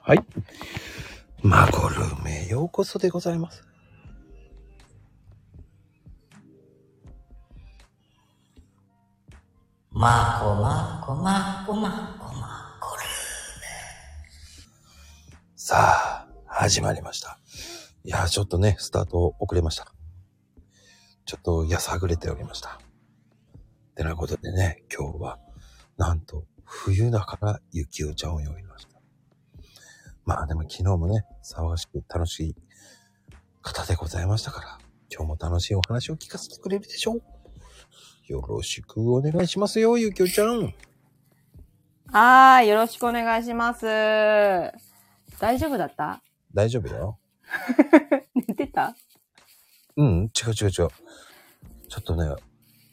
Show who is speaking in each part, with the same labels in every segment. Speaker 1: はい。マゴルメ、ようこそでございます。
Speaker 2: まこまこまこまこまこる。
Speaker 1: さあ、始まりました。いやー、ちょっとね、スタート遅れました。ちょっと、やさぐれておりました。てなことでね、今日は、なんと、冬だから、ゆきおちゃんを呼びました。まあでも昨日もね、騒がしく楽しい方でございましたから、今日も楽しいお話を聞かせてくれるでしょう。よろしくお願いしますよ、ゆきおちゃん。
Speaker 3: はーい、よろしくお願いします。大丈夫だった
Speaker 1: 大丈夫だよ。
Speaker 3: 寝てた
Speaker 1: うん、違う違う違う。ちょっとね、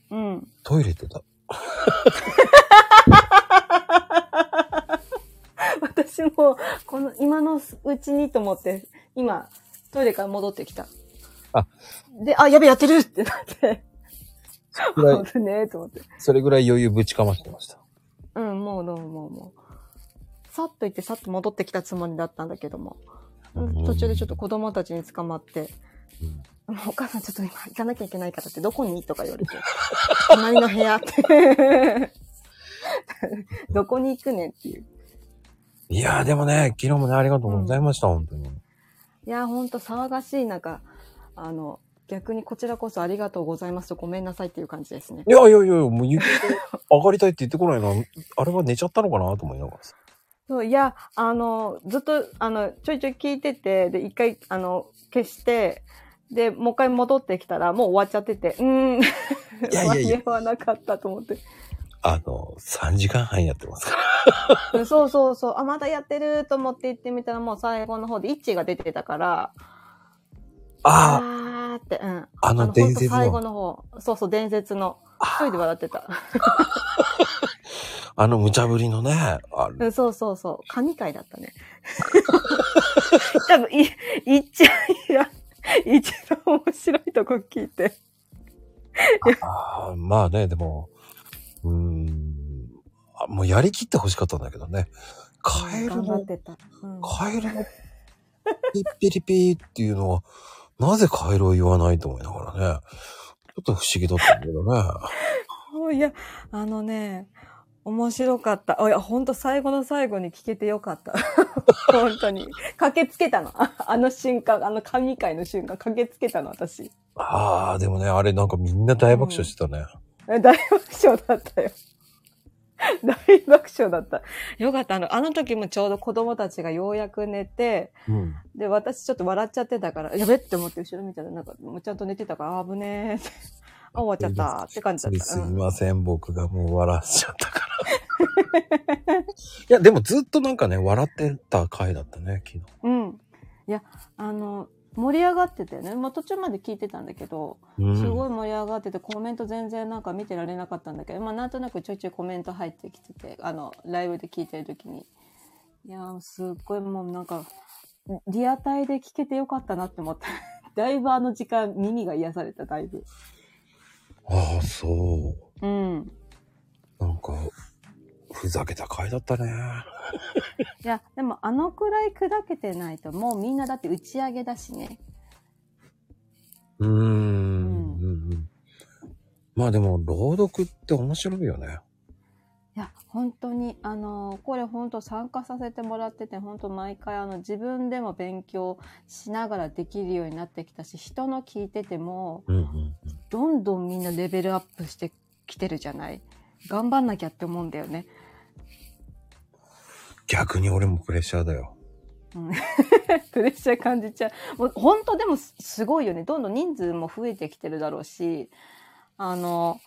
Speaker 3: うん。
Speaker 1: トイレ行ってた。
Speaker 3: 私も、この、今のうちにと思って、今、トイレから戻ってきた。
Speaker 1: あ。
Speaker 3: で、あ、やべ、やってるってなって、
Speaker 1: ぐ らい、
Speaker 3: 危ねえと思って。
Speaker 1: それぐらい余裕ぶちかましてました。
Speaker 3: うん、もう、もう、もう、もう。さっと行って、さっと戻ってきたつもりだったんだけども。うん途中でちょっと子供たちに捕まって、
Speaker 1: うん
Speaker 3: あ のお母さんちょっと今行かなきゃいけないからってどこにとか言われて、 隣の部屋って。 どこに行くねんっていう。
Speaker 1: いやーでもね、昨日もね、ありがとうございました、本当に。
Speaker 3: いやー、ほんと騒がしい中、あの、逆にこちらこそありがとうございますとごめんなさいっていう感じですね。
Speaker 1: いやいやいや、もう雪上がりたいって言ってこないの、あれは寝ちゃったのかなと思いながらさ。
Speaker 3: そういや、あの、ずっと、あの、ちょいちょい聞いてて、で、一回、あの、消して、で、もう一回戻ってきたら、もう終わっちゃってて、うーん、
Speaker 1: いやいやいや
Speaker 3: 間に合わなかったと思って。
Speaker 1: あの、3時間半やってますから。
Speaker 3: うんそうそうそう。あ、まだやってると思って行ってみたら、もう最後の方で1が出てたから、
Speaker 1: あ
Speaker 3: あーって、うん。
Speaker 1: あ、あ
Speaker 3: あ
Speaker 1: の伝説
Speaker 3: ほんと最後
Speaker 1: の、
Speaker 3: の方。そうそう、伝説の。一人で笑ってた。
Speaker 1: あの無茶ぶりのね、あ
Speaker 3: う
Speaker 1: れ
Speaker 3: ん、そうそうそう。神回だった ね。多分、い、いっちゃんや、一番面白いとこ聞いて。
Speaker 1: あーまあね、でも、うーん、あもうやりきってほしかったんだけどね。カエル
Speaker 3: 頑張
Speaker 1: の
Speaker 3: ってた。うん
Speaker 1: カエルのピッピリピーっていうのは、なぜカエルを言わないと思いながらね。ちょっと不思議だったんだけどね。
Speaker 3: そういや、あのね、面白かった。あいや、ほんと最後の最後に聞けてよかった。 本当に。駆けつけたの。 ああの瞬間、あの神回の瞬間、駆けつけたの、私。
Speaker 1: ああ、でもね、あれなんかみんな大爆笑してたね。
Speaker 3: え大爆笑だったよ。 大爆笑だった。よかった。あの、あの時もちょうど子供たちがようやく寝て、
Speaker 1: うん。
Speaker 3: で、私ちょっと笑っちゃってたから、やべって思って後ろ見たら、なんか、もうちゃんと寝てたから、あ危ねえって。あ、終わっちゃったって感じだった。
Speaker 1: す
Speaker 3: う
Speaker 1: み
Speaker 3: ん
Speaker 1: ません、僕がもう笑っちゃったから。いや、でもずっとなんかね、笑ってた回だったね、昨日。
Speaker 3: うん。いや、あの、盛り上がってたよね。まあ、途中まで聞いてたんだけど、
Speaker 1: うん、
Speaker 3: すごい盛り上がってて、コメント全然なんか見てられなかったんだけど、まあ、なんとなくちょいちょいコメント入ってきてて、あの、ライブで聞いてる時に。いやー、すっごいもうなんか、リアタイで聞けてよかったなって思った。 だいぶあの時間、耳が癒された、だいぶ。
Speaker 1: ああ、そ
Speaker 3: うん。
Speaker 1: う。なんか、ふざけた回だったね。
Speaker 3: いや、でもあのくらい砕けてないと、もうみんなだって打ち上げだしね。
Speaker 1: うーん。うんうん、まあでも、朗読って面白いよね。
Speaker 3: いや本当にあのこれ本当参加させてもらってて本当毎回あの自分でも勉強しながらできるようになってきたし人の聞いてても
Speaker 1: うんうんうん
Speaker 3: どんどんみんなレベルアップしてきてるじゃない頑張んなきゃって思うんだよね。
Speaker 1: 逆に俺もプレッシャーだよ。
Speaker 3: プレッシャー感じちゃう。もう本当でもすすごいよね。どんどん人数も増えてきてるだろうしあの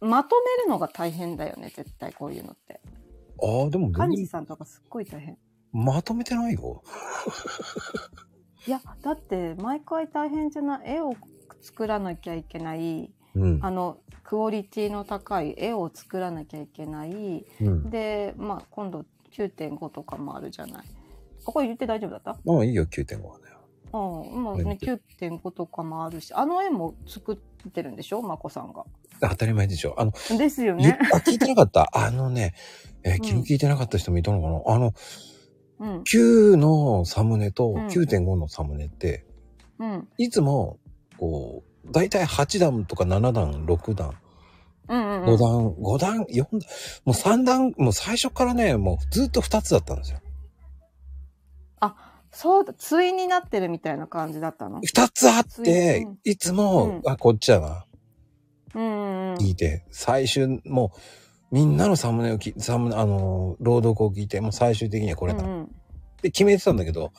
Speaker 3: まとめるのが大変だよね絶対こういうのって。
Speaker 1: ああ、でも
Speaker 3: 幹
Speaker 1: 別
Speaker 3: 事
Speaker 1: に
Speaker 3: さんとかすっごい大変。
Speaker 1: まとめてないよ。
Speaker 3: いや、だって、毎回大変じゃない、絵を作らなきゃいけない、
Speaker 1: うん。
Speaker 3: あの、クオリティの高い絵を作らなきゃいけない、
Speaker 1: うん。
Speaker 3: で、まあ、今度9.5とかもあるじゃない。あ、これ言って大丈夫だった
Speaker 1: まあいいよ、9.5はね。
Speaker 3: うん、もう
Speaker 1: はい
Speaker 3: ね、9.5とかもあるし、あの絵も作ってるんでしょまこさんが。
Speaker 1: 当たり前でしょ。あの、
Speaker 3: ですよ
Speaker 1: 言っ
Speaker 3: ね。
Speaker 1: あ聞いてなかった。あのね、えー
Speaker 3: ん
Speaker 1: 昨日聞いてなかった人もいたのかな、あの、
Speaker 3: うん。
Speaker 1: 9のサムネと
Speaker 3: うん
Speaker 1: 9.5のサムネって、
Speaker 3: うん。
Speaker 1: いつも、こう、だいたい8段とか7段、6段、
Speaker 3: うん。
Speaker 1: 5
Speaker 3: うん。
Speaker 1: 段、5段、4段、もう3段、もう最初からね、もうずっと2つだったんですよ。
Speaker 3: そうだ、対になってるみたいな感じだったの。
Speaker 1: 2つあって
Speaker 3: うん、
Speaker 1: いつも、
Speaker 3: う
Speaker 1: あ、こっちだな、
Speaker 3: うん。うん。
Speaker 1: 聞いて、最終、もう、みんなのサムネをき、サムネ、あのー、朗読を聞いて、もう最終的にはこれだ
Speaker 3: う
Speaker 1: っ
Speaker 3: ん
Speaker 1: て決めてたんだけど、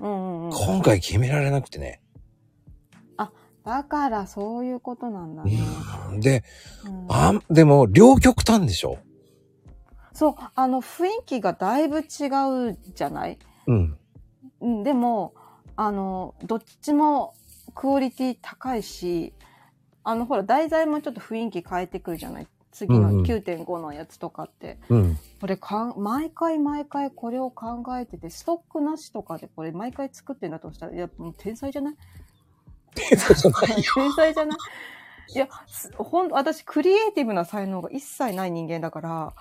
Speaker 3: うん。うん。
Speaker 1: 今回決められなくてね。
Speaker 3: だから、そういうことなんだね。
Speaker 1: で、
Speaker 3: うん
Speaker 1: あん、でも、両極端でしょ
Speaker 3: そう、あの、雰囲気がだいぶ違うじゃない
Speaker 1: うん。
Speaker 3: うんでも、あの、どっちもクオリティ高いし、あの、ほら、題材もちょっと雰囲気変えてくるじゃない次
Speaker 1: うんう
Speaker 3: の
Speaker 1: ん
Speaker 3: 9.5のやつとかって。
Speaker 1: うん。
Speaker 3: これかん、毎回毎回これを考えてて、ストックなしとかでこれ毎回作ってんだとしたら、いや、もう天才じゃない
Speaker 1: そうじゃない
Speaker 3: 天才じゃないいや、すほん、私、クリエイティブな才能が一切ない人間だから、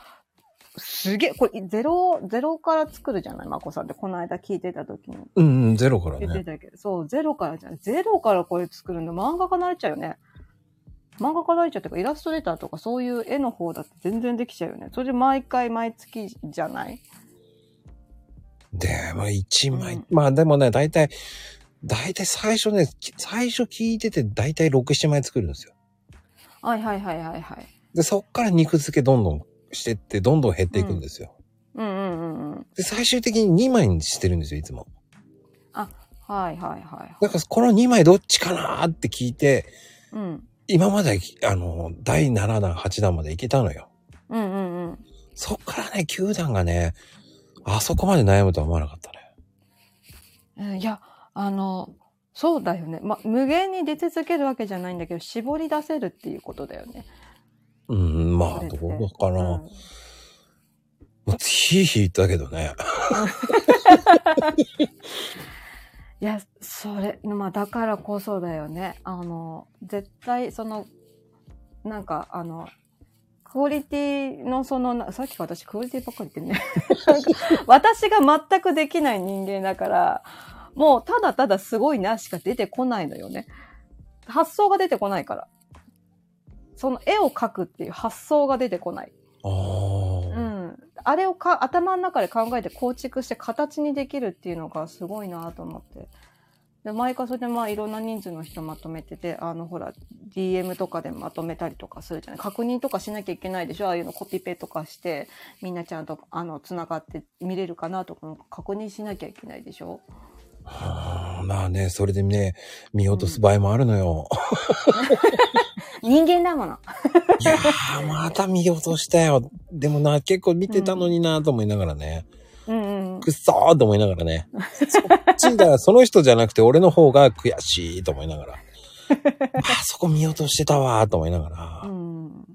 Speaker 3: すげえ、これ、ゼロ、ゼロから作るじゃないまこさんって、この間聞いてた時に
Speaker 1: うんうん、ゼロから
Speaker 3: 言って
Speaker 1: ね。
Speaker 3: たけど、そう、ゼロからじゃないゼロからこれ作るの、漫画家になれちゃうよね。漫画家になれちゃうっていうか、イラストレーターとかそういう絵の方だって全然できちゃうよね。それで毎回毎月じゃない
Speaker 1: で、まあ一枚、
Speaker 3: うん
Speaker 1: まあでもね、だいたい、だいたい最初ね、き最初聞いてて、だいたい6、7枚作るんですよ。
Speaker 3: はいはいはいはいはい。
Speaker 1: で、そっから肉付けどんどんしてって、どんどん減っていくんですよ。
Speaker 3: うんうんうんうん。
Speaker 1: で、最終的に2枚にしてるんですよ、いつも。
Speaker 3: はいはいはいはい。
Speaker 1: だから、この2枚どっちかなーって聞いて、
Speaker 3: うん。
Speaker 1: 今まで、あの、第7弾、8弾までいけたのよ。
Speaker 3: うんうんうん。
Speaker 1: そっからね、9弾がね、あそこまで悩むとは思わなかったね。
Speaker 3: うんいや、あの、そうだよね。ま、無限に出続けるわけじゃないんだけど、絞り出せるっていうことだよね。
Speaker 1: うん、まあ、
Speaker 3: それ
Speaker 1: ど
Speaker 3: って
Speaker 1: うかな。
Speaker 3: う
Speaker 1: も
Speaker 3: ん
Speaker 1: う、ひいひい言ったけどね。
Speaker 3: いや、それ、まあ、だからこそだよね。あの、絶対、その、なんか、あの、クオリティのその、なさっきから私クオリティばっかり言ってね。なんか私が全くできない人間だから、もうただただすごいなしか出てこないのよね。発想が出てこないから。その絵を描くっていう発想が出てこない。
Speaker 1: あ
Speaker 3: う
Speaker 1: あ、
Speaker 3: ん。あれをか頭の中で考えて構築して形にできるっていうのがすごいなと思って。で、毎回それでまあいろんな人数の人まとめてて、あのほら、DM とかでまとめたりとかするじゃない確認とかしなきゃいけないでしょああいうのコピペとかして、みんなちゃんとあの、繋がって見れるかなとかも確認しなきゃいけないでしょ
Speaker 1: あーまあね、それでね、見落とす場合もあるの よ。
Speaker 3: 人間だもの。
Speaker 1: いやー、また見落としたよ。でもな、結構見てたのになと思いながらね。
Speaker 3: うんうん。
Speaker 1: くっそーと思いながら ね。そっちだ、その人じゃなくて俺の方が悔しいと思いな がら。あーそこ見落としてたわーと思いながら。
Speaker 3: うん、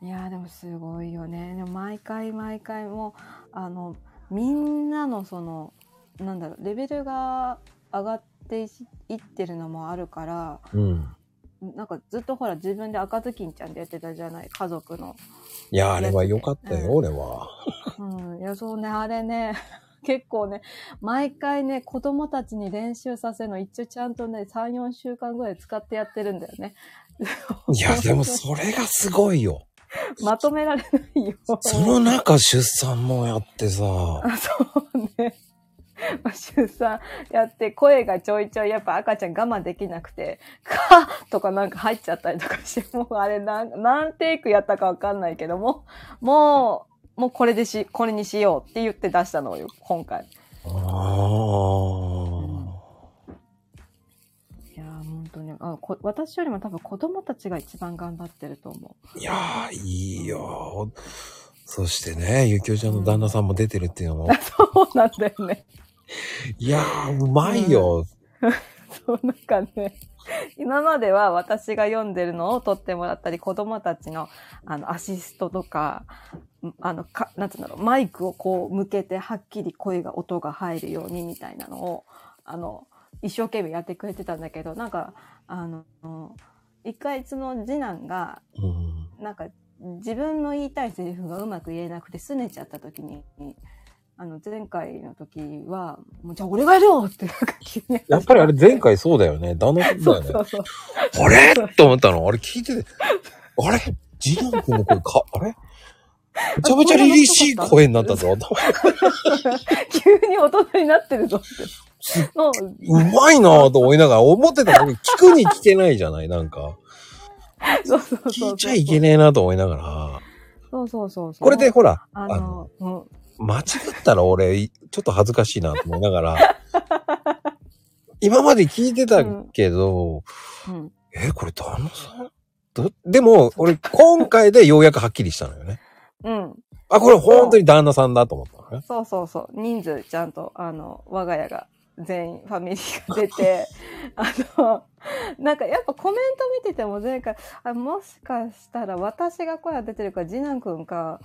Speaker 3: いやーでもすごいよねでも毎回毎回もうあのみんなのそのなんだろうレベルが上がっていいってるのもあるから
Speaker 1: うん。
Speaker 3: なんかずっとほら自分で赤ずきんちゃんでやってたじゃない家族の、
Speaker 1: いやー、あれは良かったよ、
Speaker 3: うん
Speaker 1: 俺は。
Speaker 3: うん、いやそうねあれね 結構ね毎回ね子供たちに練習させるの一応ちゃんとね34週間ぐらい使ってやってるんだよね
Speaker 1: いや、でもそれがすごいよ。
Speaker 3: まとめられないよ
Speaker 1: その中出産もやってさ。
Speaker 3: あそうね。 まあ出産やって声がちょいちょいやっぱ赤ちゃん我慢できなくて、かとかなんか入っちゃったりとかして、もうあれなん何テイクやったかわかんないけども、もう、もうこれでし、これにしようって言って出したのよ、今回。
Speaker 1: ああ。
Speaker 3: いやー本当にあこ、私よりも多分子供たちが一番頑張ってると思 う。
Speaker 1: いやー、いいよー。そしてね、ゆきおちゃんの旦那さんも出てるっていうのも、
Speaker 3: そうなんだよね。
Speaker 1: いやー、うまいよ。
Speaker 3: そう、なんかね、今までは私が読んでるのを撮ってもらったり、子供たちの、あの、アシストとか、んあの、か、なんつうんだろう、マイクをこう向けて、はっきり声が、音が入るようにみたいなのを、あの、一生懸命やってくれてたんだけど、なんか、あの、一回その次男が、
Speaker 1: うん、
Speaker 3: なんか自分の言いたいセリフがうまく言えなくて拗ねちゃった時にあの、前回の時は、もうじゃあ俺がやるよってなんか急に。
Speaker 1: やっぱりあれ前回 そうだよね。旦那さんだ
Speaker 3: そ
Speaker 1: よ
Speaker 3: う
Speaker 1: ね
Speaker 3: そ。うそう。
Speaker 1: あれと思ったの。あれ聞いてて。あれジドン君の声か、あれめちゃめちゃ凛々しい声になったぞ。
Speaker 3: 急に大人になってるぞって。もう、
Speaker 1: うまいなぁと思いながら、思ってたのに聞くに聞けないじゃないなんか。
Speaker 3: そうそうそうそう。
Speaker 1: 聞いちゃいけねえなと思いながら。
Speaker 3: そうそうそうそう。
Speaker 1: これで、ほら、
Speaker 3: あ
Speaker 1: あ
Speaker 3: の
Speaker 1: の、
Speaker 3: も
Speaker 1: 間違ったら俺、いちょっと恥ずかしいなと思いながら。今まで聞いてたけど、
Speaker 3: う、うん。
Speaker 1: え、これ旦那さんどでも、俺、今回でようやくはっきりしたのよね。
Speaker 3: うん。
Speaker 1: あ、これ本当に旦那さんだと思ったのね。
Speaker 3: そうそうそう。人数ちゃんと、あの、我が家が全員、ファミリーが 出て、あの、なんかやっぱコメント見てても前回、あもしかしたら私が声が出てるか、次男くんか、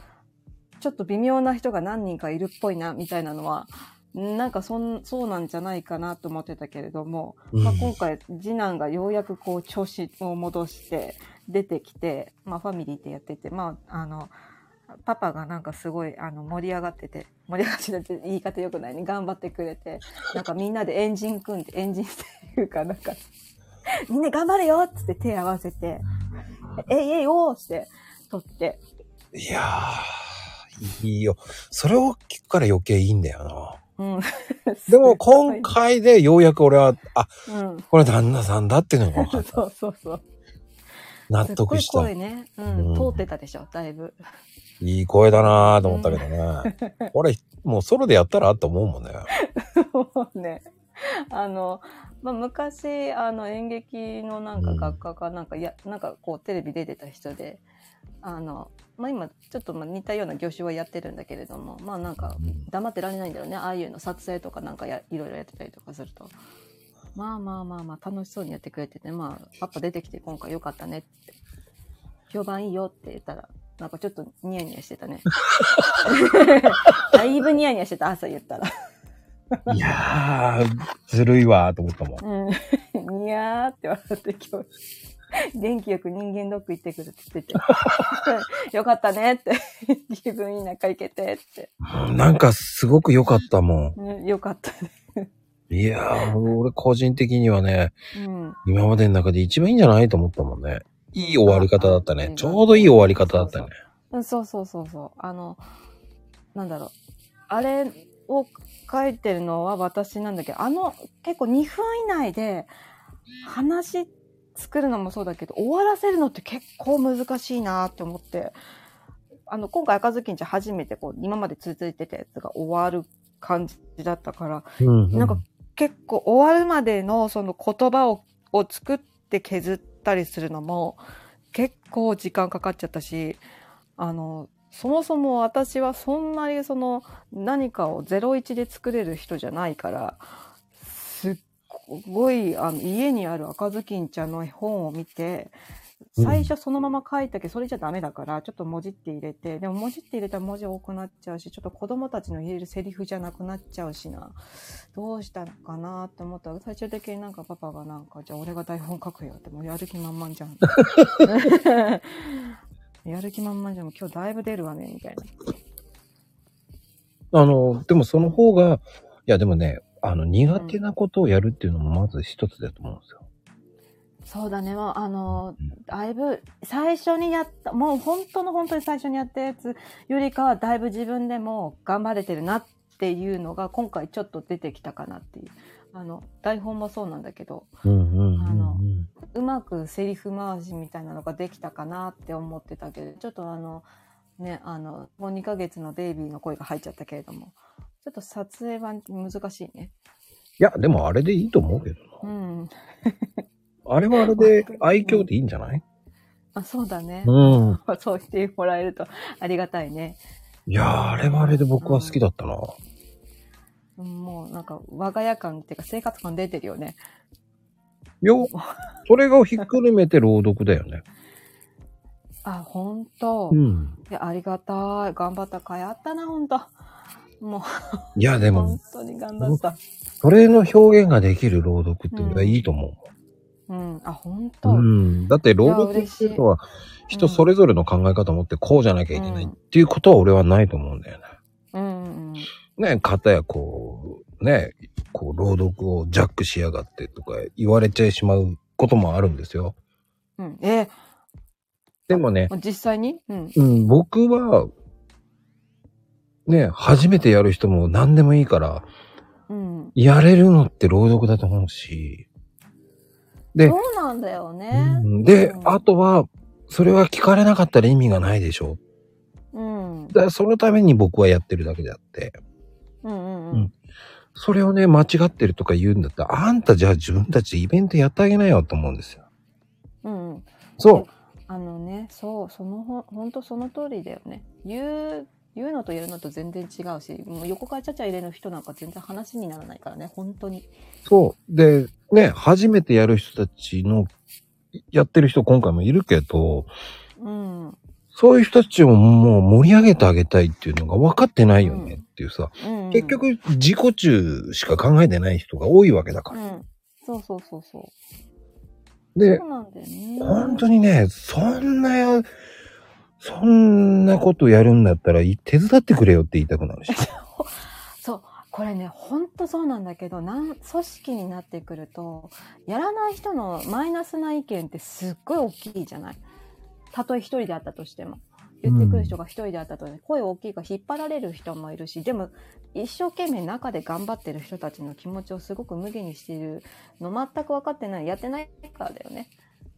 Speaker 3: ちょっと微妙な人が何人かいるっぽいな、みたいなのは、なんかそん、そうなんじゃないかなと思ってたけれども、まあ、
Speaker 1: うん
Speaker 3: 今回、次男がようやくこう、調子を戻して、出てきて、まあ、ファミリーってやってて、まあ、あの、パパがなんかすごい、あの、盛り上がってて、盛り上がっててって言い方良くないね。頑張ってくれて、なんかみんなでエンジン組んで、エンジンっていうか、なんか、みんな頑張れよっつって手合わせて、えいえいおーっつって、取って、
Speaker 1: いやー、いいよ。それを聞くから余計いいんだよな。
Speaker 3: うん。
Speaker 1: でも今回でようやく俺は、あ、
Speaker 3: うん。
Speaker 1: これ旦那さんだっていうのが分か
Speaker 3: そう
Speaker 1: っ
Speaker 3: そ
Speaker 1: た。
Speaker 3: うそう。
Speaker 1: 納得し。
Speaker 3: すったごい
Speaker 1: い
Speaker 3: 声ね。うん。
Speaker 1: うん
Speaker 3: 通ってたでしょ、だいぶ。
Speaker 1: い声だなーと思ったけどね。俺、もうソロでやったらと思うもんね。
Speaker 3: そうね。あの、まあ、昔、あの、演劇のなんか
Speaker 1: うん
Speaker 3: 学科かなんか、いや、なんかこう、テレビ出てた人で、あの、まあ、今、ちょっとまあ似たような業種はやってるんだけれども、まあ、なんか、黙ってられないんだよね。ああいうの撮影とかなんかや、いろいろやってたりとかすると。まあまあまあまあ、楽しそうにやってくれてて、まあ、パパ出てきて今回よかったねって。評判いいよって言ったら、なんかちょっとニヤニヤし てたね。だいぶニヤニヤしてた、朝言ったら。
Speaker 1: うんいやー、ずるいわーと思ったもん。
Speaker 3: うん。 にゃーって笑って今日、元気よく人間ドック行ってくるって言ってて。よかったねって。 自分いい仲行けてって。
Speaker 1: なんかすごく良かったも
Speaker 3: うんよかったね。
Speaker 1: ん。いやー、俺個人的にはね、
Speaker 3: うん。
Speaker 1: 今までの中で一番いいんじゃないと思ったもんね。いい終わり方だった
Speaker 3: ああ
Speaker 1: ね
Speaker 3: う。ん
Speaker 1: ちょうどいい終わり方だったね。
Speaker 3: うん、そうそうそうそう。あの、なんだろう。あれを書いてるのは私なんだけど、あの、結構2分以内で話作るのもそうだけど、終わらせるのって結構難しいなって思って、あの、今回赤ずきんち初めてこう、今まで続いてたやつが終わる感じだったから、
Speaker 1: うんうん
Speaker 3: なんか結構終わるまでのその言葉をを作って削ったりするのも結構時間かかっちゃったしあのそもそも私はそんなにその何かを01で作れる人じゃないからすっごいあの家にある赤ずきんちゃんの絵本を見て
Speaker 1: うん
Speaker 3: 最初そのまま書いたけどそれじゃダメだからちょっと文字って入れてでも文字って入れたら文字多くなっちゃうしちょっと子供たちの入れるセリフじゃなくなっちゃうしなどうしたのかなって思ったら最終的になんかパパがなんかじゃあ俺が台本書くよってもうやる気満々じゃん やる気満々じゃんもう今日だいぶ出るわねみたいな
Speaker 1: あの、でもその方が、いやでもね、あの、苦手なことをやるっていうのもまず一つだと思うんですよ。
Speaker 3: そうだね、もうあの
Speaker 1: うん、
Speaker 3: だいぶ、最初にやった、もう本当の本当に最初にやったやつよりかは、だいぶ自分でも頑張れてるなっていうのが、今回ちょっと出てきたかなっていう。あの、台本もそうなんだけど、
Speaker 1: うんうんうんうん
Speaker 3: あのうまくセリフ回しみたいなのができたかなって思ってたけど、ちょっとあの、ね、あの、もう2ヶ月のベイビーの声が入っちゃったけれども、ちょっと撮影は難しいね。
Speaker 1: いや、でもあれでいいと思うけど
Speaker 3: う
Speaker 1: な。
Speaker 3: ん。
Speaker 1: あれはあれで愛嬌でいいんじゃない
Speaker 3: あ、そうだね。
Speaker 1: うん。
Speaker 3: そう言ってもらえるとありがたいね。
Speaker 1: いやー、あれはあれで僕は好きだったな。
Speaker 3: うんもうなんか我が家感っていうか生活感出てるよね。
Speaker 1: よ、それがひっくるめて朗読だよね。
Speaker 3: あ、ほんと。い
Speaker 1: ん。
Speaker 3: や、ありがたい。頑張ったかいあったな、ほんと。も
Speaker 1: いや、
Speaker 3: う、
Speaker 1: でも
Speaker 3: 本、当に頑張った。
Speaker 1: それの表現ができる朗読って俺はいいと思
Speaker 3: うん。あ、ほん
Speaker 1: う。
Speaker 3: と。
Speaker 1: う
Speaker 3: うん。
Speaker 1: ん。だって朗読っていうのは、人それぞれの考え方を持ってこうじゃなきゃいけないっていうことは俺はないと思うんだよね。
Speaker 3: うんうん。
Speaker 1: ね、方やこう、ね、こう、朗読をジャックしやがってとか言われてしまうこともあるんですよ。
Speaker 3: うん。え
Speaker 1: でもね、
Speaker 3: ー、実際にうん。
Speaker 1: うん、僕は、ね、初めてやる人も何でもいいから、
Speaker 3: うん。
Speaker 1: やれるのって朗読だと思うし、で
Speaker 3: そうなんだよね。
Speaker 1: うんで
Speaker 3: う、ん
Speaker 1: あとは、それは聞かれなかったら意味がないでしょ。
Speaker 3: うん。うん
Speaker 1: だからそのために僕はやってるだけであって、
Speaker 3: うん
Speaker 1: うんそれをね、間違ってるとか言うんだったら、あんたじゃあ自分たちでイベントやってあげなよと思うんですよ。
Speaker 3: うん。うん。
Speaker 1: そう。
Speaker 3: あのね、そう、そのほ、ほんとその通りだよね。言う、言うのとやるのと全然違うし、もう横からちゃちゃ入れる人なんか全然話にならないからね、本当に。
Speaker 1: そう。で、ね、初めてやる人たちの、やってる人今回もいるけど、
Speaker 3: うん。うん
Speaker 1: そういう人たちをもう盛り上げてあげたいっていうのが分かってないよねっていうさ、
Speaker 3: うん
Speaker 1: 結、局自己中しか考えてない人が多いわけだか
Speaker 3: う
Speaker 1: ら。
Speaker 3: ん。そうそうそうそう。
Speaker 1: で
Speaker 3: そ、うなんだよね。
Speaker 1: 本当にね、そんなや、そんなことやるんだったらい手伝ってくれよって言いたくなるし。
Speaker 3: そう。これね、ほんとそうなんだけど、なん、組織になってくると、やらない人のマイナスな意見ってすっごい大きいじゃない。たとえ一人であったとしても。言ってくる人が一人であったとね、声大きいから引っ張られる人もいるし、でも、一生懸命中で頑張ってる人たちの気持ちをすごく無限にしているの全く分かってない、やってないからだよね。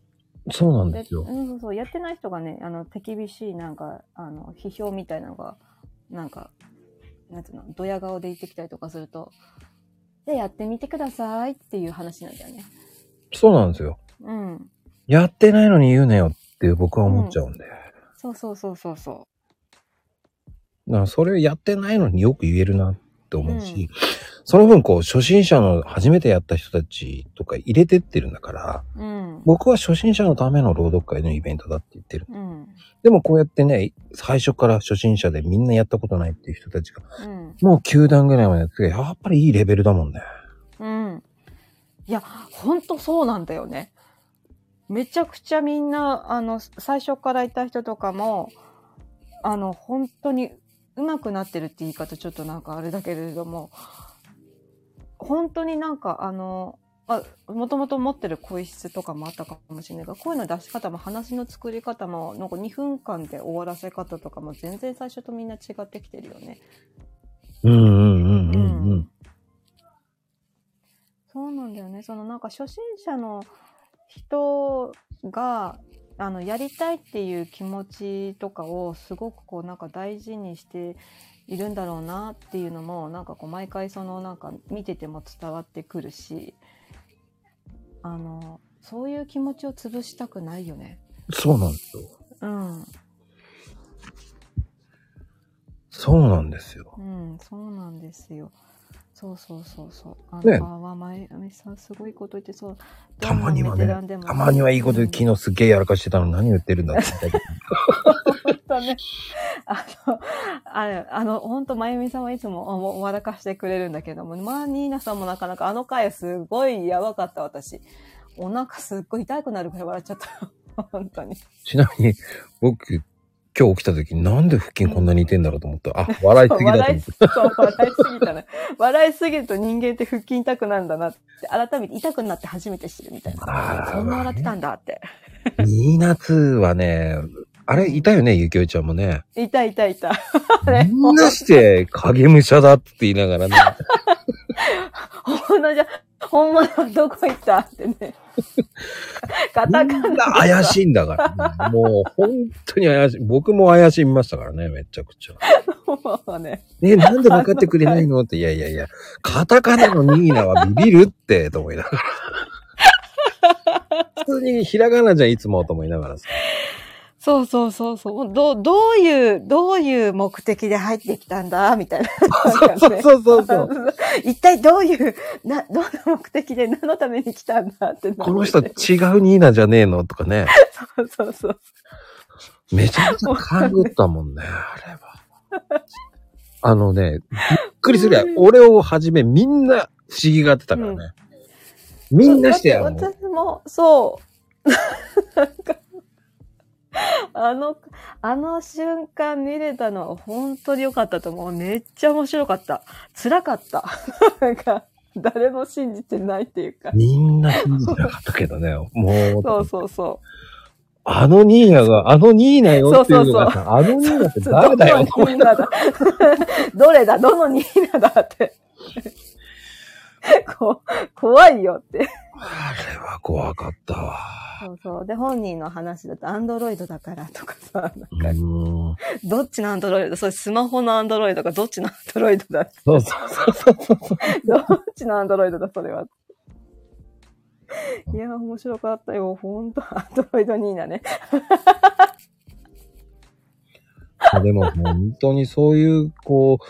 Speaker 1: そうなん
Speaker 3: で
Speaker 1: ですよ。
Speaker 3: うん、そうそう、やってない人がね、あの、手厳しい、なんか、あの、批評みたいなのが、なんか、なんつうの、ドヤ顔で言ってきたりとかすると、で、やってみてくださいっていう話なんだよね。
Speaker 1: そうなんですよ。
Speaker 3: うん。
Speaker 1: やってないのに言うなよって僕は思っちゃうんで。
Speaker 3: そうそうそうそうそ
Speaker 1: だからそれをやってないのによく言えるなって思うし、その分こう初心者の初めてやった人たちとか入れてってるんだから、
Speaker 3: う。うん。
Speaker 1: 僕は初心者のための朗読会のイベントだって言ってる。
Speaker 3: うん。
Speaker 1: でもこうやってね、最初から初心者でみんなやったことないっていう人たちが、
Speaker 3: うん。
Speaker 1: もう9段ぐらいまでやってて、やっぱりいいレベルだもんね。
Speaker 3: うん。いや、ほんとそうなんだよね。めちゃくちゃみんな、あの、最初からいた人とかも、あの、本当に上手くなってるって言い方ちょっとなんかあれだけれども、本当になんかあの、あ、もともと持ってる声質とかもあったかもしれないが、声の出し方も話の作り方も、なんか2分間で終わらせ方とかも全然最初とみんな違ってきてるよね。
Speaker 1: うんうんうんうんう。
Speaker 3: うんそうなんだよね。そのなんか初心者の人が、あの、やりたいっていう気持ちとかをすごくこうなんか大事にしているんだろうなっていうのも、なんかこう毎回そのなんか見てても伝わってくるし、あの、そういう気持ちを潰したくないよね。
Speaker 1: そうなんですよ。
Speaker 3: うん。
Speaker 1: そうなんですよ。
Speaker 3: うん、そうなんですよ。そうそうそうそう。あ
Speaker 1: ね
Speaker 3: の、あわまゆみさんすごいこと言ってそう。
Speaker 1: たまにはね
Speaker 3: どんなベテランでも
Speaker 1: たまにはいいことで
Speaker 3: うん
Speaker 1: 昨日すっげえやらかしてたのに何言ってるんだって言ったけど。
Speaker 3: 本当ね。 あの、あれ、あの、本当まゆみさんはいつもおも笑かしてくれるんだけども、まあ、ニーナさんもなかなかあの回すごいやばかった私。お腹すっごい痛くなるくらい笑っちゃった。 本当に。
Speaker 1: ちなみに、僕、今日起きた時になんで腹筋こんなに似てんだろうと思った。あ、 笑いすぎだと
Speaker 3: 笑
Speaker 1: 思
Speaker 3: い
Speaker 1: っ
Speaker 3: すそう笑いすぎたね。笑いすぎると人間って腹筋痛くなるんだなって、改めて痛くなって初めて知るみたい
Speaker 1: あ
Speaker 3: な。
Speaker 1: ら
Speaker 3: そんな笑ってたんだって。
Speaker 1: た。新夏はね、あれ、いたよね、ゆきおちゃんもね。
Speaker 3: 痛い痛い痛い。あれ、
Speaker 1: みんなして、影武者だって言いながらね。
Speaker 3: 本物じゃ、本物はどこ行ったって ね。カタカ
Speaker 1: み
Speaker 3: ナ
Speaker 1: ん な怪しいんだから、もう、本当に怪しい。僕も怪しみましたからね、めちゃくちゃ。
Speaker 3: もうね。
Speaker 1: ねなんで分かってくれないのって、いやいやいや、カタカナのニーナはビビるって、と思いなが ら。普通にひらがなじゃん、いつもと思いながらさ。
Speaker 3: そうそうそうそう。どう、どういう、どういう目的で入ってきたんだみたいな。なんか
Speaker 1: そう
Speaker 3: ね
Speaker 1: そうそうそう。
Speaker 3: 一体どういう、な、どんな目的で何のために来たんだってな
Speaker 1: こ
Speaker 3: る。
Speaker 1: の人違うニーナじゃねえのとかね。
Speaker 3: そうそうそう。
Speaker 1: めちゃくちゃ勘ぐったもんね、あれは。あのね、びっくりするや。俺をはじめみんな不思議がってたからね。みんなしてや
Speaker 3: だ
Speaker 1: る
Speaker 3: っ
Speaker 1: の。
Speaker 3: て私も、そう。なんか、あの、あの瞬間見れたのは本当に良かったと思う。めっちゃ面白かった。辛かった。なんか、誰も信じてないっていうか。
Speaker 1: みんな信じてなかったけどね。もう、
Speaker 3: そうそうそ
Speaker 1: あのニーナが、あのニーナよっていうのがさあの
Speaker 3: う。
Speaker 1: ニーナって誰だよ
Speaker 3: どのニーナだ どれだどのニーナだって。 こ怖いよって。
Speaker 1: あれは怖かったわ。
Speaker 3: そうそう。で、本人の話だと、アンドロイドだからとかさ、
Speaker 1: う
Speaker 3: なんか、
Speaker 1: ーん。
Speaker 3: どっちのアンドロイドそう、スマホのアンドロイドか、どっちのアンドロイドだ
Speaker 1: そうそうそうそうそう。
Speaker 3: どっちのアンドロイドだ、それは。いや、面白かったよ。ほんと、アンドロイドニーナね。
Speaker 1: でも本当にそういう、こう、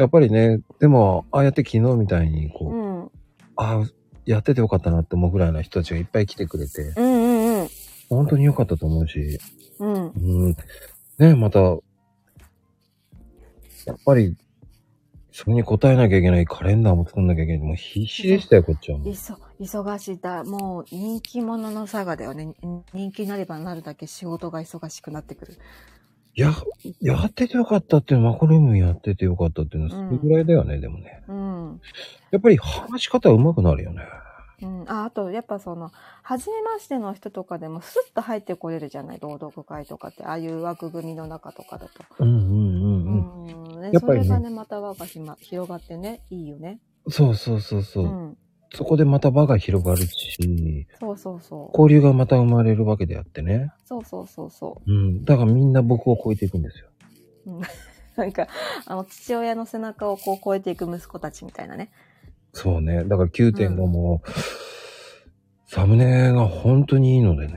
Speaker 1: やっぱりね、でも、ああやって昨日みたいに、こう、
Speaker 3: うん。うん
Speaker 1: ああ、やっててよかったなって思うぐらいの人たちがいっぱい来てくれて、
Speaker 3: うんうん。
Speaker 1: 本当によかったと思うし、
Speaker 3: うん。
Speaker 1: うん。ねまた、やっぱり、それに応えなきゃいけないカレンダーも作んなきゃいけない。もう必死でしたよ、こっちはもう。
Speaker 3: いそ、忙しいだ。もう、人気者の佐賀だよね。人人気になればなるだけ仕事が忙しくなってくる。
Speaker 1: や、やっててよかったっていうのマコルームやっててよかったっていうのは、それぐらいだよね、でもね。
Speaker 3: うん。
Speaker 1: やっぱり話し方上手くなるよね。
Speaker 3: うん、ああとやっぱその初めましての人とかでもスッと入ってこれるじゃない朗読会とかってああいう枠組みの中とかだと。
Speaker 1: うんうんうん
Speaker 3: う
Speaker 1: うん。
Speaker 3: んね
Speaker 1: やっ
Speaker 3: そ
Speaker 1: ぱり
Speaker 3: れ
Speaker 1: ね
Speaker 3: がねまた輪がひま広がってねいいよね。
Speaker 1: そうそうそうそうう、
Speaker 3: ん、
Speaker 1: そこでまた場が広がるし、
Speaker 3: そうそうそう。
Speaker 1: 交流がまた生まれるわけであってね。
Speaker 3: そうそうそうそ
Speaker 1: うん。だからみんな僕を超えていくんですよ。
Speaker 3: う。なんか、あの、父親の背中をこう越えていく息子たちみたいなね。
Speaker 1: そうね。だから9.5も、サムネが本当にいいのでね。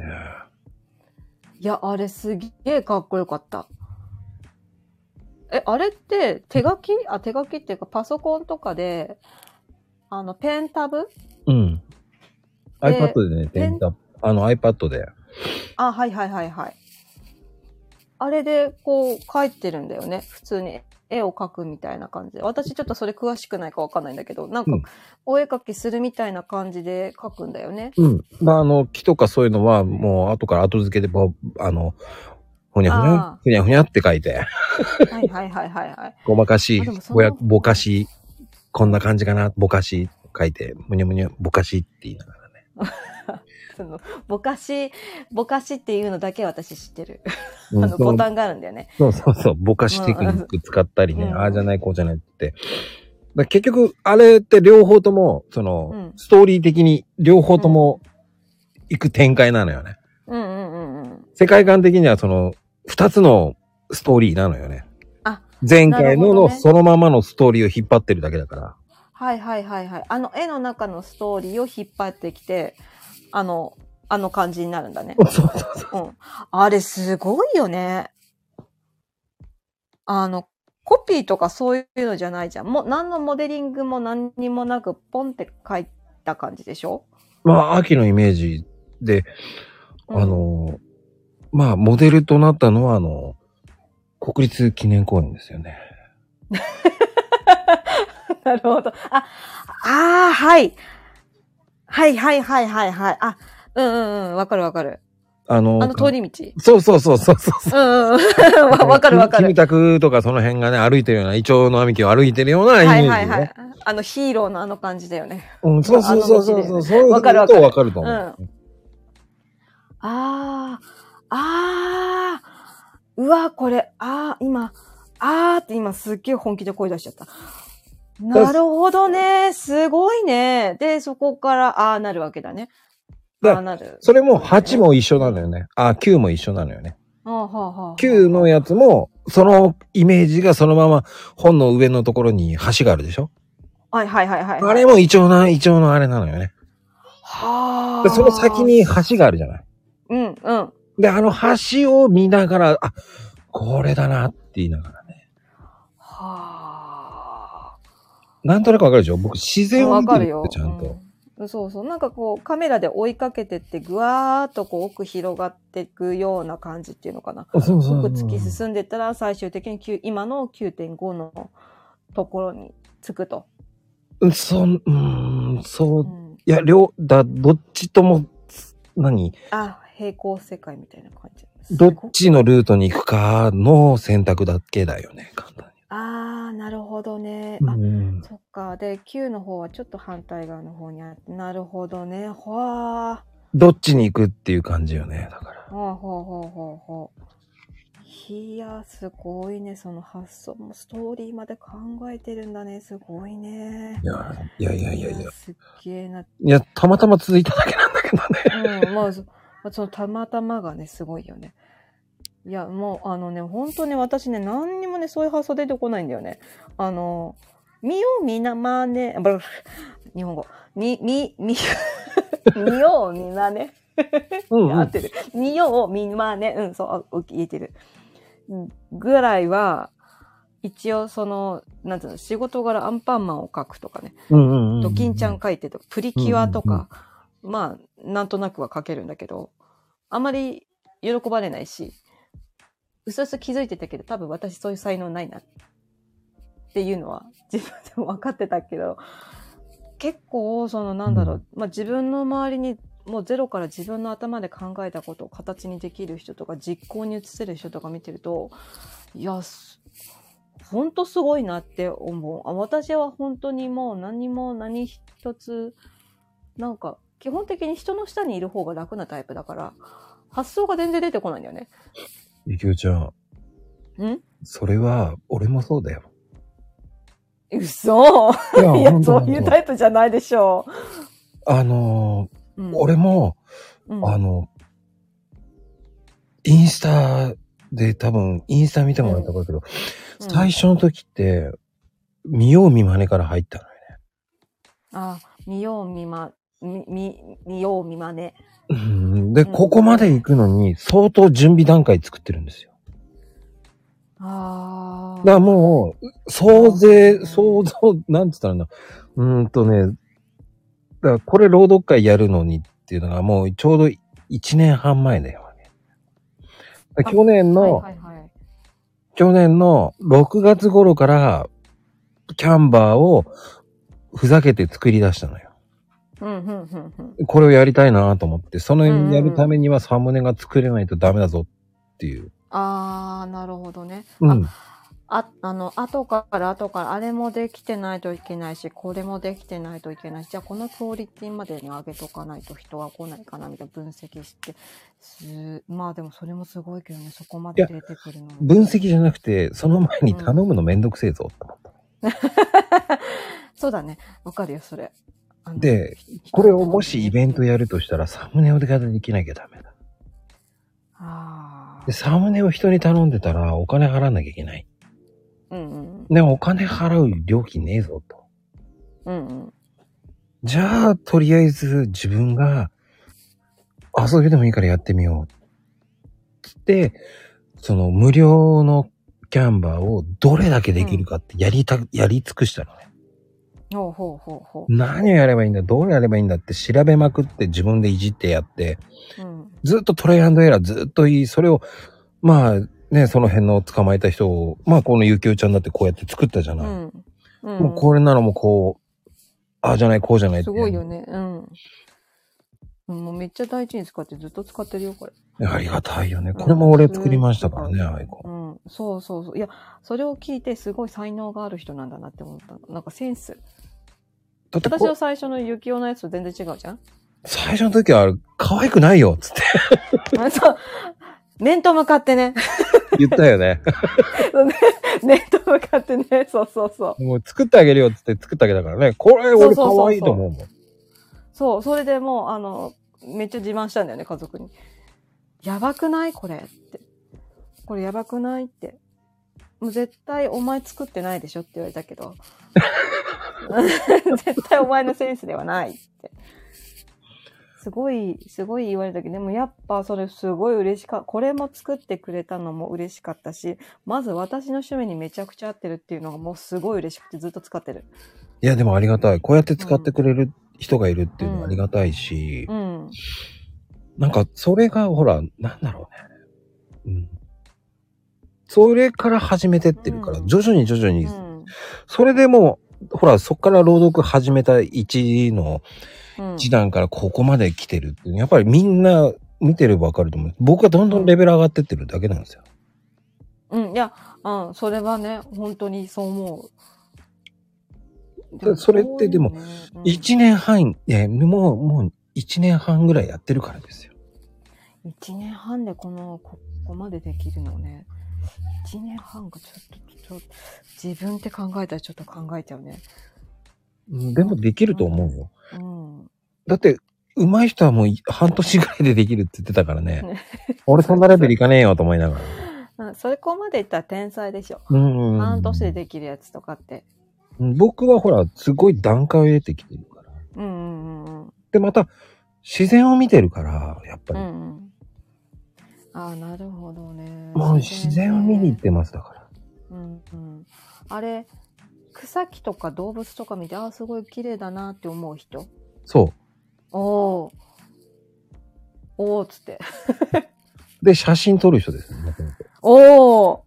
Speaker 3: いや、あれすげえかっこよかった。え、あれって手書きあ、手書きっていうかパソコンとかで、あの、ペンタブ
Speaker 1: うん。
Speaker 3: で
Speaker 1: iPad でね、ペンタ、あの iPad で。
Speaker 3: あ、はいはいはいはい。あれでこう描いてるんだよね。普通に絵を描くみたいな感じで。私ちょっとそれ詳しくないかわかんないんだけど、なんか
Speaker 1: うん
Speaker 3: お絵描きするみたいな感じで描くんだ よね。
Speaker 1: うん。まあ、あの、木とかそういうのは、もう後から後付けで、ぼあの、ふにゃふに
Speaker 3: あ
Speaker 1: ゃ
Speaker 3: あ、
Speaker 1: ふにゃふにゃって書いて、
Speaker 3: はいはいはいはいはい。
Speaker 1: ごまかし
Speaker 3: あでも、そ
Speaker 1: ぼ
Speaker 3: の
Speaker 1: や、ぼかし、こんな感じかな、ぼかし、書いて、むにゃむにゃ、ぼかしって言いながらね。
Speaker 3: その、ぼかし、ぼかしっていうのだけ私知ってる。
Speaker 1: うん
Speaker 3: あの、
Speaker 1: その
Speaker 3: ボタンがあるんだよね。
Speaker 1: そうそうそう、ぼかしテクニック使ったりね、
Speaker 3: うん
Speaker 1: ああじゃない、こうじゃないって。だから結局、あれって両方とも、その、
Speaker 3: うん
Speaker 1: ストーリー的に両方とも行く展開なのよね。
Speaker 3: うんうんうんうん。
Speaker 1: 世界観的にはその、二つのストーリーなのよね。
Speaker 3: あ
Speaker 1: 前回の
Speaker 3: なるほ
Speaker 1: の
Speaker 3: どね
Speaker 1: そのままのストーリーを引っ張ってるだけだから。
Speaker 3: はいはいはいはい。あの絵の中のストーリーを引っ張ってきて、あの、あの感じになるん だね。
Speaker 1: そうそうそう。
Speaker 3: うん。あれすごいよね。あの、コピーとかそういうのじゃないじゃん。もう何のモデリングも何にもなくポンって書いた感じでしょ
Speaker 1: まあ、秋のイメージで、あ、の、まあ、モデルとなったのは、あの、国立記念公園ですよね。
Speaker 3: うん なるほど。あ、あーはい。はいはいはいはいはい。あ、うんうんうん。わかるわかる。
Speaker 1: あの、
Speaker 3: あの通り道。
Speaker 1: そうそうそうそうそう。
Speaker 3: うんうんうん。 わわかるわか
Speaker 1: キム
Speaker 3: る。
Speaker 1: タクとかその辺がね、歩いてるような、イチョウの並木を歩いてるような
Speaker 3: は
Speaker 1: イメージ、
Speaker 3: い
Speaker 1: ね。
Speaker 3: はいはい。あのヒーローのあの感じだよね。
Speaker 1: うん、そうそうそうそう
Speaker 3: あ
Speaker 1: そ
Speaker 3: の
Speaker 1: う。そういう
Speaker 3: わかるわか
Speaker 1: と
Speaker 3: る
Speaker 1: わかると
Speaker 3: う
Speaker 1: 思う。
Speaker 3: ん。ああ、ああ、うわ、これ、ああ、今、ああって今すっげえ本気で声出しちゃった。なるほどね。すごいね。で、そこから、ああなるわけだね。
Speaker 1: だ
Speaker 3: ああなる。
Speaker 1: それも8も一緒なのよね。あ、9も一緒なのよね。
Speaker 3: ああ、はあ、はあ。
Speaker 1: 9のやつも、そのイメージがそのまま本の上のところに橋があるでしょ
Speaker 3: はいはいはいはい。
Speaker 1: あれもイチョウの、イチョウのあれなのよね。
Speaker 3: は
Speaker 1: で、
Speaker 3: あ。
Speaker 1: その先。に橋があるじゃない。
Speaker 3: うん、うん。
Speaker 1: で、あの橋を見ながら、あ、これだなって言いながらね。
Speaker 3: はあ。
Speaker 1: なんとなくわかるでしょ僕自然を
Speaker 3: わ
Speaker 1: 見て
Speaker 3: か
Speaker 1: る
Speaker 3: る
Speaker 1: っ
Speaker 3: よ
Speaker 1: て。ちゃんと。
Speaker 3: うんそうそう。なんかこう、カメラで追いかけてって、ぐわーっとこう、奥広がっていくような感じっていうのかな。
Speaker 1: あそうそう
Speaker 3: 奥
Speaker 1: そう
Speaker 3: 突き進んでったら、最終的に9今の9.5のところに着くと。
Speaker 1: うんそん、うーん、そうう、
Speaker 3: ん、
Speaker 1: いや、両、だ、どっちとも、何
Speaker 3: あ、平行世界みたいな感じ。
Speaker 1: どっちのルートに行くかの選択だけだよね、簡単
Speaker 3: ああ、なるほどね。あ、
Speaker 1: に。うん
Speaker 3: そっか。で、9の方はちょっと反対側の方にあって、なるほどね。ほわ
Speaker 1: どっちに行くっていう感じよね、だから
Speaker 3: ー。。ほうほうほうほうほう。いや、すごいね。その発想もストーリーまで考えてるんだね。すごいね。
Speaker 1: いや、いやいやいやいや。
Speaker 3: すっげえな。
Speaker 1: いや、たまたま続いただけなんだけ どね。
Speaker 3: うん、まあ、そそのたまたまがね、すごいよね。いや、もう、あのね、本当に私ね、何にもね、そういう発想出てこないんだよね。あの、見よう見なまね、あブル日本語。み、み、み、 見よう見まね。
Speaker 1: う
Speaker 3: 合ってる。見よう見まね。うん、そう、あ言えてる。うんぐらいは、一応その、なんていうの、仕事柄アンパンマンを描くとかね。
Speaker 1: うんうんうん。
Speaker 3: ドキンちゃん。書いてとか、プリキュアとか、まあ、なんとなくは書けるんだけど、あまり喜ばれないし、うすうす気づいてたけど、多分私そういう才能ないなっていうのは自分でも分かってたけど、結構、そのなんだろう、まあ自分の周りにもうゼロから自分の頭で考えたことを形にできる人とか実行に移せる人とか見てると、いや、すほんとすごいなって思う。あ私は本当にもう何も何一つ、なんか基本的に人の下にいる方が楽なタイプだから、発想が全然出てこないんだよね。
Speaker 1: ゆきおちゃん、
Speaker 3: ん
Speaker 1: それは、俺もそうだよ。
Speaker 3: 嘘
Speaker 1: いや
Speaker 3: いや、そういうタ
Speaker 1: イ
Speaker 3: イプじゃないでしょ
Speaker 1: プ。あの
Speaker 3: う。うん
Speaker 1: ー、俺、も、
Speaker 3: うん
Speaker 1: あの、インスタで多分、インスタ見てもらったからけど、
Speaker 3: うん
Speaker 1: 最初の時って、見よう見まねから入ったのよ
Speaker 3: あ、見よう見ま、み、み、見よう見まね。
Speaker 1: うんで、
Speaker 3: ん
Speaker 1: ここまで行くのに相当準備段階作ってるんですよ。
Speaker 3: あ
Speaker 1: だから
Speaker 3: あ。
Speaker 1: もう、総勢、想像、なんつったらいいんだうーんとね、だからこれ朗読会やるのにっていうのがもうちょうど1年半前だよね。だから去年の、
Speaker 3: はいはいはい。
Speaker 1: 去年の6月頃から、キャンバーをふざけて作り出したのよ。
Speaker 3: うん、うん、うん、うん。
Speaker 1: これをやりたいなと思って、その
Speaker 3: うんうんうん
Speaker 1: やるためにはサムネが作れないとダメだぞっていう。
Speaker 3: ああ、なるほどね。
Speaker 1: う
Speaker 3: あ
Speaker 1: ん。
Speaker 3: あ、あの、後から後から、あれもできてないといけないし、これもできてないといけないし、じゃあこのクオリティまでに上げとかないと人は来ないかな、みたいな分析して、す、まあでもそれもすごいけどね、そこまで
Speaker 1: い
Speaker 3: 出てくるの。
Speaker 1: 分析じゃなくて、その前に頼むのめんどくせえぞって思った。
Speaker 3: そうだね。わかるよ、それ。あの
Speaker 1: で、これをもしイベントやるとしたら、サムネを出方できなきゃダメだ。
Speaker 3: あ
Speaker 1: で、
Speaker 3: あ。
Speaker 1: サムネを人に頼んでたら、お金払わなきゃいけない。
Speaker 3: うんうん。
Speaker 1: でもお金払う料金ねえぞと。
Speaker 3: うんうん。
Speaker 1: じゃあ、とりあえず自分が遊びでもいいからやってみよう。つって、その無料のキャンバーをどれだけできるかってやりた、やり尽くしたのね。
Speaker 3: ほうほうほうほ
Speaker 1: 何をやればいいんだ、どうやればいいんだって調べまくって自分でいじってやって、
Speaker 3: う。うん。
Speaker 1: ずっとトライアンドエラーずっといい、それを、まあね、その辺の捕まえた人を、まあこのゆきおちゃんだってこうやって作ったじゃ
Speaker 3: う
Speaker 1: ない。
Speaker 3: ん。うん。
Speaker 1: もうこれならもうこう、ああじゃない、こうじゃないって。
Speaker 3: すごいよね。うん。もうめっちゃ大事に使ってずっと使ってるよ、これ。
Speaker 1: ありがたいよね。これも俺作りましたからね、アイコン。
Speaker 3: うん、そうそうそう。いや、それを聞いてすごい才能がある人なんだなって思ったの。なんかセンス。
Speaker 1: だって
Speaker 3: 私の
Speaker 1: こ、
Speaker 3: 最初の雪男のやつと全然違うじゃん
Speaker 1: 最初の時は、可愛くないよ、つって
Speaker 3: あそう。面と向かってね。
Speaker 1: 言ったよね。
Speaker 3: 面と向かってね。そうそうそう。
Speaker 1: もう作ってあげるよ、つって作ってあげたからね。これ俺可愛いと思うもん。
Speaker 3: そう、それでもう、あの、めっちゃ自慢したんだよね、家族に。やばくないこれって。これやばくないって。もう絶対お前作ってないでしょって言われたけど。 絶対お前のセンスではないって。すごい、すごい言われたけど、でもやっぱそれすごい嬉しかこれも作ってくれたのも嬉しかったし、まず私の趣味にめちゃくちゃ合ってるっていうのがもうすごい嬉しくてずっと使ってる。
Speaker 1: いや、でもありがたい。こうやって使ってくれる人がいるっていうのはありがたいし、
Speaker 3: うん。
Speaker 1: なんか、それが、ほら、なんだろうね。うん。それから始めてってるから、
Speaker 3: うん
Speaker 1: 徐々に徐々
Speaker 3: う
Speaker 1: に、
Speaker 3: ん。
Speaker 1: それでもう、ほら、そっから朗読始めた1の、
Speaker 3: うん
Speaker 1: 一段からここまで来てるっていうのはやっぱりみんな見てればわかると思う。僕はどんどんレベル上がってってるだけなんですよ。
Speaker 3: うん、いや、うん、それはね、本当にそう思う。
Speaker 1: だそれってでも
Speaker 3: そうよね、うん
Speaker 1: 一、年半、ね、もう、もう一年半ぐらいやってるからですよ。
Speaker 3: 一年半でこの、ここまでできるのね。一年半がちょっと、ちょっと、自分って考えたらちょっと考えちゃうね。
Speaker 1: うんでもできると思うよ。
Speaker 3: うん。
Speaker 1: だって、上手い人はもうい半年ぐらいでできるって言ってたからね
Speaker 3: ね。
Speaker 1: 俺そんなレベルいかねえよと思いながら。
Speaker 3: うんそれこまでいったら天才でしょ。
Speaker 1: うんうん。
Speaker 3: 半年でできるやつとかって。
Speaker 1: 僕はほら、すごい段階を得てきてるから。
Speaker 3: うんうんうんうん。
Speaker 1: で、また、自然を見てるから、やっぱ
Speaker 3: う
Speaker 1: り。
Speaker 3: んうん。ああ、なるほどね。
Speaker 1: もう自然を見に行ってますだから。
Speaker 3: うんうん、あれ草木とか動物とか見てああすごい綺麗だなって思う人
Speaker 1: そ
Speaker 3: おおおおっつって
Speaker 1: う。で、写真撮る人ですよね。
Speaker 3: おお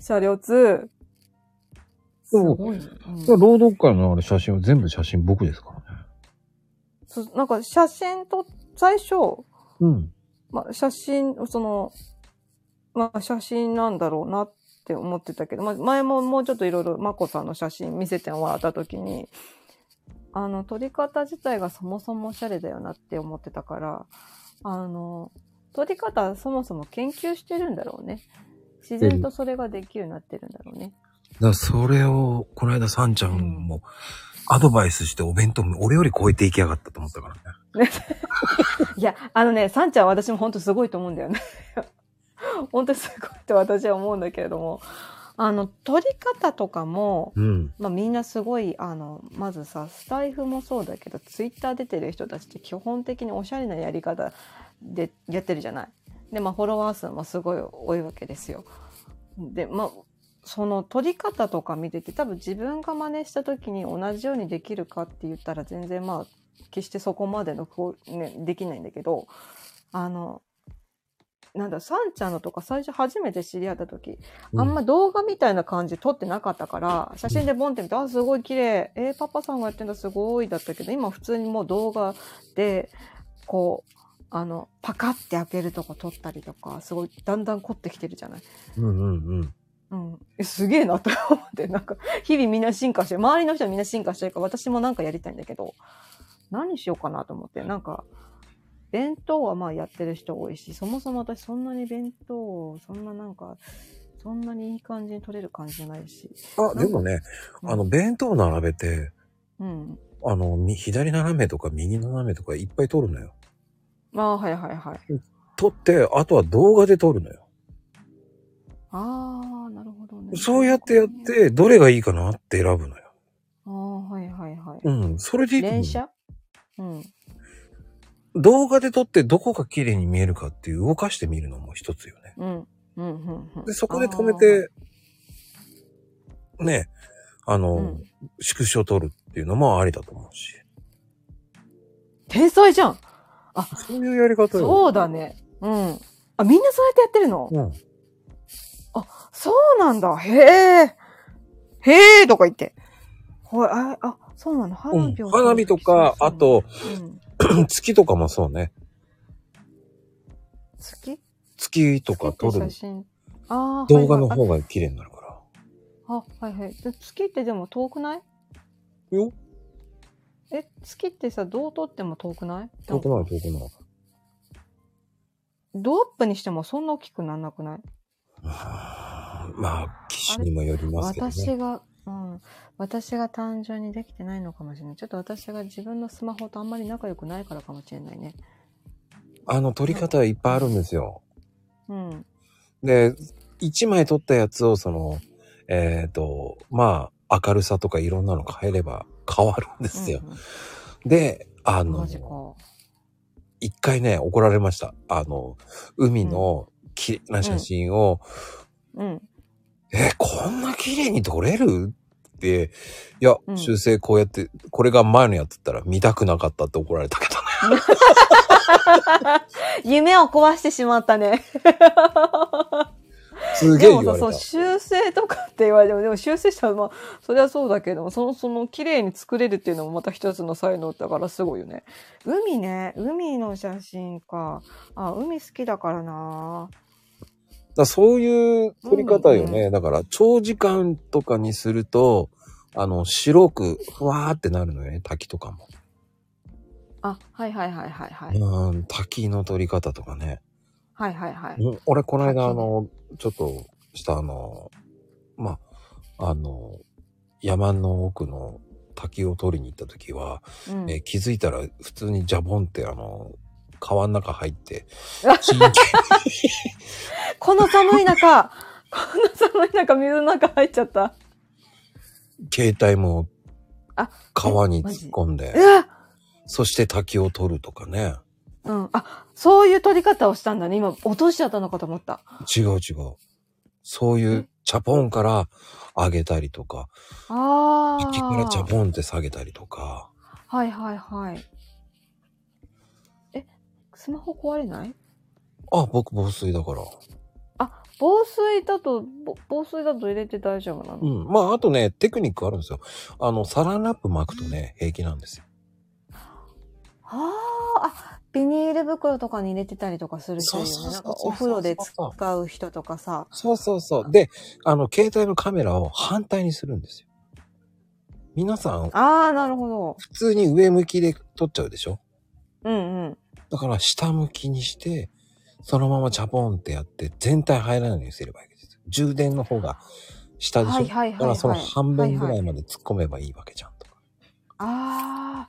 Speaker 3: 車両2す
Speaker 1: そう
Speaker 3: ごい、ねうん
Speaker 1: 労働会のあれ写真は全部写真僕ですからね。
Speaker 3: そうなんか写真と最初、
Speaker 1: うん。
Speaker 3: まあ、写真そのまあ写真なんだろうなって思ってたけど、まあ、前ももうちょっといろいろまこさんの写真見せてもらった時にあの撮り方自体がそもそもおしゃれだよなって思ってたからあの撮り方そもそも研究してるんだろうね自然とそれができるようになってるんだろうね、
Speaker 1: だからそれを、この間さんちゃんも、アドバイスしてお弁当も俺より超えていきやがったと思ったからね。
Speaker 3: いやあのねさんちゃん私も本当すごいと思うんだよね 本当にすごいと私は思うんだけれどもあの撮り方とかも
Speaker 1: うん。
Speaker 3: まあ、みんなすごいあのまずさスタイフもそうだけどツイッター出てる人たちって基本的におしゃれなやり方でやってるじゃない。でまあフォロワー数もすごい多いわけですよ。でまあその撮り方とか見てて多分自分が真似した時に同じようにできるかって言ったら全然まあ決してそこまでのクオ、ね、できないんだけどあのなんだサンちゃんのとか最初初めて知り合った時あんま動画みたいな感じ撮ってなかったから、写真でボンって見て、あ、すごい綺麗。えーパパさんがやってんだ、すごい。だったけど、今普通にもう動画で、こう、あの、パカって開けるとこ撮ったりとか、すごい、だんだん凝ってきてるじゃない。
Speaker 1: うんうんうん。
Speaker 3: うん。え、すげえなと思って、なんか、日々みんな進化してる、周りの人はみんな進化してるから、私もなんかやりたいんだけど、何しようかなと思って、なんか、弁当はまあやってる人多いし、そもそも私そんなに弁当を、そんななんか、そんなにいい感じに取れる感じじゃないし。
Speaker 1: あ、でもね、
Speaker 3: うん
Speaker 1: あの、、弁当並べて、
Speaker 3: うん。
Speaker 1: あの、み左斜めとか右斜めとかいっぱい撮るのよ。
Speaker 3: ああ、はいはいはい。
Speaker 1: 撮って、あとは動画で撮るのよ。
Speaker 3: ああ、なるほどね。
Speaker 1: そうやってやっ。て、どれがいいかなって選ぶのよ。
Speaker 3: ああ、はいはいはい。
Speaker 1: うん、それでいいと思う
Speaker 3: 連写うん。
Speaker 1: 動画で撮ってどこが綺麗に見えるかっていう動かしてみるのも一つよね。
Speaker 3: うん。うん、うん、うん。
Speaker 1: で、そこで止めて、ね、あの、
Speaker 3: あー。うん
Speaker 1: 縮小撮るっていうのもありだと思うし。
Speaker 3: 天才じゃん
Speaker 1: そういうやり方よ。
Speaker 3: そうだね。うん。あ、みんなそうやってやってるの
Speaker 1: うん。
Speaker 3: そうなんだ。へえ。へえとか言って。はい、あ、あ、そうなの。花火を、
Speaker 1: うん花火とかあと、
Speaker 3: うん、
Speaker 1: 月とかもそうね。
Speaker 3: 月
Speaker 1: 月とか撮
Speaker 3: 月って
Speaker 1: る
Speaker 3: 写真。ああ、
Speaker 1: 動画の
Speaker 3: はいはい
Speaker 1: 方が綺麗になるから。
Speaker 3: あ、はいはい。で月ってでも遠くない
Speaker 1: よ
Speaker 3: え、月ってさ、どう撮っても遠くない
Speaker 1: 遠くない遠くない。
Speaker 3: ドアップにしてもそんな大きくなんなくない
Speaker 1: まあ、機種にもよりますけどね。
Speaker 3: 私が、うん。私が単純にできてないのかもしれない。ちょっと私が自分のスマホとあんまり仲良くないからかもしれないね。
Speaker 1: あの、撮り方いっぱいあるんですよ。
Speaker 3: うん。
Speaker 1: で、1枚撮ったやつをその、えっ、と、まあ、明るさとかいろんなの変えれば変わるんですよ。
Speaker 3: う
Speaker 1: で、あ
Speaker 3: んうん、マジか。
Speaker 1: の、一回ね、怒られました。あの、海の綺麗な写真を、
Speaker 3: うん。
Speaker 1: え、こんな綺麗に撮れるって、いや
Speaker 3: う、ん
Speaker 1: 修正こうやって、これが前のやつだったら見たくなかったって怒られたけ どね。
Speaker 3: 夢を壊してしまったね。
Speaker 1: すげえ
Speaker 3: で
Speaker 1: 言
Speaker 3: も
Speaker 1: わ
Speaker 3: さ
Speaker 1: れ
Speaker 3: そ
Speaker 1: た
Speaker 3: う。修正とかって言われてもでも修正したらまあそれはそうだけどもそのその綺麗に作れるっていうのもまた一つの才能だからすごいよね海ね海の写真かあ海好きだからな
Speaker 1: だからそういう撮り方よね。だから、長時間とかにすると、あの、白く、ふわーってなるのよね、滝とかも。
Speaker 3: あはいはいはいはいはい、
Speaker 1: うん、滝の撮り方とかね。
Speaker 3: はいはいはい
Speaker 1: うん俺、この間、
Speaker 3: 滝
Speaker 1: あの、ちょっとした、あの、まあ、あの、山の奥の滝を撮りに行った時は、
Speaker 3: うん
Speaker 1: えー気づいたら、普通にジャボンって、あの、川の中入 って、
Speaker 3: あ
Speaker 1: 死んで
Speaker 3: この寒い中 この寒い中水の中入っちゃった
Speaker 1: 携帯も
Speaker 3: あ
Speaker 1: 川に突っ込ん
Speaker 3: う
Speaker 1: で、
Speaker 3: わ
Speaker 1: そして滝を取るとかね。
Speaker 3: うんあそういう撮り方をしたんだね今落としちゃったのかと思った
Speaker 1: 違う違う。そういう
Speaker 3: え
Speaker 1: チャポンから上げたりとか、
Speaker 3: あ
Speaker 1: 滝からチャ
Speaker 3: あ
Speaker 1: ポンって下げたりとか。
Speaker 3: はいはいはいえスマホ壊れない
Speaker 1: あ、僕防水だから。
Speaker 3: あ防水だとぼ防水だと入れて大丈夫なの、
Speaker 1: うん。まあ、あとね、テクニックあるんですよ。あの、サランラップ巻くとね、平気なんですよ。
Speaker 3: あーあビニール袋とかに入れてたりとかする人いる
Speaker 1: そうそう
Speaker 3: よ
Speaker 1: そうん
Speaker 3: ねな
Speaker 1: そう
Speaker 3: かお風呂で使う人とかさ
Speaker 1: そうそうそう。で、あの、携帯のカメラを反対にするんですよ。皆さん、
Speaker 3: ああなるほど
Speaker 1: 普通に上向きで撮っちゃうでしょ
Speaker 3: うんうん
Speaker 1: だから下向きにして、そのままチャポンってやって、全体入らないようにすればいいわけですよ。充電の方が下でしょ、
Speaker 3: はいはいはいは
Speaker 1: だ
Speaker 3: い
Speaker 1: からその半分ぐら
Speaker 3: はいい
Speaker 1: まで突っ込めばいいわけじゃんとか。
Speaker 3: ああ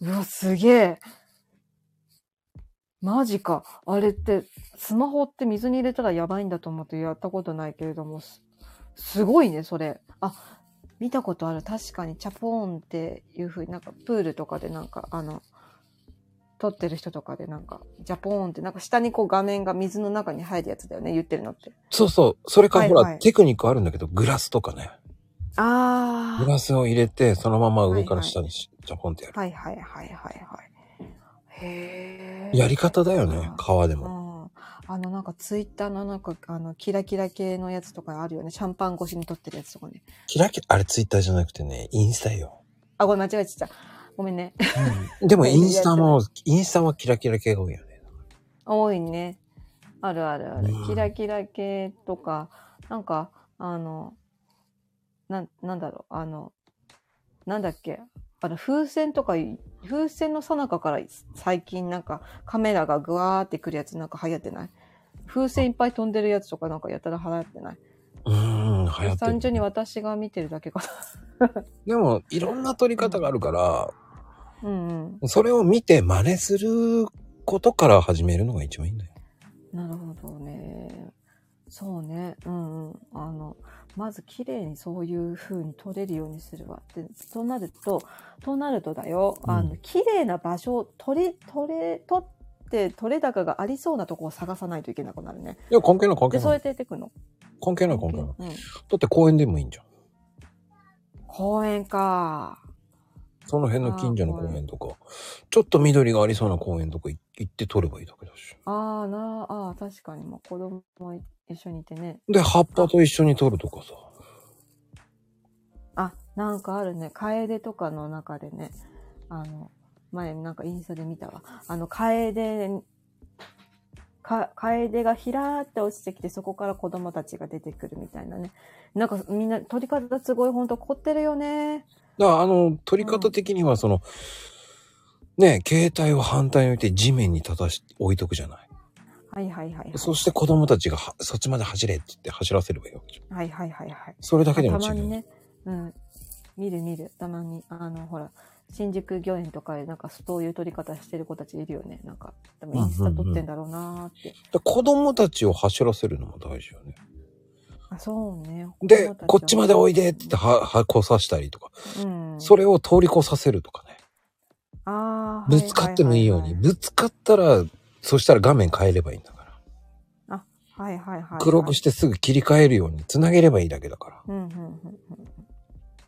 Speaker 3: うわすげえマジかあれってスマホって水に入れたらやばいんだと思ってやったことないけれどもすすごいねそれあ見たことある確かにチャポーンっていう風になんかプールとかでなんかあの撮ってる人とかでなんかジャポーンってなんか下にこう画面が水の中に入るやつだよね言ってるのって
Speaker 1: そうそう。それからほら、
Speaker 3: はいはい
Speaker 1: テクニックあるんだけど、グラスとかね。
Speaker 3: あ
Speaker 1: グラスを入れて、そのまま上から下にし、チャポンってやる。
Speaker 3: はいはいはいはいはいへえ
Speaker 1: やり方だよね、川でも。
Speaker 3: うん、あのなんかツイッターのなんかあのキラキラ系のやつとかあるよねシャンパン越しに撮ってるやつとかね
Speaker 1: キラキラ、あれツイッターじゃなくてね、インスタよ。
Speaker 3: あごめん間違えちゃったごめんね
Speaker 1: でもインスタも、インスタはキラキラ系が多いよね。
Speaker 3: 多いねあるあるある
Speaker 1: うん
Speaker 3: キラキラ系とかなんかあのなんなんだろうあのなんだっけあの風船とかい風船の最中から最近なんかカメラがグワーってくるやつなんか流行ってない風船いっぱい飛んでるやつとかなんかやたら流行ってないう
Speaker 1: ーん、流行ってる
Speaker 3: 単純に私が見てるだけか
Speaker 1: でも、いろんな撮り方があるから、
Speaker 3: なうんうん
Speaker 1: それを見て真似することから始めるのが一番いいんだよ。
Speaker 3: なるほどね。そうね。うんうん。あの、まず綺麗にそういう風に撮れるようにするわ。で、となると、となるとだよ。
Speaker 1: うん
Speaker 3: あの、綺麗な場所を撮れ、撮れ、撮って、撮れ高がありそうなとこを探さないといけなくなるね。
Speaker 1: いや、関係ない関係
Speaker 3: で、そう
Speaker 1: な
Speaker 3: やっ
Speaker 1: い。
Speaker 3: てやっていくの。
Speaker 1: 関係ない関係ない。だ
Speaker 3: うん
Speaker 1: って公園でもいいんじゃん。
Speaker 3: 公園か。
Speaker 1: その辺の近所の公園とか、ちょっと緑がありそうな公園とかい行って撮ればいいだけだし。
Speaker 3: ああ、なあ、ああ、確かに。まあ、子供も一緒にいてね。
Speaker 1: で、葉っぱと一緒に撮るとかさ。
Speaker 3: あ、なんかあるね。カエデとかの中でね、あの、前なんかインスタで見たわ。あの、カエデ、か、カエデがひらーって落ちてきて、そこから子供たちが出てくるみたいなね。なんかみんな撮り方すごいほんと凝ってるよね。
Speaker 1: だから、あの、撮り方的にはその、ね、携帯を反対に置いて地面に立たし、置いとくじゃない。
Speaker 3: はいはいはいはい。
Speaker 1: そして子供たちがは、そっちまで走れって言って走らせればいいわけじゃん。
Speaker 3: はいはいはいはい。
Speaker 1: それだけでも
Speaker 3: た
Speaker 1: 違
Speaker 3: まに
Speaker 1: う。
Speaker 3: ね、うん。見る見る。たまに、あの、ほら、新宿御苑とかでなんかそういう撮り方してる子たちいるよね。なんか、でもインスタ撮ってんだろうなーって。
Speaker 1: で子供たちを走らせるのも大事よね。
Speaker 3: あ、そうね。
Speaker 1: で、こっちまで
Speaker 3: 多
Speaker 1: おいでって言って、は、は、こさしたりとか、
Speaker 3: うん、
Speaker 1: それを通り越させるとかね。
Speaker 3: あー
Speaker 1: ぶつかってもいいように。。ぶつかったら、そしたら画面変えればいいんだから。
Speaker 3: はいはいはいはいはいはい。
Speaker 1: 黒くしてすぐ切り替えるように繋げればいいだけだか
Speaker 3: うんうんうんうん。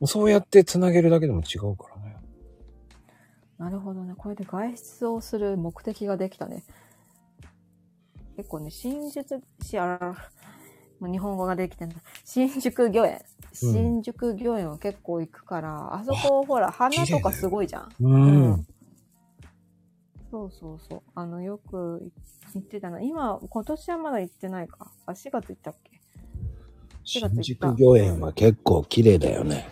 Speaker 1: ら。そうやって繋げるだけでも違うからね。
Speaker 3: なるほどね。これで外出をする目的ができたね。結構ね、真実、しあら、もう日本語ができてんだ。新宿御苑。新宿御苑は結構行くから、あそこほら、花とかすごいじゃん。
Speaker 1: うん。
Speaker 3: うんそうそうそう。あの、よく行ってたな。今、今年はまだ行ってないか。あ、4月行ったっけ
Speaker 1: 新宿御苑は結構綺麗だよね。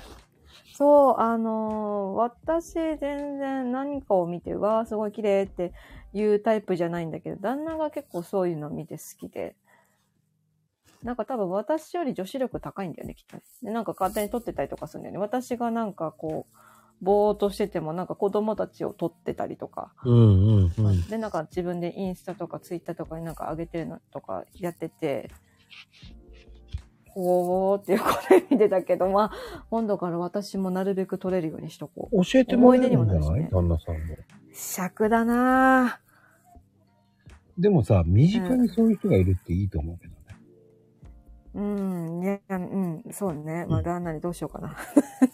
Speaker 3: そう、あのー私、全然何かを見て、うわあ、すごい綺麗っていうタイプじゃないんだけど、旦那が結構そういうの見て好きで。なんか多分私より女子力高いんだよね、きっとね。で、なんか勝手に撮ってたりとかするんだよね。私がなんかこう、ぼーっとしてても、なんか子供たちを撮ってたりとか。
Speaker 1: うんうんうん。
Speaker 3: で、なんか自分でインスタとかツイッターとかになんか上げてるのとかやってて、おーっていう声見てたけど、まあ、今度から私もなるべく撮れるようにしとこう。
Speaker 1: 教えてもらえるんじゃ
Speaker 3: 思い出にもなるし
Speaker 1: ない、
Speaker 3: ね
Speaker 1: 旦那さんも。
Speaker 3: 尺だなぁ。
Speaker 1: でもさ、身近にそういう人がいるっていいと思うけどね。
Speaker 3: うん、ね、うん、そうね。ま
Speaker 1: う
Speaker 3: あ、
Speaker 1: ん
Speaker 3: 旦那にどうしようか な。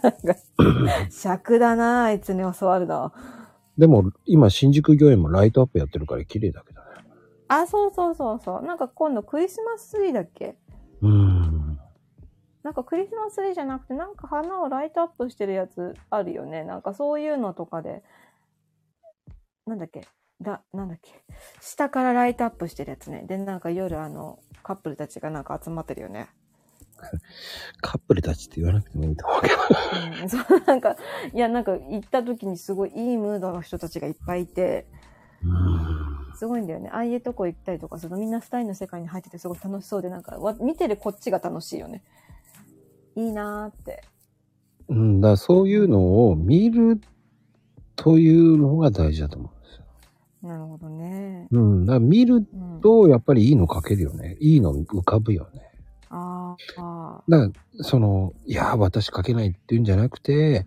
Speaker 3: なんか、尺だなぁ、あいつに教わるの。
Speaker 1: でも、今、新宿御苑もライトアップやってるから綺麗だけどね。
Speaker 3: あ、そうそうそうそう。なんか今度クリスマスツリーだっけ
Speaker 1: うん。
Speaker 3: なんかクリスマスツリーじゃなくて、なんか花をライトアップしてるやつあるよね。なんかそういうのとかで、なんだっけ、だ、なんだっけ、下からライトアップしてるやつね。で、なんか夜あの、カップルたちがなんか集まってるよね。
Speaker 1: カップルたちって言わなくてもいいと思うけど。
Speaker 3: うん、そう、なんか、いや、なんか行った時にすごいいいムードの人たちがいっぱいいて、
Speaker 1: うん。
Speaker 3: すごいんだよね。ああいうとこ行ったりとかすると、みんな二人の世界に入っててすごい楽しそうで、なんか、わ見てるこっちが楽しいよね。いいなーって。
Speaker 1: うん、だからそういうのを見るというのが大事だと思うんですよ。
Speaker 3: なるほどね。
Speaker 1: うん。だから見る
Speaker 3: うん。
Speaker 1: と、やっぱりいいの書けるよね。いいの浮かぶよね。
Speaker 3: あーあー。
Speaker 1: だから、その、いや、私書けないっていうんじゃなくて、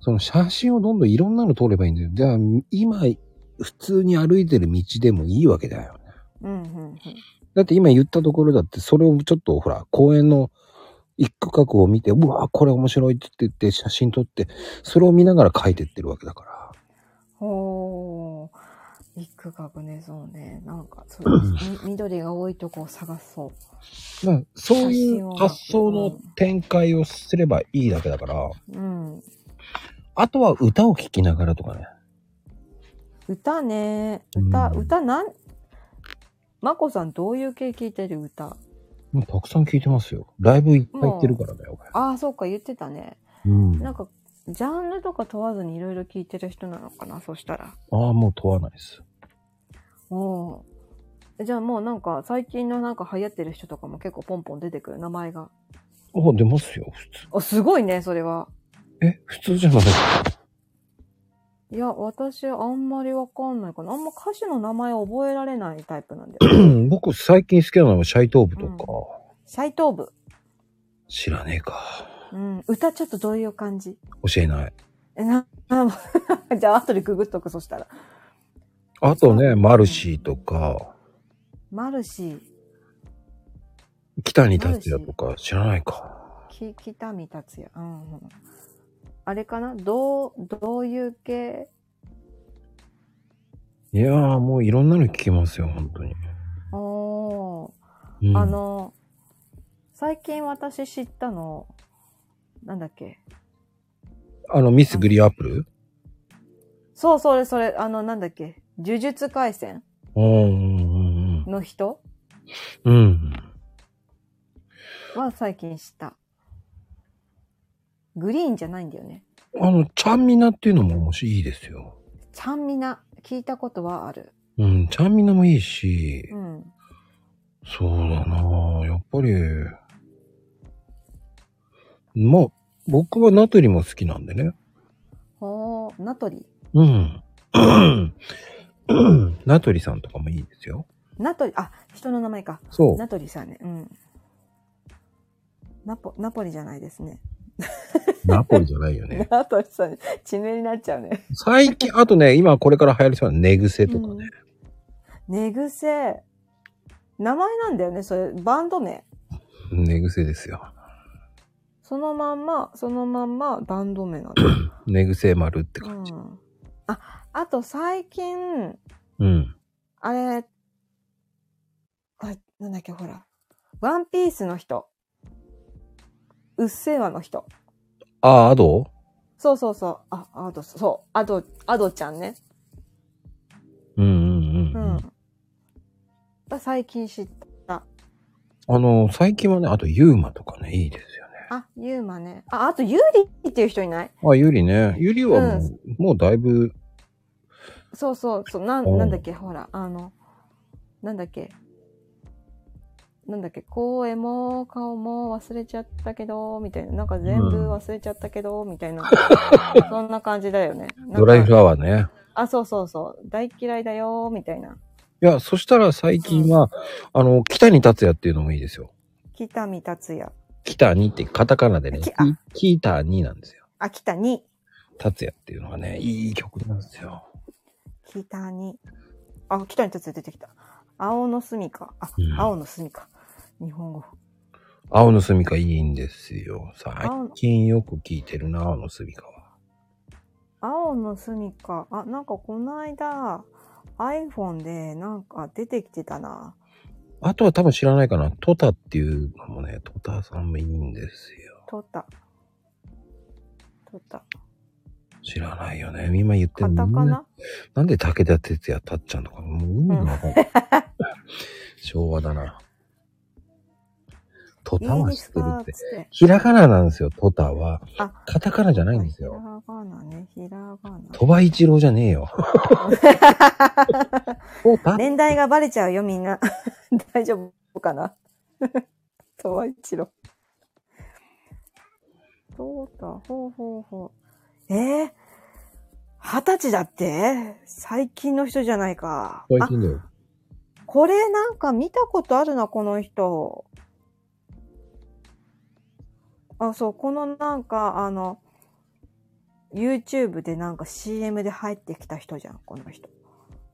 Speaker 1: その写真をどんどんいろんなの撮ればいいんだよ。じゃあ、今、普通に歩いてる道でもいいわけだよね。
Speaker 3: うんうんうん。
Speaker 1: だって今言ったところだって、それをちょっと、ほら、公園の一区画を見て、うわ、これ面白いって言って、写真撮って、それを見ながら書いてってるわけだから。
Speaker 3: ほう。一区画ね、そうね。なんか、そうみ緑が多いとこを探そう。
Speaker 1: まあ、そうい
Speaker 3: 写真
Speaker 1: う
Speaker 3: を
Speaker 1: 発想の展開をすればいいだけだから、
Speaker 3: うん。
Speaker 1: あとは歌を聴きながらとかね。
Speaker 3: 歌ね。歌、
Speaker 1: うん
Speaker 3: 歌なん、まこさんどういう系聞いてる歌
Speaker 1: もうたくさん聴いてますよ。ライブいっぱい行ってるからだよ、俺
Speaker 3: ああ、そうか、言ってたね。
Speaker 1: うん。
Speaker 3: なんか、ジャンルとか問わずにいろいろ聞いてる人なのかな、そしたら。
Speaker 1: ああ、もう問わないです。
Speaker 3: おーじゃあもうなんか、最近のなんか流行ってる人とかも結構ポンポン出てくる、名前
Speaker 1: あ
Speaker 3: が。
Speaker 1: あ、出ますよ、普通。
Speaker 3: あ、すごいね、それは。
Speaker 1: え、普通じゃない
Speaker 3: いや、私、あんまりわかんないかな。あんま歌手の名前覚えられないタイプな んで。
Speaker 1: うん僕、最近好きなのはシャイトーブとか。
Speaker 3: 斎藤部。
Speaker 1: 知らねえか。
Speaker 3: うん。歌ちょっとどういう感じ
Speaker 1: 教えない。
Speaker 3: え、な、な、 じゃあ後でググっとく、そしたら。
Speaker 1: あとね、マルシーとか、
Speaker 3: マルシー、
Speaker 1: 北に達也とか、知らないか。
Speaker 3: き、北見達也。うん、うん。あれかなどう、どういう系
Speaker 1: いやー、もういろんなの聞きますよ、本当に。
Speaker 3: おー。
Speaker 1: うん
Speaker 3: あ、の、最近私知ったの、なんだっけ
Speaker 1: あの、ミスグリーアップル
Speaker 3: そう、それ、それ、あの、なんだっけ呪術廻戦
Speaker 1: うんうん
Speaker 3: の人
Speaker 1: うん。うん。
Speaker 3: は最近知った。グリーンじゃないんだよね。
Speaker 1: あの、ちゃんみなっていうのも面白いいですよ。
Speaker 3: ちゃんみな、聞いたことはある。
Speaker 1: うん、ちゃんみなもいいし
Speaker 3: う、ん。
Speaker 1: そうだなあやっぱり、まあ、僕はナトリも好きなんでね。
Speaker 3: ほー、ナトリ。
Speaker 1: うん。ナトリさんとかもいいですよ。
Speaker 3: ナトリ、あ、人の名前か。
Speaker 1: そう。
Speaker 3: ナトリさんね。うん。ナポ、ナポリじゃないですね。
Speaker 1: ナポリじゃないよね。
Speaker 3: ナトリさん、地名になっちゃうね。
Speaker 1: 最近、あとね、今これから流行りそうな寝癖とかね。
Speaker 3: 寝癖。名前なんだよね、それ。バンド名。
Speaker 1: 寝癖ですよ。
Speaker 3: そのまんま、そのまんま、バンド名な んだ。
Speaker 1: 寝癖丸って
Speaker 3: う
Speaker 1: 感じ。
Speaker 3: ん。あ、あと最近、
Speaker 1: うん。
Speaker 3: あれ、あ、なんだっけ、ほら。ワンピースの人。うっせぇわの人。
Speaker 1: あ、アド
Speaker 3: そうそうそう。あ、アド、そう。アド、アドちゃんね。
Speaker 1: うんうんう。
Speaker 3: うん
Speaker 1: うん
Speaker 3: ん。が最近知った。
Speaker 1: あの、最近はね、あとユーマとかね、いいですよね。
Speaker 3: あ、ユーマね。あ、あと、ユーリっていう人いない
Speaker 1: あ、ユリね。ユリはもう,、もうだいぶ、
Speaker 3: そうそう、そう、な
Speaker 1: うん
Speaker 3: ん、なんだっけ、ほら、あの、なんだっけ。なんだっけ、声も顔も忘れちゃったけど、みたいな。なんか全部
Speaker 1: うん
Speaker 3: 忘れちゃったけど、みた いな。そんな感じだよね。なんか
Speaker 1: ドライフラワーね。
Speaker 3: あ、そうそうそう。大嫌いだよ、みたいな。
Speaker 1: いや、そしたら最近は、あの、北に達也っていうのもいいですよ。
Speaker 3: 北見達也。
Speaker 1: 北にってカタカナでね
Speaker 3: きあ、
Speaker 1: キータになんですよ。
Speaker 3: あ、北に。
Speaker 1: 達也っていうのがね、いい曲なんですよ。
Speaker 3: 北に。あ、北に達也出てきた。青の隅か。あ、
Speaker 1: うん
Speaker 3: 青の隅か。日本語。
Speaker 1: 青の住みかいいんですよ。最
Speaker 3: 青の
Speaker 1: 近よく聴いてるな、青の住みかは。
Speaker 3: 青の隅か。あ、なんかこの間、iPhone でなんか出てきてたな。
Speaker 1: あとは多分知らないかな。トタっていうのもね、トタさんもいいんですよ。
Speaker 3: 撮った。撮った。
Speaker 1: 知らないよね。今言って
Speaker 3: カ
Speaker 1: る
Speaker 3: タ
Speaker 1: のみ
Speaker 3: カ
Speaker 1: んな
Speaker 3: ナ
Speaker 1: なんで武田鉄矢たっちゃんとか、もう意味がわかんない。 昭和だな。ト
Speaker 3: い
Speaker 1: タ
Speaker 3: い
Speaker 1: は
Speaker 3: で
Speaker 1: 知っ
Speaker 3: す
Speaker 1: てる
Speaker 3: か
Speaker 1: っ
Speaker 3: つ
Speaker 1: て。
Speaker 3: って。
Speaker 1: ひらがななんですよ、トタは
Speaker 3: あ。
Speaker 1: カタカナじゃないんです
Speaker 3: ひ
Speaker 1: よ。
Speaker 3: らがなね、ひらがな。
Speaker 1: 鳥羽一郎じゃねえ よ。トタ
Speaker 3: 年代がバレちゃうよ、みんな。 大丈夫かな とは一郎。そうだ、ほうほうほう。えー二十歳だって最近の人じゃないか。
Speaker 1: 最
Speaker 3: あ、
Speaker 1: 近だよ。
Speaker 3: これなんか見たことあるな、この人。あ、そう、このなんか、あの、YouTube でなんか CM で入ってきた人じゃん、この人。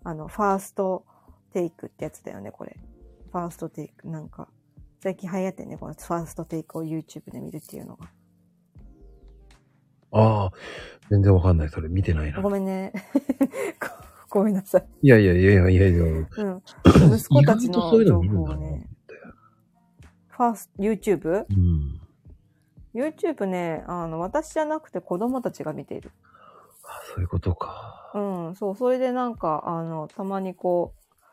Speaker 3: あの、ファーストテイクってやつだよね、これ。ファーストテイク、なんか。最近流行ってんね、このファーストテイクを YouTube で見るっていうのが。
Speaker 1: ああ、全然わかんない。それ見てないな
Speaker 3: ご。めんね。 ごごめんなさい。
Speaker 1: いやいやいやいやいやいや。
Speaker 3: うん。息子たちの情報をね。ファースト、YouTube?
Speaker 1: うん。
Speaker 3: YouTube ね、あの、私じゃなくて子供たちが見ている。
Speaker 1: あそういうことか。
Speaker 3: うん、そう、それでなんか、あの、たまにこう、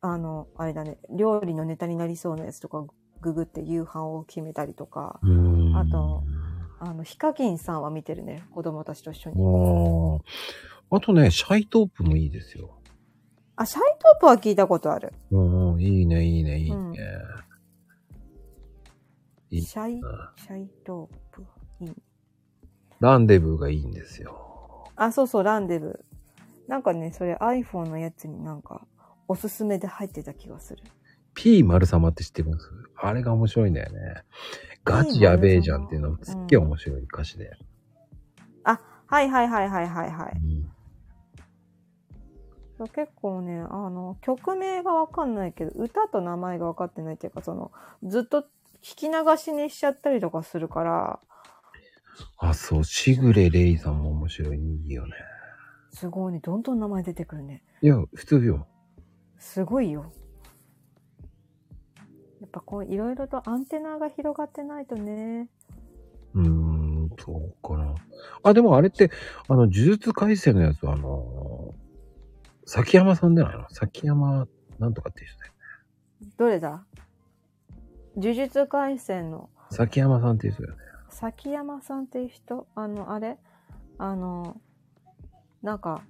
Speaker 3: あの、あれだね、料理のネタになりそうなやつとか、ググって夕飯を決めたりとか、
Speaker 1: うーん。
Speaker 3: あとあの、ヒカキンさんは見てるね、子供たちと一緒に。
Speaker 1: ああ。あとね、シャイトープもいいですよ。
Speaker 3: あ、シャイトープは聞いたことある。
Speaker 1: うんうん、いいね、いいね、いいね。
Speaker 3: うん
Speaker 1: いい
Speaker 3: シャイ、
Speaker 1: な
Speaker 3: シャイトープ。
Speaker 1: ランデブーがいいんですよ。
Speaker 3: あ、そうそう、ランデブー。なんかね、それ iPhone のやつになんか、おすすめで入ってた気がする。
Speaker 1: P 丸様って知ってますあれが面白いんだよね。ガチやべえじゃんっていうの、すっげえ面白い歌詞で。
Speaker 3: はいはいはいはいはいはい。
Speaker 1: うん
Speaker 3: そう結構ねあの曲名が分かんないけど歌と名前が分かってないっていうかそのずっと聞き流しにしちゃったりとかするから
Speaker 1: あ、そう、しぐれレイさんも面白い。いいよね。
Speaker 3: すごいねどんどん名前出てくるね
Speaker 1: いや、普通よ。
Speaker 3: すごいよやっぱこういろいろとアンテナが広がってないとね
Speaker 1: うーん、そうかな。あ、でもあれって、あの、呪術改正のやつは、あのー、崎山さんじゃないの崎山なんとかっていう人だよ。
Speaker 3: どれだ呪術廻戦の
Speaker 1: 崎山さんっていう人だよね。
Speaker 3: 崎山さんっていう人あのあれあのなんか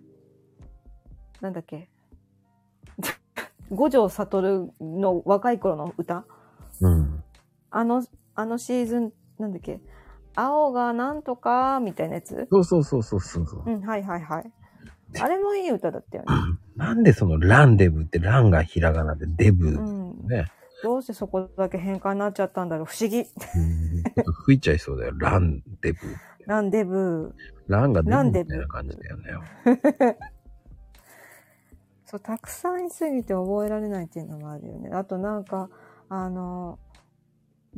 Speaker 3: なんだっけ 五条悟の若い頃の歌
Speaker 1: うん。
Speaker 3: あのあのシーズンなんだっけ青がなんとかみたいなやつ
Speaker 1: そうそうそうそうそうそう、
Speaker 3: うんはいはいはいあれもいい歌だったよね、
Speaker 1: なんでそのランデブってランがひらがなでデブ
Speaker 3: う
Speaker 1: ね。
Speaker 3: ん、どうしてそこだけ変換になっちゃったんだろう不思議
Speaker 1: うんちょっと吹いちゃいそうだよ。ランデブ。
Speaker 3: ランデブー
Speaker 1: ランがデ
Speaker 3: ラン
Speaker 1: ブみ
Speaker 3: デブ
Speaker 1: たいな感じだよね。
Speaker 3: そう、たくさんいすぎて覚えられないっていうのもあるよね。あとなんか、あの、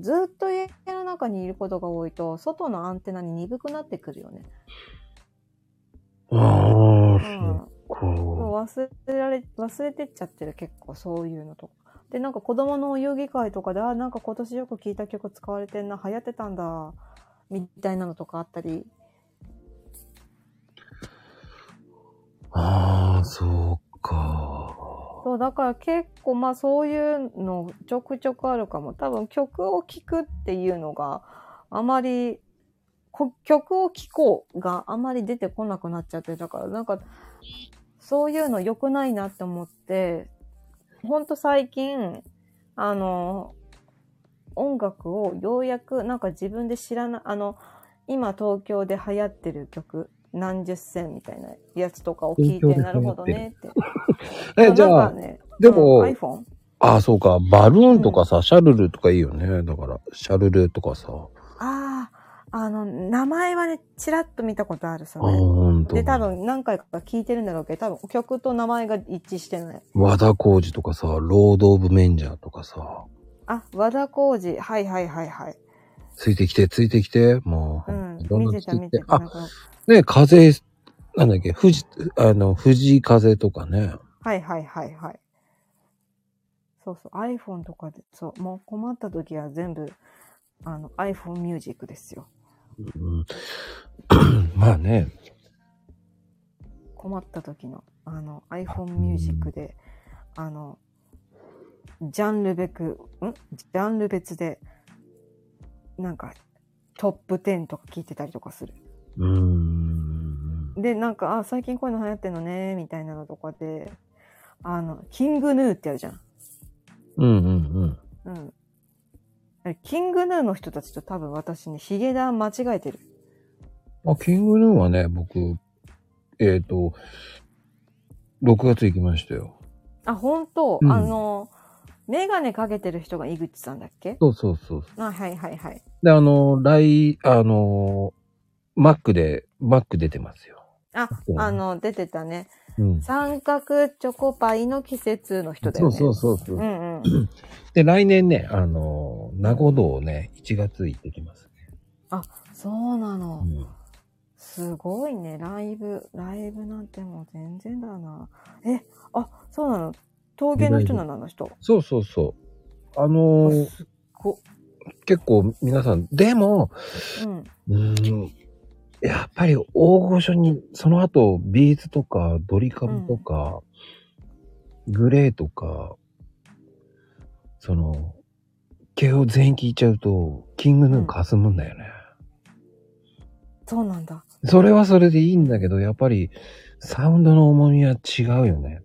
Speaker 3: ずっと家の中にいることが多いと、外のアンテナに鈍くなってくるよね。
Speaker 1: あ
Speaker 3: うん。
Speaker 1: あ、そう
Speaker 3: もう忘れられ、忘れてっちゃってる結構そういうのとか。で、なんか子供のお遊戯会とかで、あー、なんか今年よく聴いた曲使われてんな、流行ってたんだ、みたいなのとかあったり。
Speaker 1: ああ、そうか。
Speaker 3: そう、だから結構まあそういうのちょくちょくあるかも。多分曲を聴くっていうのがあまり、こ曲を聴こうがあまり出てこなくなっちゃって、だからなんかそういうの良くないなって思って、ほんと最近、あの、音楽をようやくなんか自分で知らない、あの、今東京で流行ってる曲、何十選みたいなやつとかを聞い
Speaker 1: 東京
Speaker 3: て、
Speaker 1: で
Speaker 3: なるほどね って。
Speaker 1: え、じゃ
Speaker 3: なん
Speaker 1: あ
Speaker 3: か、ね、
Speaker 1: でも
Speaker 3: うん iPhone?
Speaker 1: ああ、そうか。バルーンとかさ、シャルルとかいいよね。だから、シャルルとかさ。
Speaker 3: ああ、あの、名前はね、ちらっと見たことある、そ
Speaker 1: ああ、
Speaker 3: れ。
Speaker 1: ほんと。
Speaker 3: で、多分何回か聞いてるんだろうけど、多分曲と名前が一致してない。
Speaker 1: 和田浩二とかさ、ロード・オブ・メンジャーとかさ、
Speaker 3: あ、和田浩二。はいはいはいはい。
Speaker 1: ついてきて、ついてきて、もう、
Speaker 3: うん。
Speaker 1: どんど
Speaker 3: 見
Speaker 1: ん
Speaker 3: て
Speaker 1: ついて
Speaker 3: た
Speaker 1: き
Speaker 3: 見
Speaker 1: て
Speaker 3: てた。
Speaker 1: あ
Speaker 3: な、んか
Speaker 1: ね、風、なんだっけ、富士、あの、藤井風とか ね。
Speaker 3: はいはいはいはい。そうそう、iPhone とかで、そう、もう困った時は全部、あの、iPhone ミュージックですよ。
Speaker 1: うん、まあね、
Speaker 3: 困った時の、あの、iPhone ミュージックで、あの、ジャンルべく、んジャンル別で、なんか、トップ10とか聞いてたりとかする。
Speaker 1: うーん。
Speaker 3: で、なんか、あ、最近こういうの流行ってんのね、みたいなのとかで、あの、キングヌーってあるじゃん。
Speaker 1: うんうん
Speaker 3: うん。あれキングヌーの人たちと多分私ね、ヒゲダン間違えてる。
Speaker 1: うん。あ、キングヌーはね、僕、えっ、と、6月行きましたよ。
Speaker 3: あ、本当、
Speaker 1: うん
Speaker 3: あの、メガネかけてる人が井口さんだっけ
Speaker 1: そうそうそう。
Speaker 3: あ、はいはいはい。
Speaker 1: で、あの、来、あの、マックで、マック出てますよ。
Speaker 3: あ、あの、出てたね。
Speaker 1: うん。
Speaker 3: 三角チョコパイの季節の人だ
Speaker 1: そ
Speaker 3: よ
Speaker 1: う
Speaker 3: ね。
Speaker 1: そうそうそう。
Speaker 3: んうん。
Speaker 1: で、来年ね、あの、名護道ね、1月行ってきます。
Speaker 3: そうなの。
Speaker 1: うん
Speaker 3: すごいね。ライブ、ライブなんてもう全然だな。え、あ、そうなの。陶芸の人なの、あの人。
Speaker 1: そうそうそう。あのー
Speaker 3: すっご、
Speaker 1: 結構皆さん、でも、
Speaker 3: うん。
Speaker 1: うーん、やっぱり大御所に、その後、ビーズとか、ドリカムとか、グレーとか、その、系を全員聞いちゃうと、キングヌーかすむんだよね。
Speaker 3: そうなんだ。
Speaker 1: それはそれでいいんだけど、やっぱり、サウンドの重みは違うよね。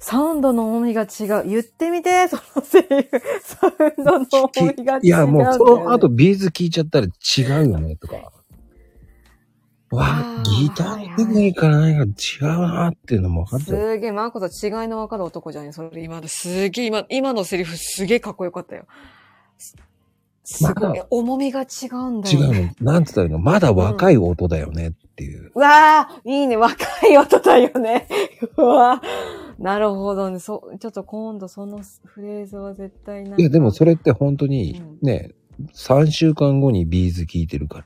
Speaker 3: サウンドの重みが違う。言ってみて、そ のセリフ。サウンドの重みが違う。
Speaker 1: いや、もうその後、ビーズ聞いちゃったら違うよね、とか。わ
Speaker 3: あ
Speaker 1: あ、
Speaker 3: ー
Speaker 1: ギターのテクニックがないから違うなっていうのも分かって。
Speaker 3: すげえ、マーコさん違いの分かる男じゃん。それ今の、すげえ、今、今のセリフすげえかっこよかったよ。すすご
Speaker 1: ま
Speaker 3: い
Speaker 1: だ、
Speaker 3: 重みが違うんだ
Speaker 1: 違
Speaker 3: よ、ね。
Speaker 1: うの。なんつったらいいのまだ若い音だよねっていう。
Speaker 3: うわあ、いいね、若い音だよね。うわーなるほどね。そ、ちょっと今度そのフレーズは絶対なんか
Speaker 1: いや、でもそれって本当に
Speaker 3: うん
Speaker 1: ね、3週間後にビーズ聞いてるか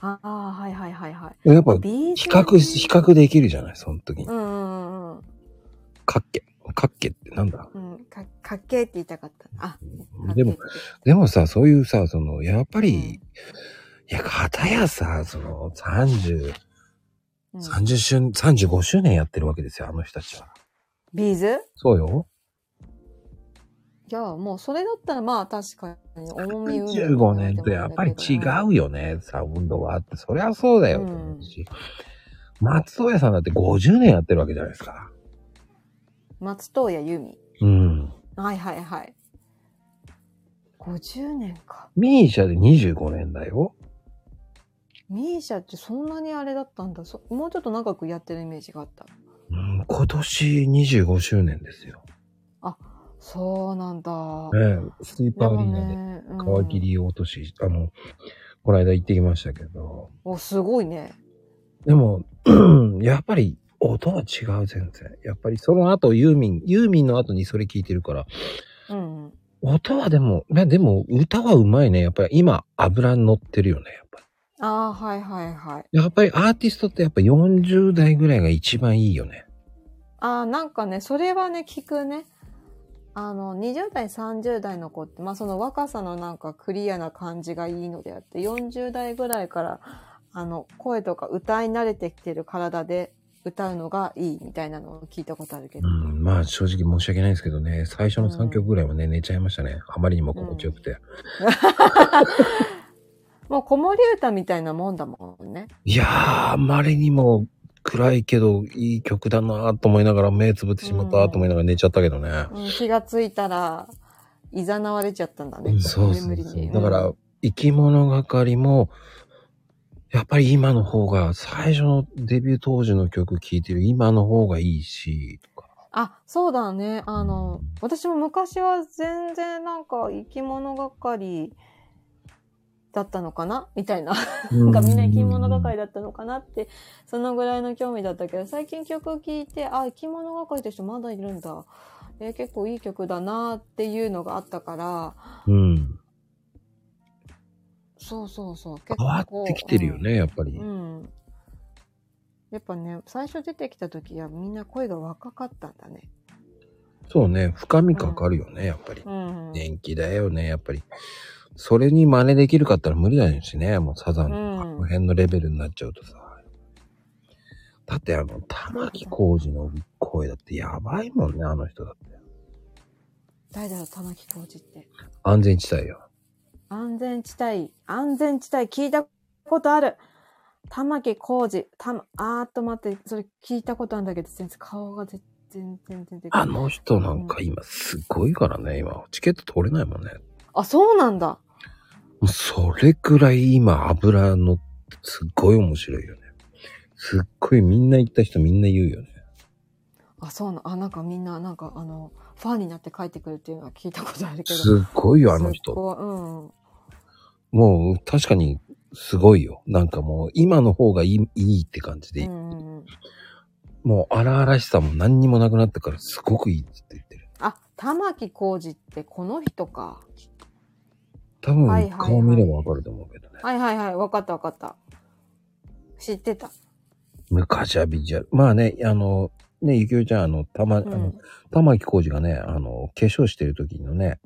Speaker 3: ああ、はいはいはいはい。
Speaker 1: ら。やっぱ、
Speaker 3: ビーズ
Speaker 1: 比較、比較できるじゃないその時に
Speaker 3: う。んうんうん
Speaker 1: かっけ。かっけってなんだ
Speaker 3: うん。うん。か、かっけーって言いたかった。あ、かっけ
Speaker 1: で
Speaker 3: ーっ
Speaker 1: も
Speaker 3: て、
Speaker 1: でもさ、そういうさ、その、やっぱり、
Speaker 3: うん
Speaker 1: いや、片やさ、その、30、
Speaker 3: 言った、うん
Speaker 1: 30周年、35周年やってるわけですよ、あの人たちは。
Speaker 3: ビーズ
Speaker 1: そうよ。
Speaker 3: いや、もうそれだったらまあ確かに重みうんぬん
Speaker 1: 15年とやっぱり違うよね、サウンドはって。そりゃそうだよ、
Speaker 3: うん
Speaker 1: 思うし。松任谷さんだって50年やってるわけじゃないですか。
Speaker 3: 松任谷由実。
Speaker 1: うん。
Speaker 3: はいはいはい。50年か。
Speaker 1: ミーシャで25年だよ。
Speaker 3: ミーシャってそんなにあれだったんだ。そもうちょっと長くやってるイメージがあった。
Speaker 1: うん、今年25周年ですよ。
Speaker 3: そうなんだ。
Speaker 1: ええ、スイー
Speaker 3: で
Speaker 1: パーアリ
Speaker 3: も
Speaker 1: ーナで
Speaker 3: ね、う
Speaker 1: 皮
Speaker 3: ん
Speaker 1: 切り落とし、あの、この間行ってきましたけど。
Speaker 3: お、すごいね。
Speaker 1: でも、やっぱり音は違う、全然。やっぱりその後ユーミン、ユーミンの後にそれ聞いてるから、
Speaker 3: うんうん。
Speaker 1: 音はでも、ね、でも歌はうまいね。やっぱり今、油に乗ってるよね。やっぱ
Speaker 3: ああ、はいはいはい。
Speaker 1: り。やっぱりアーティストってやっぱ40代ぐらいが一番いいよね。
Speaker 3: ああ、なんかね、それはね、聞くね。あの、20代、30代の子って、まあその若さのなんかクリアな感じがいいのであって、40代ぐらいから、あの、声とか歌い慣れてきてる体で歌うのがいいみたいなのを聞いたことあるけ
Speaker 1: う
Speaker 3: ど。
Speaker 1: ん、まあ正直申し訳ないですけどね、最初の3曲ぐらいはね、寝ちゃいましたね。あまりにも心地よくて。
Speaker 3: もう子守歌みたいなもんだもんね。
Speaker 1: いやー、あまりにも暗いけど、いい曲だなーと思いながら、目つぶってしまったーと思いながら寝ちゃったけどね。
Speaker 3: うん、気がついたら、いざなわれちゃったんだね。
Speaker 1: そうそう
Speaker 3: 無理
Speaker 1: そう
Speaker 3: に。
Speaker 1: だから、生き物がかりも、やっぱり今の方が、最初のデビュー当時の曲聴いてる今の方がいいし、とか。
Speaker 3: あ、そうだね。あの、私も昔は全然なんか生き物がかりだったのかなみたいな。なんかみんな生き物がかりだったのかなって、そのぐらいの興味だったけど、最近曲聴いて、あ、生き物がかりって人まだいるんだ。えー結構いい曲だなっていうのがあったから、
Speaker 1: うん。
Speaker 3: そうそうそう。結
Speaker 1: 変わってきてるよね、やっぱり
Speaker 3: う。ん。うんやっぱね、最初出てきた時はみんな声が若かったんだね。
Speaker 1: そうね、深みかかるよね、やっぱり。
Speaker 3: うん。
Speaker 1: 年季だよね、やっぱり。それに真似できるかったら無理だしね、もうサザン
Speaker 3: う
Speaker 1: の
Speaker 3: ん
Speaker 1: この辺のレベルになっちゃうとさ。だってあの、玉木浩二の声だってやばいもんね、あの人だって。
Speaker 3: 誰だろう、玉置浩二って。
Speaker 1: 安全地帯よ。
Speaker 3: 安全地帯、安全地帯聞いたことある。玉木浩二、たま、あーっと待って、それ聞いたことあるんだけど、全然顔が全然、全然出てこ
Speaker 1: あ
Speaker 3: ない。
Speaker 1: の人なんか今すごいからね、今。チケット取れないもんね。
Speaker 3: あ、そうなんだ。
Speaker 1: もうそれくらい今油のってすっごい面白いよね。すっごいみんな行った人みんな言うよね。
Speaker 3: あ、そうなん、あ、なんかみんな、なんかあの、ファンになって帰ってくるっていうのは聞いたことあるけど。
Speaker 1: すっごいよ、あの人
Speaker 3: そ。こはうん。
Speaker 1: もう確かにすごいよ。なんかもう今の方がいいいいって感じで、
Speaker 3: うんうんうん。
Speaker 1: もう荒々しさも何にもなくなったからすごくいいって言ってる。
Speaker 3: あ、玉木浩二ってこの人か。
Speaker 1: 多
Speaker 3: はい
Speaker 1: 分
Speaker 3: はいはい
Speaker 1: 顔見ればわかると思うけどね。
Speaker 3: はいはいはい、わかったわかった。知ってた。
Speaker 1: 昔はビジュアル。まあね、あの、ね、ゆきおちゃん、あの、たま、あ
Speaker 3: う
Speaker 1: の
Speaker 3: ん。
Speaker 1: 玉木浩二がね、あの、化粧してる時のね、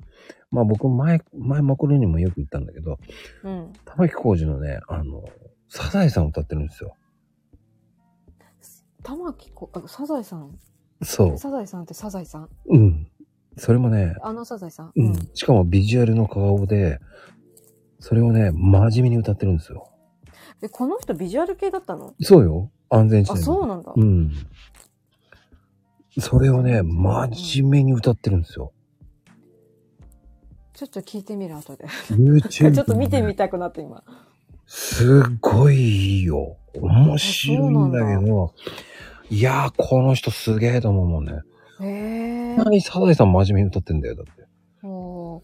Speaker 1: まあ僕前、前マクロにもよく言ったんだけど、
Speaker 3: うん。
Speaker 1: 玉木浩二のね、あの、サザエさんを歌ってるんですよ。
Speaker 3: 玉木浩、あ、サザエさん。
Speaker 1: そ
Speaker 3: サザエさんってサザエさん
Speaker 1: う。うん。それもね、
Speaker 3: あのサザエさん。
Speaker 1: うん。しかもビジュアルの顔で、それをね、真面目に歌ってるんですよ。
Speaker 3: え、この人ビジュアル系だったの
Speaker 1: そうよ。安全地
Speaker 3: あ、
Speaker 1: 帯。
Speaker 3: そうなんだ。
Speaker 1: うん。それをね、真面目に歌ってるんですよ。
Speaker 3: ちょっと聞いてみる、後で。
Speaker 1: YouTube
Speaker 3: ちょっと見てみたくなって、今。
Speaker 1: すっごいいいよ。面白いんだ
Speaker 3: あそう
Speaker 1: けど、いやー、この人すげえと思うもんね。
Speaker 3: へえ
Speaker 1: な。にサザエさん真面目に歌ってんだよ、だって。
Speaker 3: おー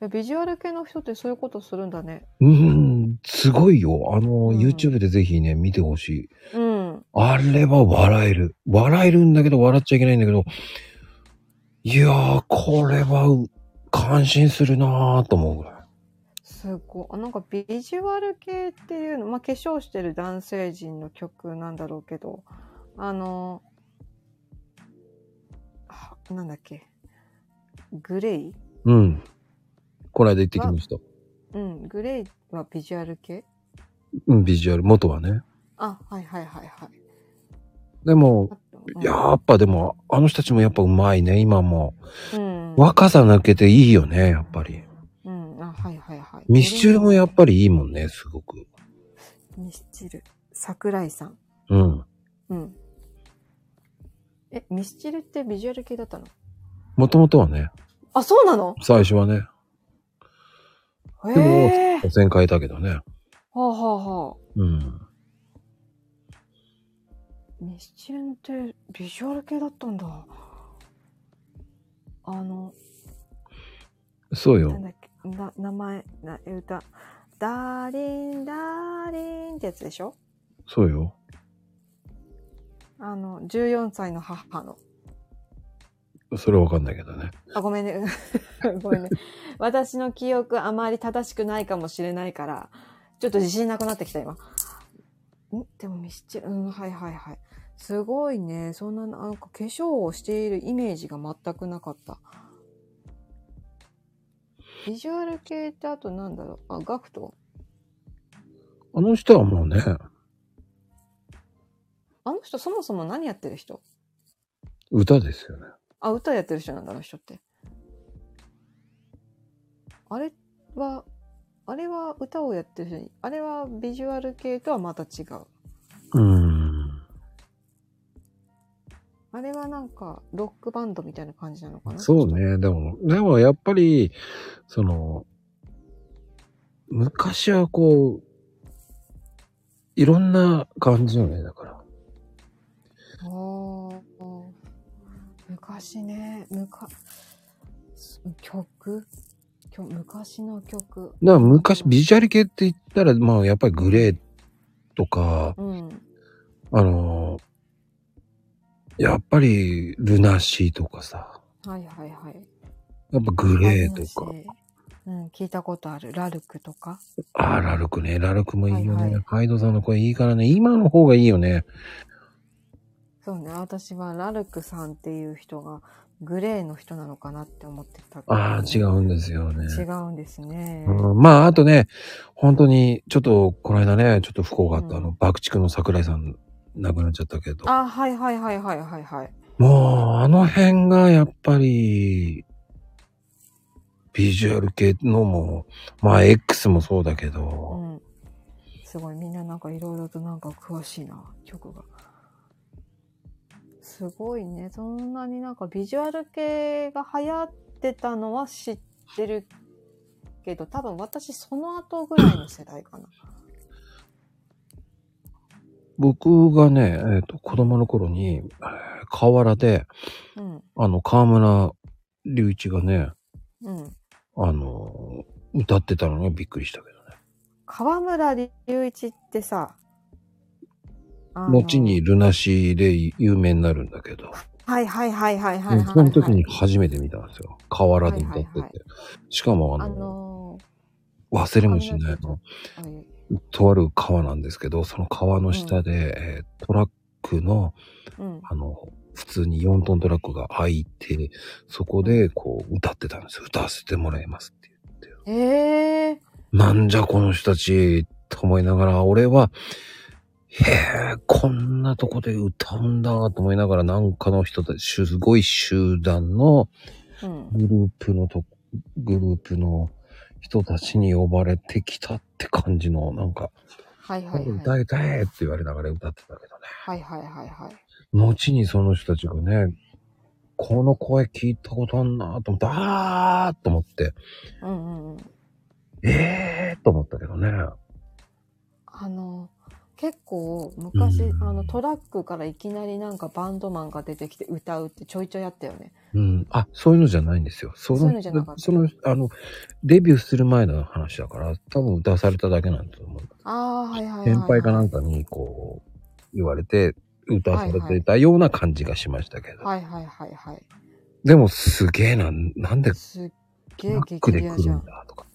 Speaker 3: えビジュアル系の人ってそういうことするんだね。
Speaker 1: うーん、すごいよ。あの、
Speaker 3: うん
Speaker 1: YouTube でぜひね、見てほしい。
Speaker 3: うん。
Speaker 1: あれは笑える。笑えるんだけど、笑っちゃいけないんだけど、いやー、これは、う感心するなーと思うぐらい。
Speaker 3: すごい。あなんかビジュアル系っていうの、まあ、化粧してる男性陣の曲なんだろうけど、あの、はなんだっけ。グレイ
Speaker 1: うん。この間行ってきました。
Speaker 3: うん、グレイはビジュアル系
Speaker 1: うん、ビジュアル、元はね。
Speaker 3: あ、はいはいはいはい。
Speaker 1: でも
Speaker 3: あ、とうん
Speaker 1: やっぱでも、あの人たちもやっぱうまいね、今も。
Speaker 3: うん。
Speaker 1: 若さ抜けていいよね、やっぱり。
Speaker 3: うん、あ、はいはいはい。
Speaker 1: ミスチルもやっぱりいいもんね、すごく。
Speaker 3: ミスチル。桜井さん。
Speaker 1: うん。
Speaker 3: うん。え、ミスチルってビジュアル系だったの
Speaker 1: もともとはね、
Speaker 3: あ、そうなの
Speaker 1: 最初はね、
Speaker 3: へ
Speaker 1: でも
Speaker 3: え。
Speaker 1: 汚染変えたけどね。
Speaker 3: はあはあはあ。
Speaker 1: うん。
Speaker 3: ミスチルってビジュアル系だったんだ。あの、
Speaker 1: そう
Speaker 3: なん
Speaker 1: よ。
Speaker 3: だっけ、な、名前、な、歌。ダーリン、ダーリンってやつでしょ
Speaker 1: そうよ。
Speaker 3: あの、14歳の母の。
Speaker 1: それはわかんないけどね。
Speaker 3: あ、ごめんね。 ごめんね。私の記憶あまり正しくないかもしれないから、ちょっと自信なくなってきた、今。んでもミスチル、うん、はいはいはい。すごいね。そんな、なんか化粧をしているイメージが全くなかった。ビジュアル系ってあとなんだろう。あ、ガクト
Speaker 1: あの人はもうね、
Speaker 3: あの人そもそも何やってる人
Speaker 1: 歌ですよね。
Speaker 3: あ、歌やってる人なんだ、あの人って。あれは、あれは歌をやってる人に、あれはビジュアル系とはまた違う。
Speaker 1: うーん。
Speaker 3: あれはなんか、ロックバンドみたいな感じなのかな
Speaker 1: そう。ね。でも、でもやっぱり、その、昔はこう、いろんな感じよね、だから。
Speaker 3: ああ。昔ね、むか、曲きょ昔の曲。
Speaker 1: だから昔、ビジュアル系って言ったら、まあやっぱりグレーとか、
Speaker 3: うん。
Speaker 1: あの、やっぱりルナシーとかさ、
Speaker 3: はいはいはい。
Speaker 1: やっぱグレーとか、
Speaker 3: うん、聞いたことある。ラルクとか。
Speaker 1: あーラルクね、ラルクもいいよね。
Speaker 3: はいはい
Speaker 1: カイドさんの声いいからね、今の方がいいよね。
Speaker 3: そうね、私はラルクさんっていう人がグレーの人なのかなって思ってたけどね、
Speaker 1: ああ、違うんですよね。
Speaker 3: 違うんですね。
Speaker 1: うん、まあ、あとね、本当に、ちょっと、この間ね、ちょっと不幸があった、
Speaker 3: うん
Speaker 1: あの、爆竹の桜井さん、亡くなっちゃったけど。
Speaker 3: あはいはいはいはいはいはい。
Speaker 1: もう、あの辺が、やっぱり、ビジュアル系のも、まあ、X もそうだけ
Speaker 3: う
Speaker 1: ど、
Speaker 3: ん。すごい、みんななんかいろいろとなんか詳しいな、曲が。すごいね、そんなになんかビジュアル系が流行ってたのは知ってるけど、多分私その後ぐらいの世代かな。
Speaker 1: 僕がね、えっ、と、子供の頃に、えー河原で、
Speaker 3: うん、
Speaker 1: あの、河村隆一がね、
Speaker 3: うん。
Speaker 1: あの、歌ってたのがびっくりしたけどね。
Speaker 3: 河村隆一ってさ、あの
Speaker 1: 後に、ルナシーで有名になるんだけど。
Speaker 3: はいはいはいはいはいはい、
Speaker 1: うん
Speaker 3: はい。
Speaker 1: その時に初めて見たんですよ。河原で歌ってて。
Speaker 3: はいはいは
Speaker 1: しかもあの、
Speaker 3: あの
Speaker 1: 忘れもしないの、
Speaker 3: ー、あい
Speaker 1: とある川なんですけど、その川の下で、えートラックの、
Speaker 3: うん。
Speaker 1: あの、普通に4トントラックが開いて、そこでこう歌ってたんですよ。歌わせてもらいますっていう。
Speaker 3: ええ
Speaker 1: なんじゃこの人たち、と思いながら、俺は、へえ、こんなとこで歌うんだと思いながら、なんかの人たち、すごい集団の、
Speaker 3: ー。う
Speaker 1: グ
Speaker 3: ん。
Speaker 1: ループのと、グループの人たちに呼ばれてきたって感じの、なんか、
Speaker 3: はいはいはい。
Speaker 1: 歌え歌えって言われながら歌ってたけどね。
Speaker 3: はいはいはいはい。
Speaker 1: 後にその人たちがね、この声聞いたことあんなと思って、あーと思って、
Speaker 3: うんうんうん。
Speaker 1: えーと思ったけどね。
Speaker 3: あのー、結構昔、
Speaker 1: うん
Speaker 3: あのトラックからいきなりなんかバンドマンが出てきて歌うってちょいちょいあったよね。
Speaker 1: うん。あ、そういうのじゃないんですよ。その、
Speaker 3: そういうのじゃなかった
Speaker 1: その、あの、デビューする前の話だから、多分歌わされただけなんだと思う。
Speaker 3: ああー、はいはいはい、はい。
Speaker 1: 先輩かなん
Speaker 3: か。
Speaker 1: かにこう言われて歌わされていたような感じがしましたけど、
Speaker 3: はいはいはいはい。
Speaker 1: でもすげえななんで
Speaker 3: すっげえ
Speaker 1: バック
Speaker 3: 激
Speaker 1: で
Speaker 3: レア
Speaker 1: 来
Speaker 3: じ
Speaker 1: る
Speaker 3: ゃ
Speaker 1: ん
Speaker 3: ん。
Speaker 1: だとか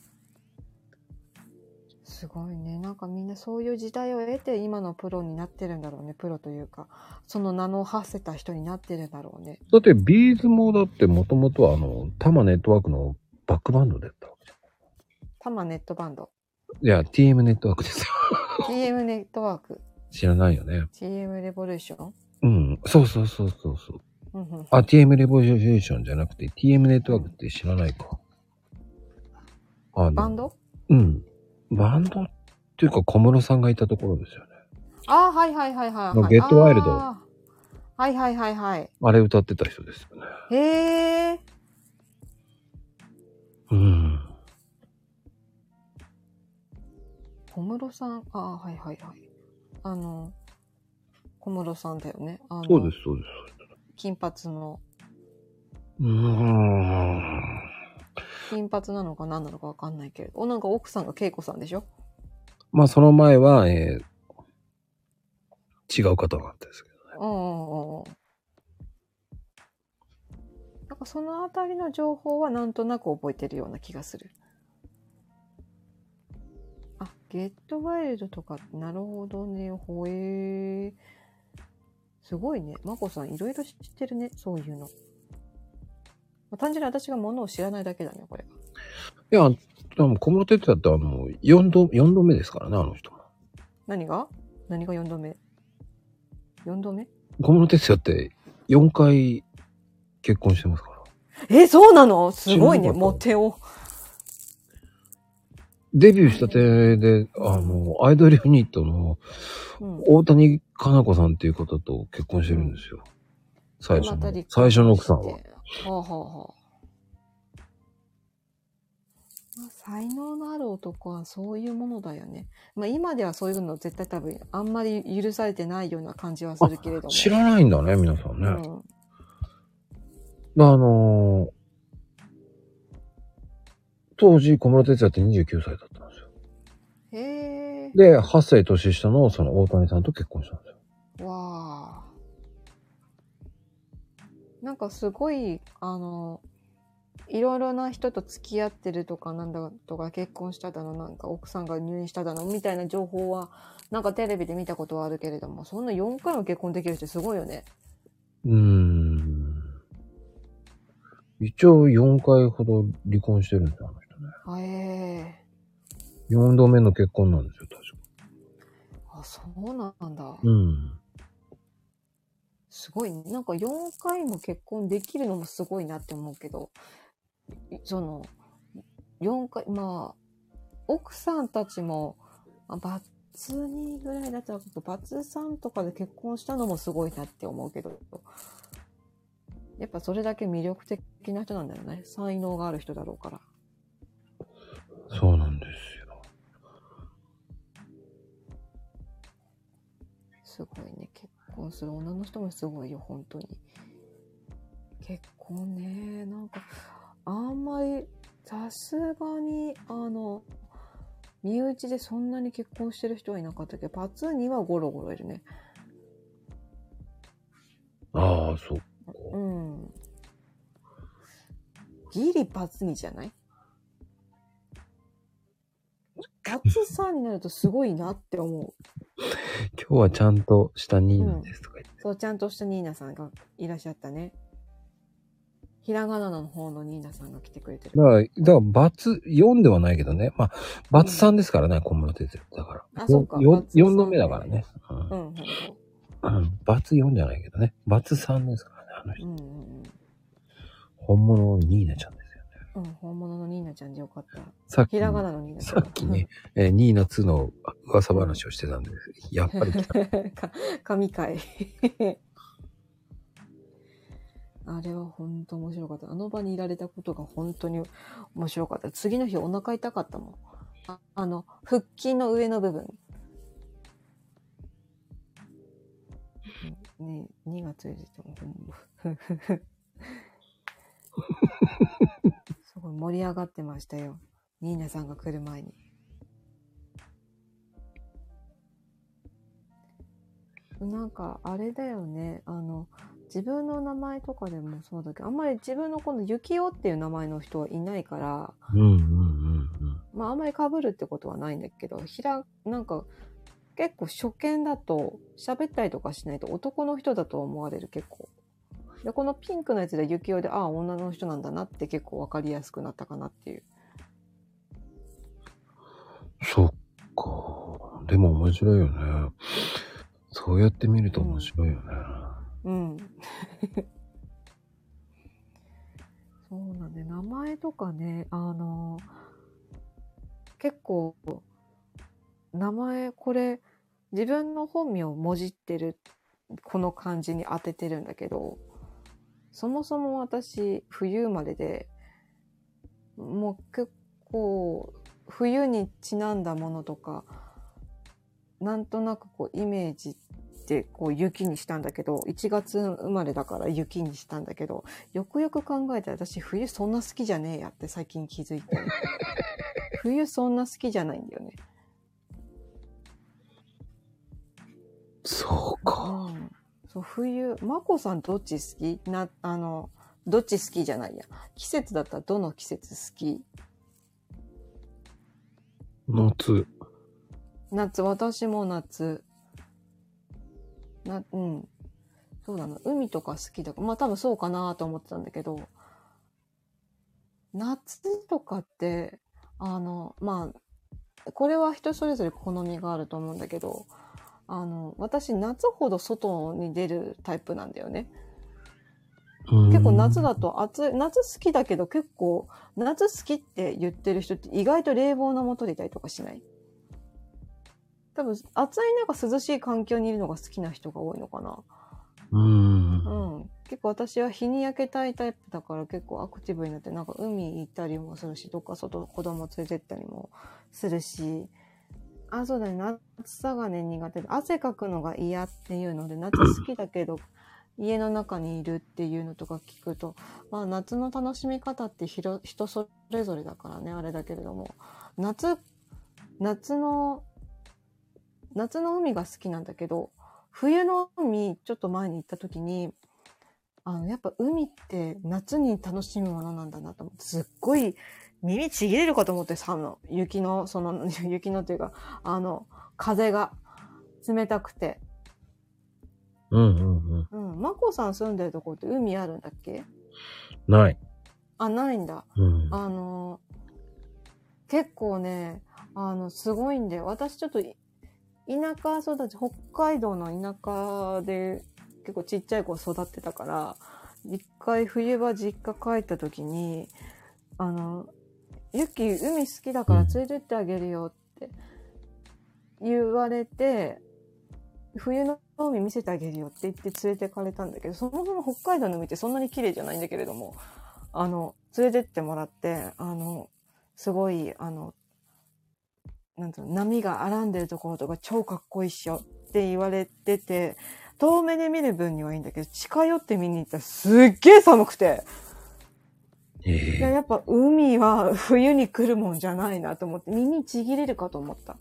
Speaker 3: すごいね。なんかみんなそういう時代を得て今のプロになってるんだろうね。プロというか、その名の馳せた人になってるんだろうね。
Speaker 1: だってビーズもだってもともとはあの多摩ネットワークのバックバンドだったわけじ
Speaker 3: タマネットバンド。
Speaker 1: ゃんいや TM ネットワークですよ
Speaker 3: TM ネットワーク。
Speaker 1: 知らないよね
Speaker 3: TM レボリューション
Speaker 1: うんそうそうそうそうそう
Speaker 3: うんうん。
Speaker 1: あ TM レボリューションじゃなくて TM ネットワークって知らないかあの
Speaker 3: バンド
Speaker 1: うんバンドっていうか小室さんがいたところですよね
Speaker 3: ああ、はいはいはいはい、
Speaker 1: の
Speaker 3: はい。
Speaker 1: ゲットワイルド
Speaker 3: あーはいはいはいはい。
Speaker 1: あれ歌ってた人ですよね
Speaker 3: へえ。
Speaker 1: うん
Speaker 3: 小室さん。ああ、はいはいはい。あの、小室さんだよね。あの
Speaker 1: そうです、そうです。
Speaker 3: 金髪の、
Speaker 1: うーん。
Speaker 3: 金髪なのか何なのかわかんないけれど。お、なんか奥さんが恵子さんでしょ
Speaker 1: まあ、その前は、えー、違う方なんですけど。
Speaker 3: うんうんうんうん。なんかそのあたりの情報はなんとなく覚えてるような気がする。あ、ゲットワイルドとかってなるほどね。ほえー。すごいね。まこさんいろいろ知ってるね。そういうの。まあ単純に私がものを知らないだけだね、これ。
Speaker 1: いや、でも小室哲哉ってあの、4度、4度目ですからね、あの人も。
Speaker 3: 何が何が4度目 ?4 度目
Speaker 1: 小室哲哉って4回結婚してますから。
Speaker 3: え、そうなのすごい
Speaker 1: 知
Speaker 3: ね、
Speaker 1: らなかった
Speaker 3: モテを。
Speaker 1: デビューしたてで、あの、アイドルユニットの
Speaker 3: うん。
Speaker 1: 大谷かな子さんっていう方と結婚してるんですよ。最初
Speaker 3: また離
Speaker 1: の
Speaker 3: 婚、
Speaker 1: 最初の奥さんは。
Speaker 3: して。ほうほうほう。まあ、才能のある男はそういうものだよね。まあ今ではそういうの絶対多分あんまり許されてないような感じはするけれども。
Speaker 1: 知らないんだね、皆さんね。
Speaker 3: うん。
Speaker 1: あのー当時小室哲哉って29歳だったんですよ。
Speaker 3: へえ。
Speaker 1: で、8歳年下のその大谷さんと結婚したんですよ。
Speaker 3: わあ。なんかすごい、あの、いろいろな人と付き合ってるとか、なんだとか、結婚しただの、なんか奥さんが入院しただの、みたいな情報は、なんかテレビで見たことはあるけれども、そんな4回も結婚できる人すごいよね。
Speaker 1: うーん。一応4回ほど離婚してるんですよ、あの人ね。
Speaker 3: あええ
Speaker 1: 4度目の結婚なんですよ、確か。
Speaker 3: あ、そうなんだ。
Speaker 1: うん。
Speaker 3: すごい、なんか4回も結婚できるのもすごいなって思うけど、いその、4回、まあ、奥さんたちも、あバツ2ぐらいだったら、バツ3とかで結婚したのもすごいなって思うけど、やっぱそれだけ魅力的な人なんだよね。才能がある人だろうから。
Speaker 1: そうなんですよ。
Speaker 3: すごいね。結婚する女の人もすごいよ、本当に。結婚ね、なんか、あんまり、さすがに、あの、身内でそんなに結婚してる人はいなかったけど、パツにはゴロゴロいるね。
Speaker 1: ああ、そう。
Speaker 3: うん。ギリパツにじゃないパツさんになるとすごいなって思う。
Speaker 1: 今日はちゃんと下にいいんですとか言って。
Speaker 3: そう、ちゃんとしたニーナさんがいらっしゃったね。ひらがなの方のニーナさんが来てくれてる。
Speaker 1: だから、だから、バツ、4ではないけどね。まあ、バツ3ですからね、小室哲哉。だから。
Speaker 3: あそうか
Speaker 1: 4
Speaker 3: バツ三
Speaker 1: 度目だからね。
Speaker 3: う、
Speaker 1: うん
Speaker 3: う
Speaker 1: ん。
Speaker 3: ん、
Speaker 1: うんバツ4じゃないけどね。バツ3ですからね、あの人。
Speaker 3: うん。うん、うん。
Speaker 1: 本物のニーナちゃんですよね。
Speaker 3: うん、本物のニーナちゃんでよかった。
Speaker 1: さっき
Speaker 3: ひ、らがなのニーナちゃ
Speaker 1: さ
Speaker 3: ん。
Speaker 1: っきね、えーニーナ2の噂話をしてたんです。やっ ぱり来た。
Speaker 3: か神回 あれは本当面白かった。あの場にいられたことが本当に面白かった。次の日お腹痛かったもん。ああの、腹筋の上の部分。うんねえ、2月入れてもほんますごい盛り上がってましたよ。ニーナさんが来る前に。なんかあれだよねあの自分の名前とかでもそうだけどあんまり自分のこの「ゆきお」っていう名前の人はいないから、
Speaker 1: うんうんうんうん。
Speaker 3: まあ、あんまりかぶるってことはないんだけどひらなんか結構初見だと喋ったりとかしないと男の人だと思われる結構。でこのピンクのやつで「ゆきお」でああ女の人なんだなって結構分かりやすくなったかなっていう。
Speaker 1: そっか。でも面白いよね。そうやって見ると面白いよね。
Speaker 3: うん。 そうなんで、名前とかね、あの、結構、名前、これ、自分の本名をもじってる、この漢字に当ててるんだけど、そもそも私、冬生まれで、もう結構、冬にちなんだものとか、なんとなくこう、イメージってこう雪にしたんだけど1月生まれだから雪にしたんだけどよくよく考えたら私冬そんな好きじゃねえやって最近気づいて冬そんな好きじゃないんだよね、
Speaker 1: そう
Speaker 3: う
Speaker 1: か。
Speaker 3: ん、そう冬まこさんどっち好きなあのどっち好きじゃないや季節だったらどの季節好き
Speaker 1: 夏。
Speaker 3: 夏私も夏なうんそうだな海とか好きだからまあ多分そうかなと思ってたんだけど夏とかって、あの、まあ、これは人それぞれ好みがあると思うんだけど、あの、私夏ほど外に出るタイプなんだよね。結構夏だと暑い、夏好きだけど結構、夏好きって言ってる人って意外と冷房の下でいたりとかしない多分、暑い中涼しい環境にいるのが好きな人が多いのかな。
Speaker 1: うーん。うーん。
Speaker 3: うん。結構私は日に焼けたいタイプだから結構アクティブになって、なんか海行ったりもするし、どっか外子供連れてったりもするし、あ、そうだね、夏さがね、苦手で、汗かくのが嫌っていうので、夏好きだけど、家の中にいるっていうのとか聞くと、まあ夏の楽しみ方ってひろ人それぞれだからね、あれだけれども、夏、夏の、夏の海が好きなんだけど、冬の海、ちょっと前に行った時に、あの、やっぱ海って夏に楽しむものなんだなと思って、すっごい耳ちぎれるかと思って、さ、あの、雪の、その、 雪のというか、あの、風が冷たくて。
Speaker 1: うんうんうん。
Speaker 3: うん。まこさん住んでるとこって海あるんだっけ
Speaker 1: ない。
Speaker 3: あ、ないんだ。
Speaker 1: うん。
Speaker 3: あの、結構ね、あの、すごいんで、私ちょっとい、田舎育ち、北海道の田舎で結構ちっちゃい子育ってたから、一回冬場実家帰った時に、あの、ユキ海好きだから連れてってあげるよって言われて、冬の海見せてあげるよって言って連れてかれたんだけど、そもそも北海道の海ってそんなに綺麗じゃないんだけれども、あの、連れてってもらって、あの、すごい、あの、なんていうの、波が荒んでるところとか超かっこいいっしょって言われてて、遠目で見る分にはいいんだけど、近寄って見に行ったらすっげえ寒くて。いや、
Speaker 1: ええ
Speaker 3: やっぱ海は冬に来るもんじゃないなと思って、耳ちぎれるかと思った。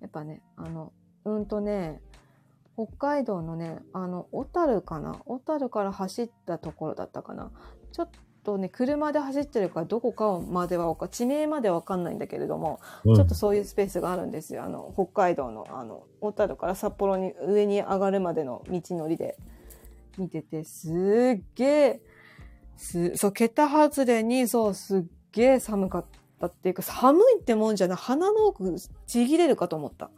Speaker 3: やっぱね、あの、うんとね、北海道のね、あの、小樽かな小樽から走ったところだったかなちょっとね、車で走ってるからどこかまではわか、地名まではわかんないんだけれども、ちょっとそういうスペースがあるんですよ。あの、北海道の、あの、小樽から札幌に上に上がるまでの道のりで見てて、すっげえ、す、そう、桁外れに、そう、すっげえ寒かったっていうか、寒いってもんじゃない、鼻の奥ちぎれるかと思った。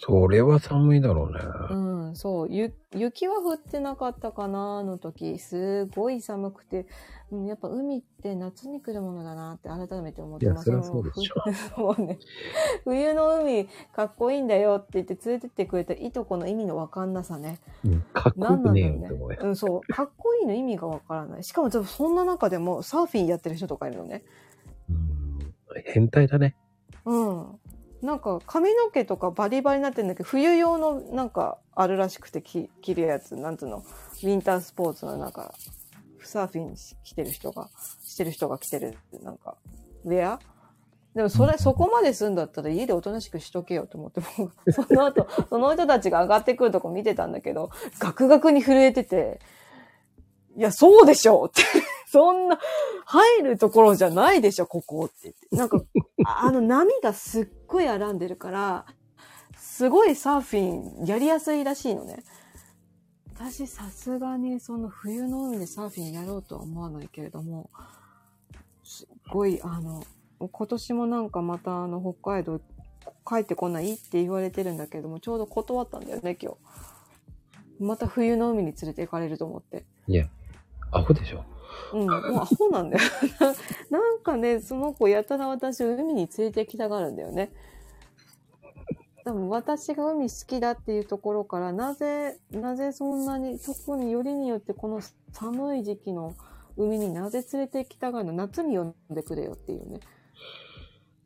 Speaker 1: それは寒いだろうね。
Speaker 3: うん、そう、ゆ、雪は降ってなかったかな、の時、すごい寒くて、うん、やっぱ海って夏に来るものだなって改めて思って
Speaker 1: いや
Speaker 3: ます。
Speaker 1: そりゃそうでし
Speaker 3: ょ。もうね、冬の海かっこいいんだよって言って連れてってくれたいとこの意味のわかんなさね。
Speaker 1: うんかっこよ
Speaker 3: 何
Speaker 1: く
Speaker 3: なん
Speaker 1: ね
Speaker 3: だ
Speaker 1: え
Speaker 3: ろ
Speaker 1: よ
Speaker 3: う
Speaker 1: って思う
Speaker 3: ね
Speaker 1: よ。。
Speaker 3: うん、そう。かっこいいの意味がわからない。しかも、ちょっとそんな中でもサーフィンやってる人とかいるのね。
Speaker 1: うん変態だね。
Speaker 3: うん。なんか髪の毛とかバリバリになってるんだけど、冬用のなんかあるらしくてき着るやつ、なんつうの、ウィンタースポーツのなんか、サーフィンし着てる人が、してる人が着てる、なんか、ウェアでもそれ、そこまでするんだったら家でおとなしくしとけよと思って、もう その後、その人たちが上がってくるとこ見てたんだけど、ガクガクに震えてて、いや、そうでしょうって、 そんな、入るところじゃないでしょ、ここって言って。なんか、ああの波がすっごい荒んでるから、すごいサーフィンやりやすいらしいのね。私さすがにその冬の海でサーフィンやろうとは思わないけれども、すっごいあの、今年もなんかまたあの北海道帰ってこないって言われてるんだけども、ちょうど断ったんだよね、今日。また冬の海に連れて行かれると思って。
Speaker 1: いや、アホでしょ。
Speaker 3: うん、もうアホなんだよ。 ななんかね、その子やたら私を海に連れて行きたがるんだよね。多分私が海好きだっていうところから、なぜ、なぜそんなに、特によりによってこの寒い時期の海になぜ連れて行きたがるの夏に呼んでくれよっていうね。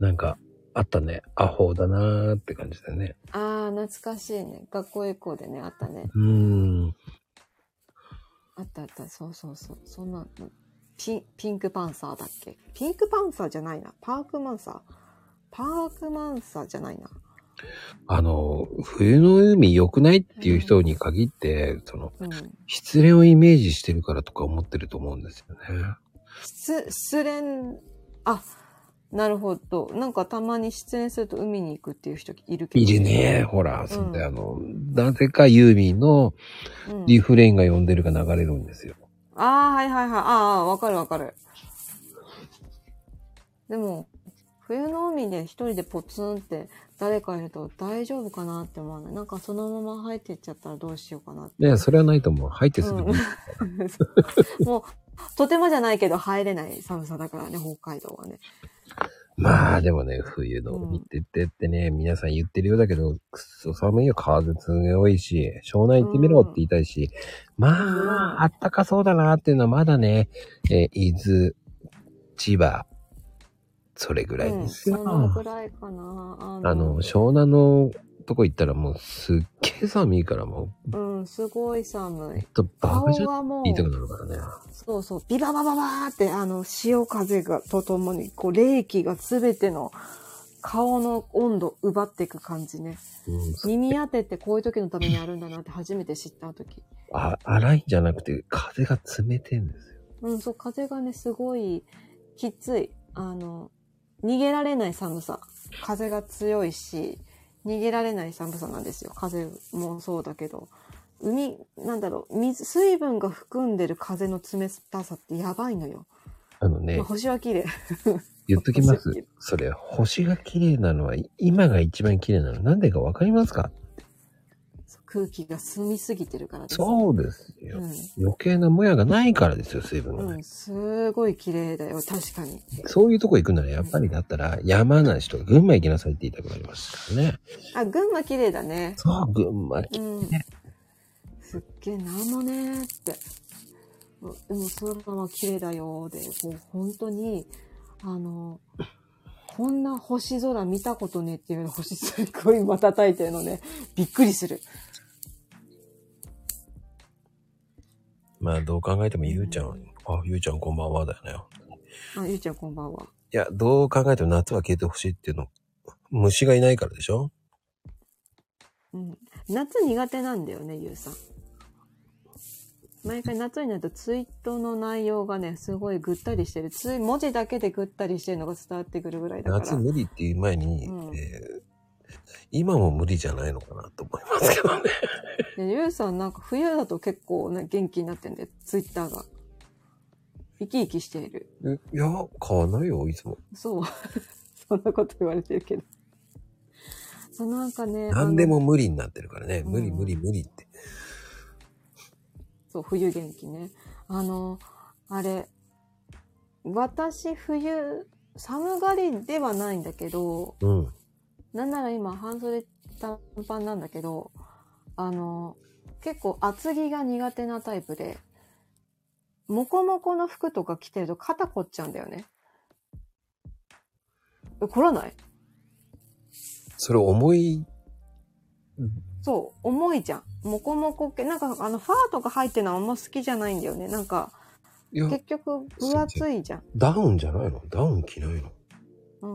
Speaker 1: なんか、あったね。アホだなーって感じだね。
Speaker 3: あー、懐かしいね。学校へ行こうでね、あったね。
Speaker 1: うーん。
Speaker 3: あったあった、そうそうそう。そんな、ピンピンクパンサーだっけピンクパンサーじゃないな。パークマンサー。パークマンサーじゃないな。
Speaker 1: あの、冬の海良くないっていう人に限って、その、
Speaker 3: うん。
Speaker 1: 失恋をイメージしてるからとか思ってると思うんですよね。
Speaker 3: 失、失恋、あ、なるほど。なんかたまに出演すると海に行くっていう人いるけど。
Speaker 1: いるね。ほら、そんで、あの、なぜかユーミンの
Speaker 3: うん
Speaker 1: リフレインが呼んでるが流れるんですよ。
Speaker 3: ああ、はいはいはい。ああ、わかるわかる。でも、冬の海で一人でポツンって誰かいると大丈夫かなって思わない。なんかそのまま入っていっちゃったらどうしようかなって。
Speaker 1: ねそれはないと思う。入ってすぐに、
Speaker 3: うんもう、とてもじゃないけど入れない寒さだからね、北海道はね。
Speaker 1: まあでもね、冬の海って言ってってね、皆さん言ってるようだけど、くっそ寒いよ、風強いし、湘南行ってみろって言いたいし、まあ、あったかそうだなっていうのはまだね、えー伊豆、千葉、それぐらい
Speaker 3: うん、
Speaker 1: ですよ。
Speaker 3: そのぐらいかな。あの
Speaker 1: あの、湘南のとこ行ったらもうすっげえ寒いからもう、
Speaker 3: うん、すごい寒
Speaker 1: ほ
Speaker 3: い。
Speaker 1: んとバ
Speaker 3: 顔
Speaker 1: カじゃ
Speaker 3: はも
Speaker 1: 言いたく
Speaker 3: う、
Speaker 1: なるからね。
Speaker 3: そうそう、ビババババーって、あの、潮風がとともに、こう、冷気がすべての顔の温度奪っていく感じね。
Speaker 1: うん、
Speaker 3: 耳当てってこういう時のためにあるんだなって初めて知った時。
Speaker 1: あ、荒いんじゃなくて風が冷てんですよ。
Speaker 3: うん、そう、風がね、すごいきつい。あの、逃げられない寒さ。風が強いし、逃げられない寒さなんですよ。風もそうだけど。海、なんだろう、水、水分が含んでる風の冷たさってやばいのよ。
Speaker 1: あのね
Speaker 3: まあ、星は綺麗。
Speaker 1: 言っときま
Speaker 3: 星が綺
Speaker 1: す。それ、星が綺麗なのは今が一番綺麗なの。なんでかわかりますか
Speaker 3: 空気が澄みすぎてるからです。
Speaker 1: そうです
Speaker 3: う
Speaker 1: よ。
Speaker 3: ん。
Speaker 1: 余計なもやがないからですよ、水分が
Speaker 3: う
Speaker 1: ない。
Speaker 3: ん、すごい綺麗だよ、確かに。
Speaker 1: そういうとこ行くなら、やっぱりだったら、山梨とか群馬行きなさいって言いたくなりましたからね。
Speaker 3: あ、群馬綺麗だね。
Speaker 1: そう、群馬。
Speaker 3: うん。すっげえ、なんもねーって。もうでも空は綺麗だよーで、こう本当に、あの、こんな星空見たことねっていうような星すっごいまたたいてるのね。びっくりする。
Speaker 1: まあ、どう考えてもゆうちゃん、あ、ゆうちゃんこんばんはだよね。
Speaker 3: あ、ゆうちゃんこんばんは。
Speaker 1: いや、どう考えても夏は消えてほしいっていうの、虫がいないからでしょ
Speaker 3: うん。夏苦手なんだよね、ゆうさん。毎回夏になるとツイートの内容がね、すごいぐったりしてる。つい文字だけでぐったりしてるのが伝わってくるぐらいだから。
Speaker 1: 夏無理っていう前に、
Speaker 3: うん
Speaker 1: えー今も無理じゃないのかなと思いますけどね。
Speaker 3: で、ゆうさんなんか冬だと結構ね、元気になってんで、ツイッターが。生き生きしている。
Speaker 1: いや、買わないよ、いつも。
Speaker 3: そう。 そんなこと言われてるけど。そう、なんかね、あの
Speaker 1: 何でも無理になってるからね。
Speaker 3: うん
Speaker 1: 無理無理無理って。
Speaker 3: そう、冬元気ね。あの、あれ、私冬、寒がりではないんだけど、
Speaker 1: うん。
Speaker 3: なんなら今半袖短パンなんだけど、あの、結構厚着が苦手なタイプで、もこもこの服とか着てると肩凝っちゃうんだよね。え凝らない
Speaker 1: それ重い、
Speaker 3: そう、重いじゃん。もこもこ系。なんかあの、ファーとか入ってるのあんま好きじゃないんだよね。なんか、
Speaker 1: いや、
Speaker 3: 結局分厚いじゃん。
Speaker 1: ダウンじゃないのダウン着ないの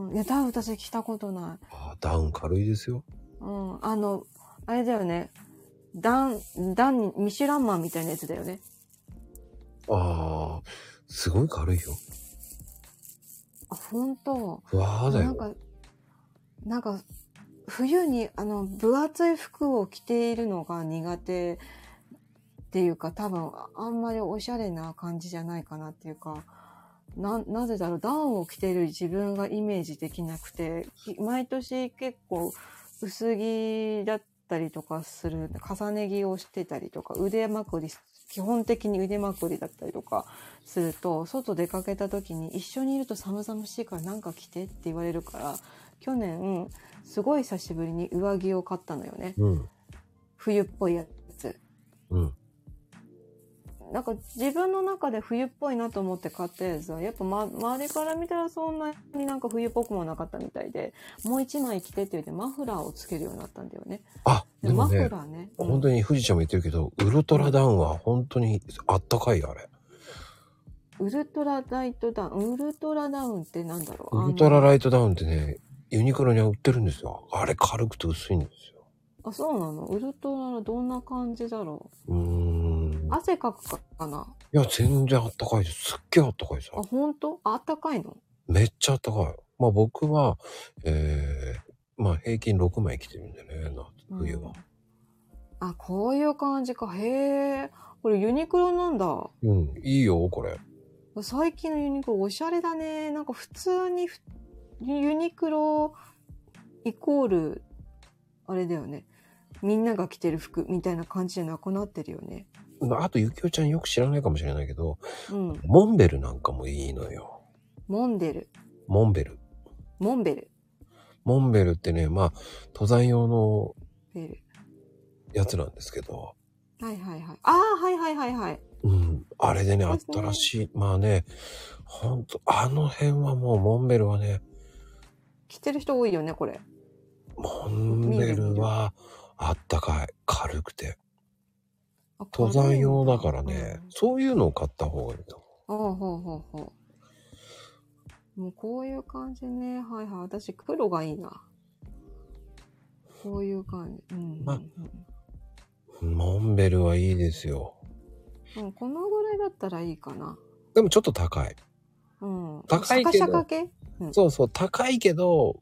Speaker 3: うん。いや、多分私着たことない。
Speaker 1: あーダウン軽いですよ。
Speaker 3: うん、あの、あれだよね。ダン、ダン、ミシュランマンみたいなやつだよね。
Speaker 1: ああ、すごい軽いよ。
Speaker 3: あ、ほんと。
Speaker 1: ふわーだ
Speaker 3: なん
Speaker 1: よ。
Speaker 3: か、なんか、冬に、あの、分厚い服を着ているのが苦手っていうか、多分、ああんまりおしゃれな感じじゃないかなっていうか、な、なぜだろう、ダウンを着ている自分がイメージできなくて、き毎年結構、薄着だったりとかする、重ね着をしてたりとか、腕まくり、基本的に腕まくりだったりとかすると、外出かけた時に一緒にいると寒々しいからなんか着てって言われるから、去年、すごい久しぶりに上着を買ったのよね。
Speaker 1: うん、
Speaker 3: 冬っぽいやつ。
Speaker 1: うん。
Speaker 3: なんか自分の中で冬っぽいなと思って買ったやつは、やっぱ、ま、周りから見たらそんなになんか冬っぽくもなかったみたいで、もう一枚着てって言ってマフラーをつけるようになったんだよね。
Speaker 1: あ、
Speaker 3: で
Speaker 1: で
Speaker 3: マ
Speaker 1: も
Speaker 3: フラ
Speaker 1: ね、
Speaker 3: ーね。うん
Speaker 1: 本当に富士ちゃんも言ってるけど、ウルトラダウンは本当にあったかいよ、あれ。
Speaker 3: ウルトラライトダウン、ウルトラダウンってなんだろう
Speaker 1: ウルトラ
Speaker 3: イ
Speaker 1: ライトダウンってね、ユニクロには売ってるんですよ。あれ軽くて薄いんですよ。
Speaker 3: ト。あ、そうなのウルトラどんな感じだろ
Speaker 1: うーん
Speaker 3: う。汗かくかな
Speaker 1: あいや、全然あったかいです。すっげえあったかいです
Speaker 3: あ、。ほんとああったかいの
Speaker 1: めっちゃあったかい。まあ僕は、えー、まあ平均6枚着てるんでね、夏冬は。
Speaker 3: あ、こういう感じか。へえ。これユニクロなんだ。
Speaker 1: うん、いいよ、これ。
Speaker 3: 最近のユニクロおしゃれだね。なんか普通にふユニクロイコール、あれだよね。みんなが着てる服みたいな感じじゃなくなってるよね。
Speaker 1: あと、ゆきおちゃんよく知らないかもしれないけど、
Speaker 3: うん。
Speaker 1: モンベルなんかもいいのよ。
Speaker 3: モンデル。
Speaker 1: モンベル。
Speaker 3: モンベル。
Speaker 1: モンベルってね、まあ、登山用の
Speaker 3: ベル。
Speaker 1: やつなんですけど、
Speaker 3: はいはいはい。ああ、はいはいはいはい。
Speaker 1: うん、あれでね、
Speaker 3: そ
Speaker 1: あ
Speaker 3: う
Speaker 1: っ
Speaker 3: ですね
Speaker 1: たらしい。まあね、ほんと、あの辺はもうモンベルはね、
Speaker 3: 着てる人多いよね、これ。
Speaker 1: モンベルはあったかい。軽くて。
Speaker 3: あ
Speaker 1: 登山用だからね、
Speaker 3: うん
Speaker 1: そういうのを買った方がいいと思
Speaker 3: ほうほうほうほう。もうこういう感じね。はいはい。私、黒がいいな。こういう感じ。うん。
Speaker 1: まあ
Speaker 3: うん
Speaker 1: う。モンベルはいいですよ。
Speaker 3: うん、このぐらいだったらいいかな。
Speaker 1: でもちょっと高い。
Speaker 3: うん。
Speaker 1: 高いけど
Speaker 3: シャカシャカ系
Speaker 1: そうそう、高いけど、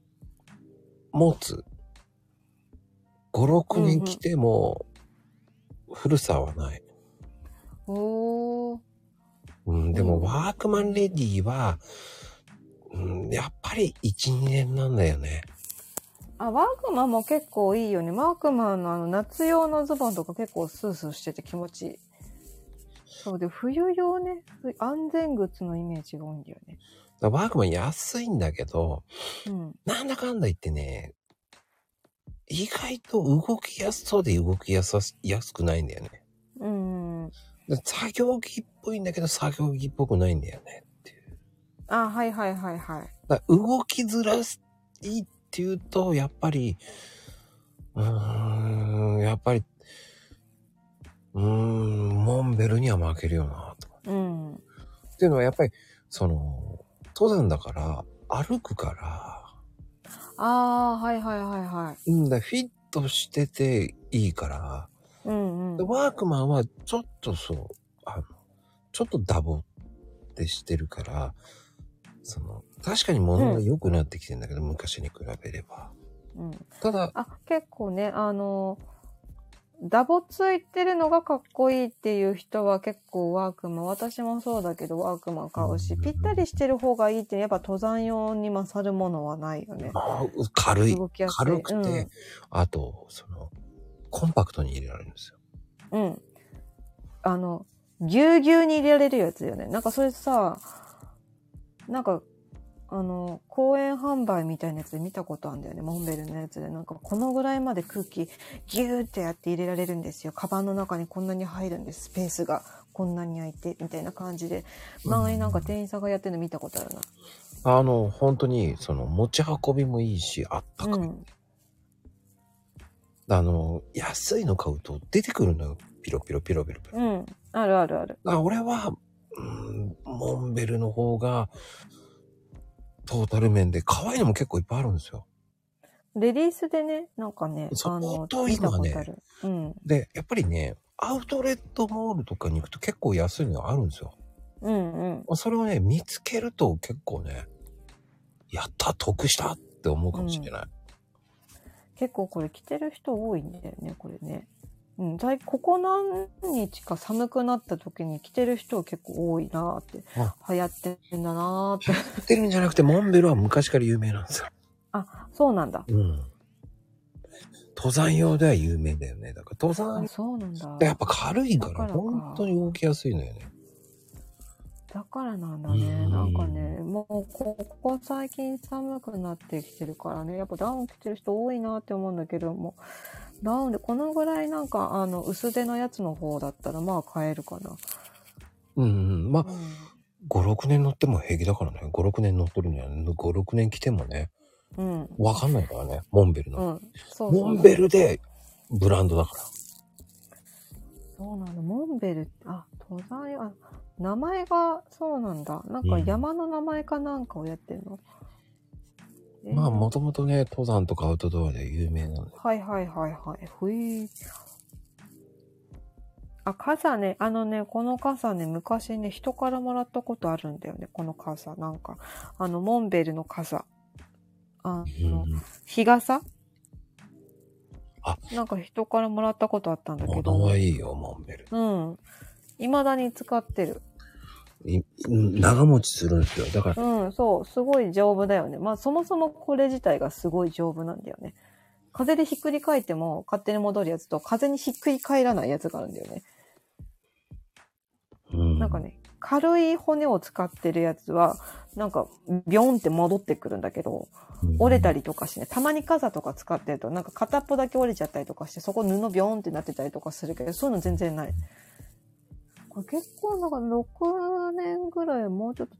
Speaker 1: 持つ。5、6年来ても、古さはない。
Speaker 3: おー。
Speaker 1: うん、で
Speaker 3: う
Speaker 1: も
Speaker 3: ん
Speaker 1: ワークマンレディは、うん、やっぱり1、2年なんだよね。
Speaker 3: あ、ワークマンも結構いいよね。ワークマンのあの夏用のズボンとか結構スースーしてて気持ちいい。そうで、冬用ね、ふ安全靴のイメージが多いんだよね。
Speaker 1: だからワークマン安いんだけど、
Speaker 3: うん。
Speaker 1: なんだかんだ言ってね、意外と動きやすそうで動きやさすやすくないんだよね。
Speaker 3: うん。
Speaker 1: だ作業着っぽいんだけど作業着っぽくないんだよね。
Speaker 3: あ、はいはいはいはい。
Speaker 1: だから動きづらいっていうと、やっぱり、うーん、やっぱり、うーん、モンベルには負けるよな、とか。
Speaker 3: うん。うん
Speaker 1: っていうのはやっぱり、その、登山だから、歩くから、
Speaker 3: ああ、はいはいはいはい。
Speaker 1: うんだ、フィットしてていいから、
Speaker 3: うんう
Speaker 1: で
Speaker 3: ん。
Speaker 1: ワークマンはちょっとそう、あの、ちょっとダボってしてるから、その、確かに物が良くなってきてんだけど、昔に比べれば。
Speaker 3: うん、
Speaker 1: ただ、
Speaker 3: あ、結構ね、あの、ダボついてるのがかっこいいっていう人は結構ワークマン、私もそうだけどワークマン買うし、ぴったりしてる方がいいってやっぱ登山用に勝るものはないよね。
Speaker 1: まあ軽い。
Speaker 3: 動きやすい。
Speaker 1: 軽くて、あと、その、コンパクトに入れられるんですよ。
Speaker 3: うん。うん。あの、ぎゅうぎゅうに入れられるやつだよね。なんかそれさ、なんか、あの、公園販売みたいなやつで見たことあるんだよね。モンベルのやつで。なんかこのぐらいまで空気ギューってやって入れられるんですよ。カバンの中にこんなに入るんです。スペースがこんなに空いて、みたいな感じで。前になんか店員さんがやってるの見たことあるな。
Speaker 1: あの、本当に、その、持ち運びもいいし、あったか
Speaker 3: う
Speaker 1: い。
Speaker 3: ん。
Speaker 1: あの、安いの買うと出てくるのよ。ピロピロピロピロピロ。
Speaker 3: うん。あるあるある。
Speaker 1: あ俺は、うん、モンベルの方が、トータル面で、可愛いのも結構いっぱいあるんですよ。
Speaker 3: レディースでね、なんかね、
Speaker 1: そ
Speaker 3: あ
Speaker 1: こ
Speaker 3: の、
Speaker 1: と
Speaker 3: 見た
Speaker 1: 今
Speaker 3: こ
Speaker 1: ね
Speaker 3: とある。うん。
Speaker 1: で、やっぱりね、アウトレットモールとかに行くと結構安いのがあるんですよ。
Speaker 3: うんうん。
Speaker 1: それをね、見つけると結構ね、やった、得したって思うかもしれない。
Speaker 3: 結構これ着てる人多いんだよねこれね。うん、だいここ何日か寒くなった時に着てる人結構多いなーって
Speaker 1: あ
Speaker 3: 流行ってるんだなーって
Speaker 1: 売ってるんじゃなくて、モンベルは昔から有名なんですよ。
Speaker 3: そうなんだ
Speaker 1: うん。登山用では有名だよね。だから登
Speaker 3: あ
Speaker 1: 山、
Speaker 3: そうなんだ
Speaker 1: やっぱ軽いか
Speaker 3: だ
Speaker 1: ら
Speaker 3: からか
Speaker 1: 本当に動きやすいのよね。
Speaker 3: だからなんだね
Speaker 1: うん
Speaker 3: なんかねもうこここ最近寒くなってきてるからねやっぱダウン着てる人多いなーって思うんだけどもダウンでこのぐらいなんかあの薄手のやつの方だったらまあ買えるかな、
Speaker 1: うん、うん。まあ
Speaker 3: う、ん
Speaker 1: 5、6年乗っても平気だからね。5、6年乗ってるには、5、6年来てもね、
Speaker 3: うん
Speaker 1: わかんないからね。モンベル
Speaker 3: う
Speaker 1: の。
Speaker 3: ん、そうそう
Speaker 1: モンベルで、ブランドだから。
Speaker 3: そうなの、モンベル、あ、登山用、あ、名前がそうなんだ。なんか
Speaker 1: うん
Speaker 3: 山の名前かなんかをやってるの。えー
Speaker 1: まあ、もともとね、登山とかアウトドアで有名なんで。
Speaker 3: はいはいはいはい。ふい。あ、傘ね、あのね、この傘ね、昔ね、人からもらったことあるんだよね、この傘。なんか、あの、モンベルの傘。あ
Speaker 1: う
Speaker 3: の、
Speaker 1: ん
Speaker 3: 日傘
Speaker 1: あ
Speaker 3: なんか人からもらったことあったんだけ
Speaker 1: 物
Speaker 3: ど
Speaker 1: は。いいよ、モンベル。
Speaker 3: うん。未だに使ってる。
Speaker 1: いうん長持ちするんですよ。だから、
Speaker 3: うん、そう。すごい丈夫だよね。まあそもそもこれ自体がすごい丈夫なんだよね。風でひっくり返っても勝手に戻るやつと風にひっくり返らないやつがあるんだよね。
Speaker 1: うん
Speaker 3: なんかね、軽い骨を使ってるやつは、なんか、ビョンって戻ってくるんだけど、折れた
Speaker 1: り。
Speaker 3: りとかしてね、たまに傘とか使ってると、なんか片っぽだけ折れちゃったりとかして、そこ布ビョンってなってたりとかするけど、そういうの全然ない。これ結構なんか6年ぐらいもうちょっと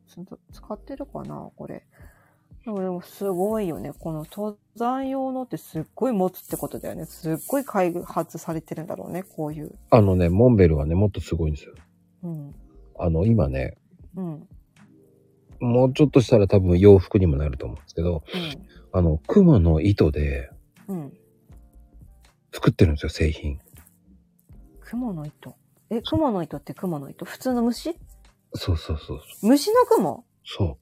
Speaker 3: つ使ってるかな、これ。でもでもすごいよね。この登山用のってすっごい持つってことだよね。すっごい開発されてるんだろうね、こういう。
Speaker 1: あのね、モンベルはね、もっとすごいんですよ。
Speaker 3: うん。
Speaker 1: あの、今ね、
Speaker 3: うん。うん。
Speaker 1: もうちょっとしたら多分洋服にもなると思うんですけど、あの、熊の糸で
Speaker 3: うん。
Speaker 1: 作ってるんですよ、製品。
Speaker 3: 雲の糸。え、雲の糸って雲の糸普通の虫
Speaker 1: そうそうそう。
Speaker 3: 虫の雲
Speaker 1: そ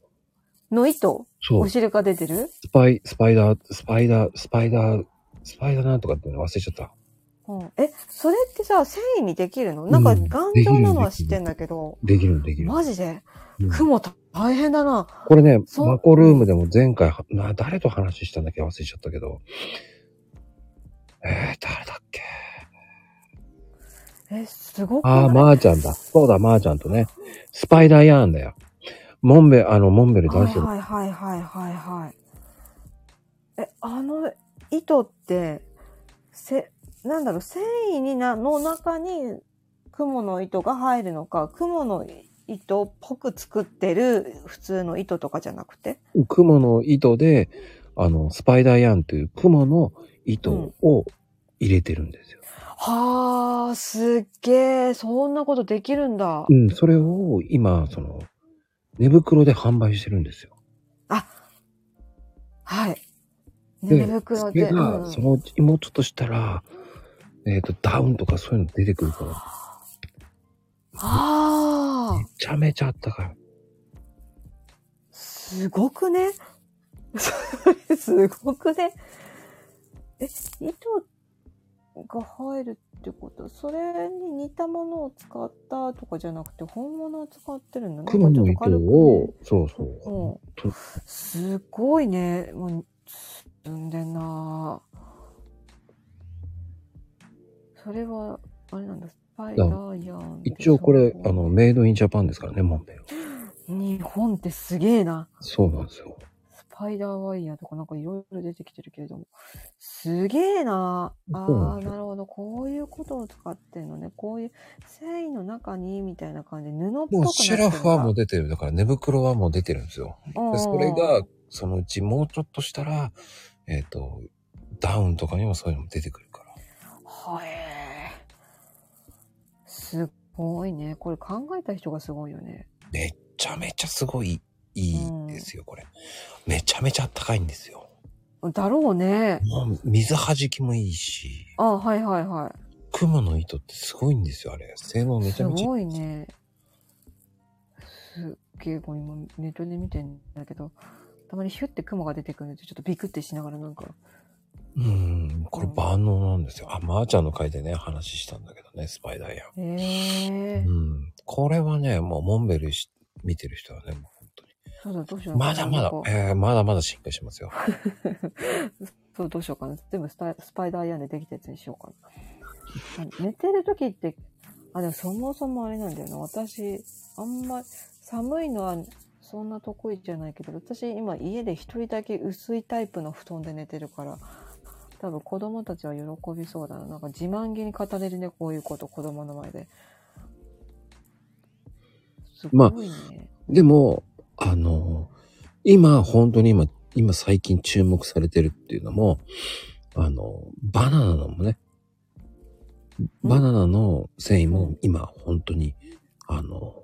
Speaker 1: う。
Speaker 3: の糸
Speaker 1: そう
Speaker 3: お。汁が出てる
Speaker 1: スパイ、スパイダー、スパイダー、スパイダー、スパイダーなんとかっていうの忘れちゃった。
Speaker 3: うん。え、それってさ、繊維にできるのなんか
Speaker 1: うん
Speaker 3: 頑丈なのは知ってんだけど、
Speaker 1: できるできる。
Speaker 3: マジで
Speaker 1: うん
Speaker 3: 雲大変だな。
Speaker 1: これね、
Speaker 3: そう
Speaker 1: マコルームでも前回は、な、誰と話したんだっけ忘れちゃったけど。えー、誰だっけ
Speaker 3: え、すごくない
Speaker 1: あー、まー、ちゃんだ。そうだ、まー、ちゃんとね。スパイダーヤーンだよ。モンベ、あの、モンベル
Speaker 3: は
Speaker 1: 出
Speaker 3: い
Speaker 1: してる。
Speaker 3: はいはいはいはいはい。え、あの糸って、せ、なんだろう、繊維にな、の中に雲の糸が入るのか、雲の糸っぽく作ってる普通の糸とかじゃなくて。
Speaker 1: 雲の糸で、あの、スパイダーヤーンという雲の糸を入れてるんですよ。
Speaker 3: はあ、すっげえ、そんなことできるんだ
Speaker 1: う。ん、それを今、その、寝袋で販売してるんですよ。
Speaker 3: はい。
Speaker 1: で
Speaker 3: 寝袋
Speaker 1: そ
Speaker 3: で。
Speaker 1: れ
Speaker 3: うん
Speaker 1: が、そのうち、もうちょっとしたら、えっ、と、ダウンとかそういうの出てくるから、め
Speaker 3: ああ、
Speaker 1: ちゃめちゃあったかい。
Speaker 3: すごくね。 それすごくね。え、糸が入るってことそれに似たものを使ったとかじゃなくて、本物を使ってるんだね。
Speaker 1: 雲の
Speaker 3: なんかち
Speaker 1: 糸
Speaker 3: ょっ
Speaker 1: を、そう
Speaker 3: と軽くね
Speaker 1: そう。
Speaker 3: うんすごいね。もう、進んでんなそれは、あれなんだ、スパイダーヤーンで。
Speaker 1: 一応これ
Speaker 3: そ、う
Speaker 1: あの、メイドインジャパンですからね、モンベル。
Speaker 3: 日本ってすげえな。
Speaker 1: そうなんですよ。
Speaker 3: スパイダーワイヤーとかなんかいろいろ出てきてるけれども。すげえなあ
Speaker 1: そうなん
Speaker 3: あ、
Speaker 1: ですよ
Speaker 3: なるほど。こういうことを使ってんのね。こういう繊維の中に、みたいな感じで布っぽくなってる
Speaker 1: もう
Speaker 3: のか
Speaker 1: シェラフはもう出てる。だから寝袋はもう出てるんですよ。
Speaker 3: うんうんう
Speaker 1: で
Speaker 3: ん
Speaker 1: それが、そのうちもうちょっとしたら、えっ、と、ダウンとかにもそういうのも出てくるから。
Speaker 3: はい。すごいね。これ考えた人がすごいよね。
Speaker 1: めっちゃめちゃすごいいいですよ、これ。めちゃめちゃあったかいんですよ。
Speaker 3: だろうね。
Speaker 1: もう水弾きもいいし。
Speaker 3: あ、はいはいは
Speaker 1: 雲の糸ってすごいんですよ、あれ。性能
Speaker 3: い。
Speaker 1: めち
Speaker 3: す
Speaker 1: ゃめちゃ。
Speaker 3: ごいね。すっげえ、これ今ネットで見てんだけど、たまにヒュって雲が出てくるんで、ちょっとビクってしながらなんか。
Speaker 1: うん、これ万能なんですよ。あ、まー、ちゃんの回でね、話したんだけどね、スパイダーや。
Speaker 3: え
Speaker 1: う
Speaker 3: えー。
Speaker 1: ん。これはね、もうモンベルし見てる人はね、もう本当に。
Speaker 3: そうだ、どうしようか
Speaker 1: ま
Speaker 3: な。
Speaker 1: だまだ
Speaker 3: なん、か
Speaker 1: えー、まだまだ進化しますよ。
Speaker 3: そう、どうしようかな。全部スパスパイダーヤーンでできたやつにしようかな。あ寝てる時って、あ、でもそもそもあれなんだよな。私、あんま、寒いのはそんな得意じゃないけど、私今家で一人だけ薄いタイプの布団で寝てるから、多分子供たちは喜びそうだな。なんか自慢げに語れるね、こういうこと、子供の前で。すごいね。
Speaker 1: でも、あの、今、本当に今、今最近注目されてるっていうのも、あの、バナナのもね、
Speaker 3: うん
Speaker 1: バナナの繊維
Speaker 3: う
Speaker 1: も
Speaker 3: ん
Speaker 1: 今、本当に、あの、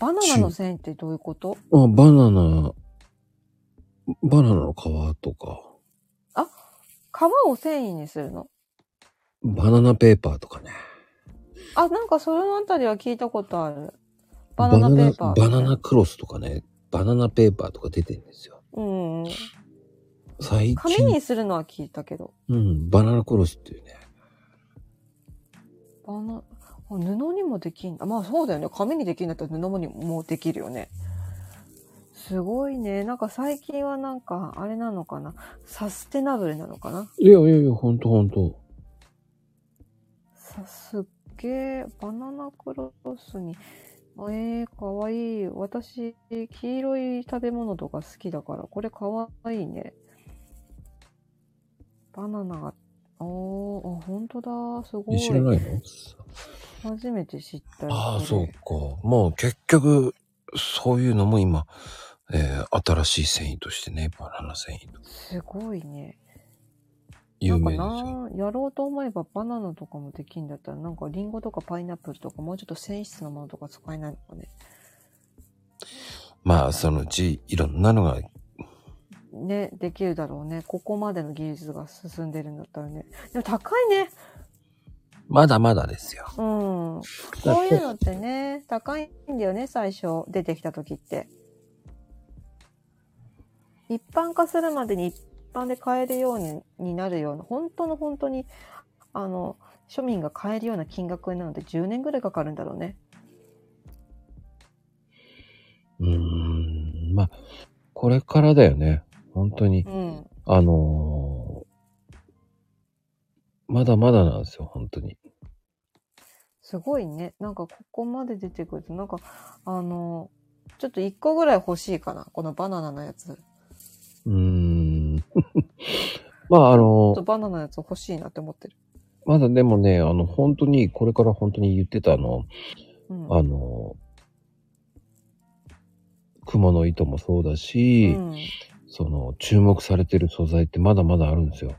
Speaker 3: バナナの繊維ってどういうこと
Speaker 1: あ、バナナ、バナナの皮とか、
Speaker 3: 皮を繊維にするの
Speaker 1: バナナペーパーとかね。
Speaker 3: あ、なんかそのあたりは聞いたことある。バナナペーパー。
Speaker 1: バナナバナナクロスとかね、バナナペーパーとか出てるんですよ。
Speaker 3: うん。
Speaker 1: 最
Speaker 3: 紙
Speaker 1: 近、
Speaker 3: にするのは聞いたけど。
Speaker 1: うん、バナナ殺しっていうね。
Speaker 3: バナ、あ布にもできんだ。まあそうだよね。紙にできんだったら布にもできるよね。すごいね。なんか最近はなんか、あれなのかな。サステナブルなのかない
Speaker 1: やいやいや、ほんとほんと。
Speaker 3: さすっげえ、バナナクロスに。ええー、かわいい。私、黄色い食べ物とか好きだから、これかわいいね。バナナが、おー、あ、ほんとだ。すご
Speaker 1: え
Speaker 3: い。
Speaker 1: 知らないの
Speaker 3: 初めて知ったよ
Speaker 1: ああ、
Speaker 3: こ
Speaker 1: そう
Speaker 3: れ
Speaker 1: か。もう結局、そういうのも今、えー新しい繊維としてね、バナナ繊維と。
Speaker 3: すごいね。な
Speaker 1: 有
Speaker 3: ん
Speaker 1: 名
Speaker 3: か
Speaker 1: ですよ。
Speaker 3: な、やろうと思えばバナナとかもできんだったら、なんかリンゴとかパイナップルとか、もうちょっと繊維質のものとか使えないのかね。
Speaker 1: まあ、そのうち、いろんなのが、
Speaker 3: ね、できるだろうね。ここまでの技術が進んでるんだったらね。でも高いね。
Speaker 1: まだまだですよ。
Speaker 3: うん。こういうのってね、高いんだよね、最初。出てきた時って。一般化するまでに一般で買えるようにになるような、本当の本当に、あの、庶民が買えるような金額になるので10年ぐらいかかるんだろうね。
Speaker 1: うーん、まあ、これからだよね。本当に
Speaker 3: う。ん。
Speaker 1: あのーまだまだなんですよ、本当に。
Speaker 3: すごいね。なんかここまで出てくると、なんか、あの、ちょっと1個ぐらい欲しいかな。このバナナのやつ。
Speaker 1: うーん。 まあ、あ
Speaker 3: ちょ
Speaker 1: の
Speaker 3: っとバナナのやつ欲しいなって思ってる。
Speaker 1: まだでもね、あの、本当に、これから本当に言ってたあの、
Speaker 3: うん。
Speaker 1: あの、雲の糸もそうだし、
Speaker 3: うん
Speaker 1: その、注目されてる素材ってまだまだあるんですよ。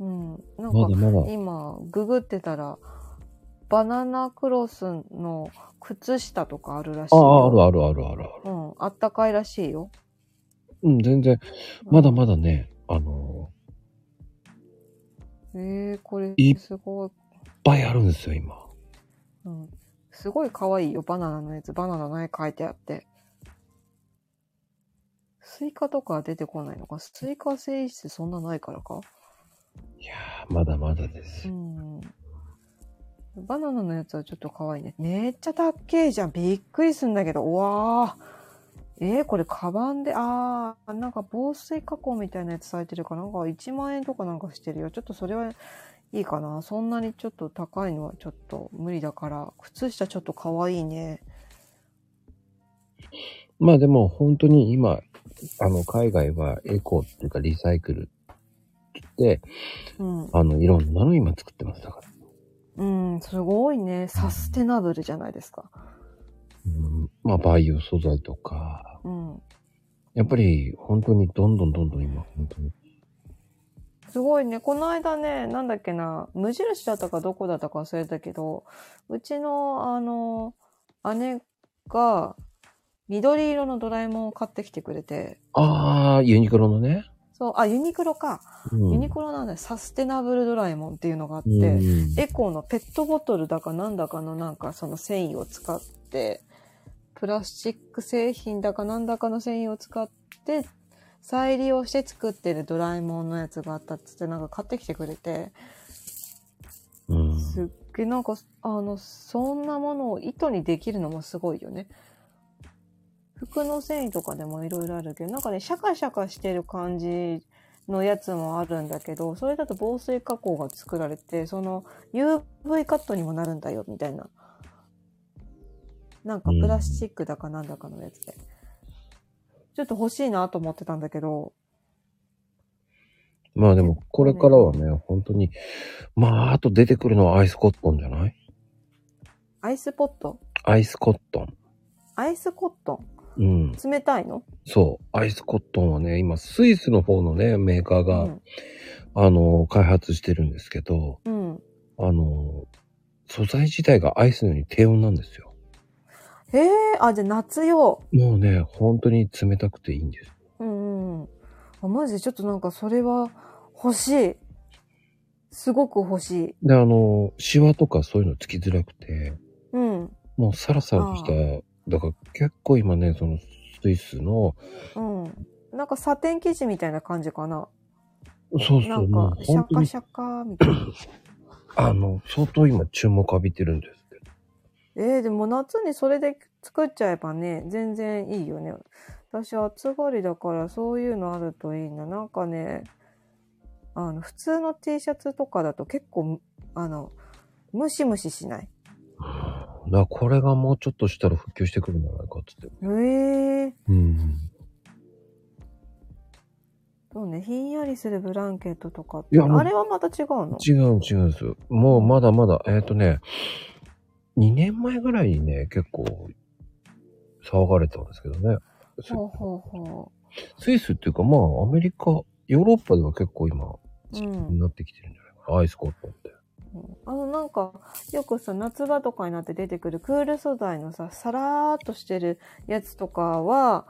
Speaker 3: うん。なん
Speaker 1: ま
Speaker 3: か
Speaker 1: だ、まだ。
Speaker 3: 今、ググってたら、バナナクロスの靴下とかあるらしい
Speaker 1: ああ、あ
Speaker 3: よ。
Speaker 1: るあるあるあるある。
Speaker 3: うん。あったかいらしいよ。
Speaker 1: うん、全然、まだま
Speaker 3: だ。
Speaker 1: だね、あの、
Speaker 3: えー、これ
Speaker 1: い、
Speaker 3: すごい。
Speaker 1: いっぱいあるんですよ、今。
Speaker 3: うん。すごい可愛いよ、バナナのやつ。バナナの絵描いてあって。スイカとかは出てこないのかスイカ性質そんなないからか
Speaker 1: いやー、まだまだで
Speaker 3: う
Speaker 1: す。
Speaker 3: ん。バナナのやつはちょっと可愛いね。めっちゃ高えじゃん。びっくりすんだけど。うわーえー、これカバンで、あー、なんか防水加工みたいなやつされてるから、なんか1万円とかなんかしてるよ。ちょっとそれはいいかな。そんなにちょっと高いのはちょっと無理だから。靴下ちょっと可愛いね。
Speaker 1: まあでも、本当に今、あの、海外はエコっていうかリサイクルって、
Speaker 3: うん。
Speaker 1: あの、いろんなの今作ってますだから。
Speaker 3: うん、すごいね。サステナブルじゃないですか。
Speaker 1: うん、まあ、バイオ素材とか、
Speaker 3: うん。
Speaker 1: やっぱり本当にどんどんどんどん今、本当に。
Speaker 3: すごいね。この間ね、なんだっけな、無印だったかどこだったか忘れたけど、うちの、あの、姉が、緑色のドラえもんを買ってきてくれて、
Speaker 1: ああ、ユニクロのね。
Speaker 3: そう、あ、ユニクロか。
Speaker 1: うん、
Speaker 3: ユニクロなんだよ。サステナブルドラえもんっていうのがあって、
Speaker 1: うん、
Speaker 3: エコーのペットボトルだかなんだかのなんかその繊維を使って、プラスチック製品だかなんだかの繊維を使って、再利用して作ってるドラえもんのやつがあったっつってなんか買ってきてくれて、
Speaker 1: うん
Speaker 3: すっげえなんか、あの、そんなものを糸にできるのもすごいよね。服の繊維とかでもいろいろあるけど、なんかね、シャカシャカしてる感じのやつもあるんだけど、それだと防水加工が作られて、その UV カットにもなるんだよ、みたいな。なんかプラスチックだかなんだかのやつで。ちょっと欲しいなと思ってたんだけど、
Speaker 1: まあでも、これからはね、本当に、まあ、あと出てくるのはアイスコットンじゃない
Speaker 3: アイスポット
Speaker 1: アイスコットン。
Speaker 3: アイスコット
Speaker 1: うん。
Speaker 3: ン冷たいの
Speaker 1: そう。アイスコットンはね、今、スイスの方のね、メーカーが、
Speaker 3: うん
Speaker 1: あの、開発してるんですけど、
Speaker 3: うん。
Speaker 1: あの、素材自体がアイスのように低温なんですよ。
Speaker 3: へえ、あ、じゃあ夏用。
Speaker 1: もうね、本当に冷たくていいんです。
Speaker 3: うんうんうん。あ、マジでちょっとなんかそれは欲しい。すごく欲しい。
Speaker 1: で、あの、シワとかそういうのつきづらくて、
Speaker 3: うん。うん。
Speaker 1: もうサラサラとした、だから結構今ね、そのスイスの
Speaker 3: なんかサテン生地みたいな感じかな。
Speaker 1: そうそ
Speaker 3: な
Speaker 1: う、
Speaker 3: ん
Speaker 1: も
Speaker 3: か
Speaker 1: う、
Speaker 3: シャ
Speaker 1: 本当
Speaker 3: カ
Speaker 1: に、
Speaker 3: シャカみたいな。
Speaker 1: あの、相当今注目浴びてるんですけど。
Speaker 3: えー、でも夏にそれで作っちゃえばね、全然いいよね。私暑がりだからそういうのあるといいな。なんかね、あの、普通の T シャツとかだと結構、あの、ムシムシしない。
Speaker 1: だからこれがもうちょっとしたら復旧してくるんじゃないかっつって。
Speaker 3: えー、
Speaker 1: うん。
Speaker 3: そうね、ひんやりするブランケットとかって
Speaker 1: いやもう
Speaker 3: あれはまた違うの
Speaker 1: 違うん違うんですよ。もうまだまだ、えっ、とね、2年前ぐらいにね、結構、騒がれたんですけどね。ス
Speaker 3: ほうほうほ
Speaker 1: スイスっていうか、まあ、アメリカ、ヨーロッパでは結構今、
Speaker 3: う。う
Speaker 1: に
Speaker 3: ん。
Speaker 1: なってきてるんじゃないかな。アイスコットンって。
Speaker 3: あの、なんか、よくさ、夏場とかになって出てくるクール素材のさ、さらーっとしてるやつとかは、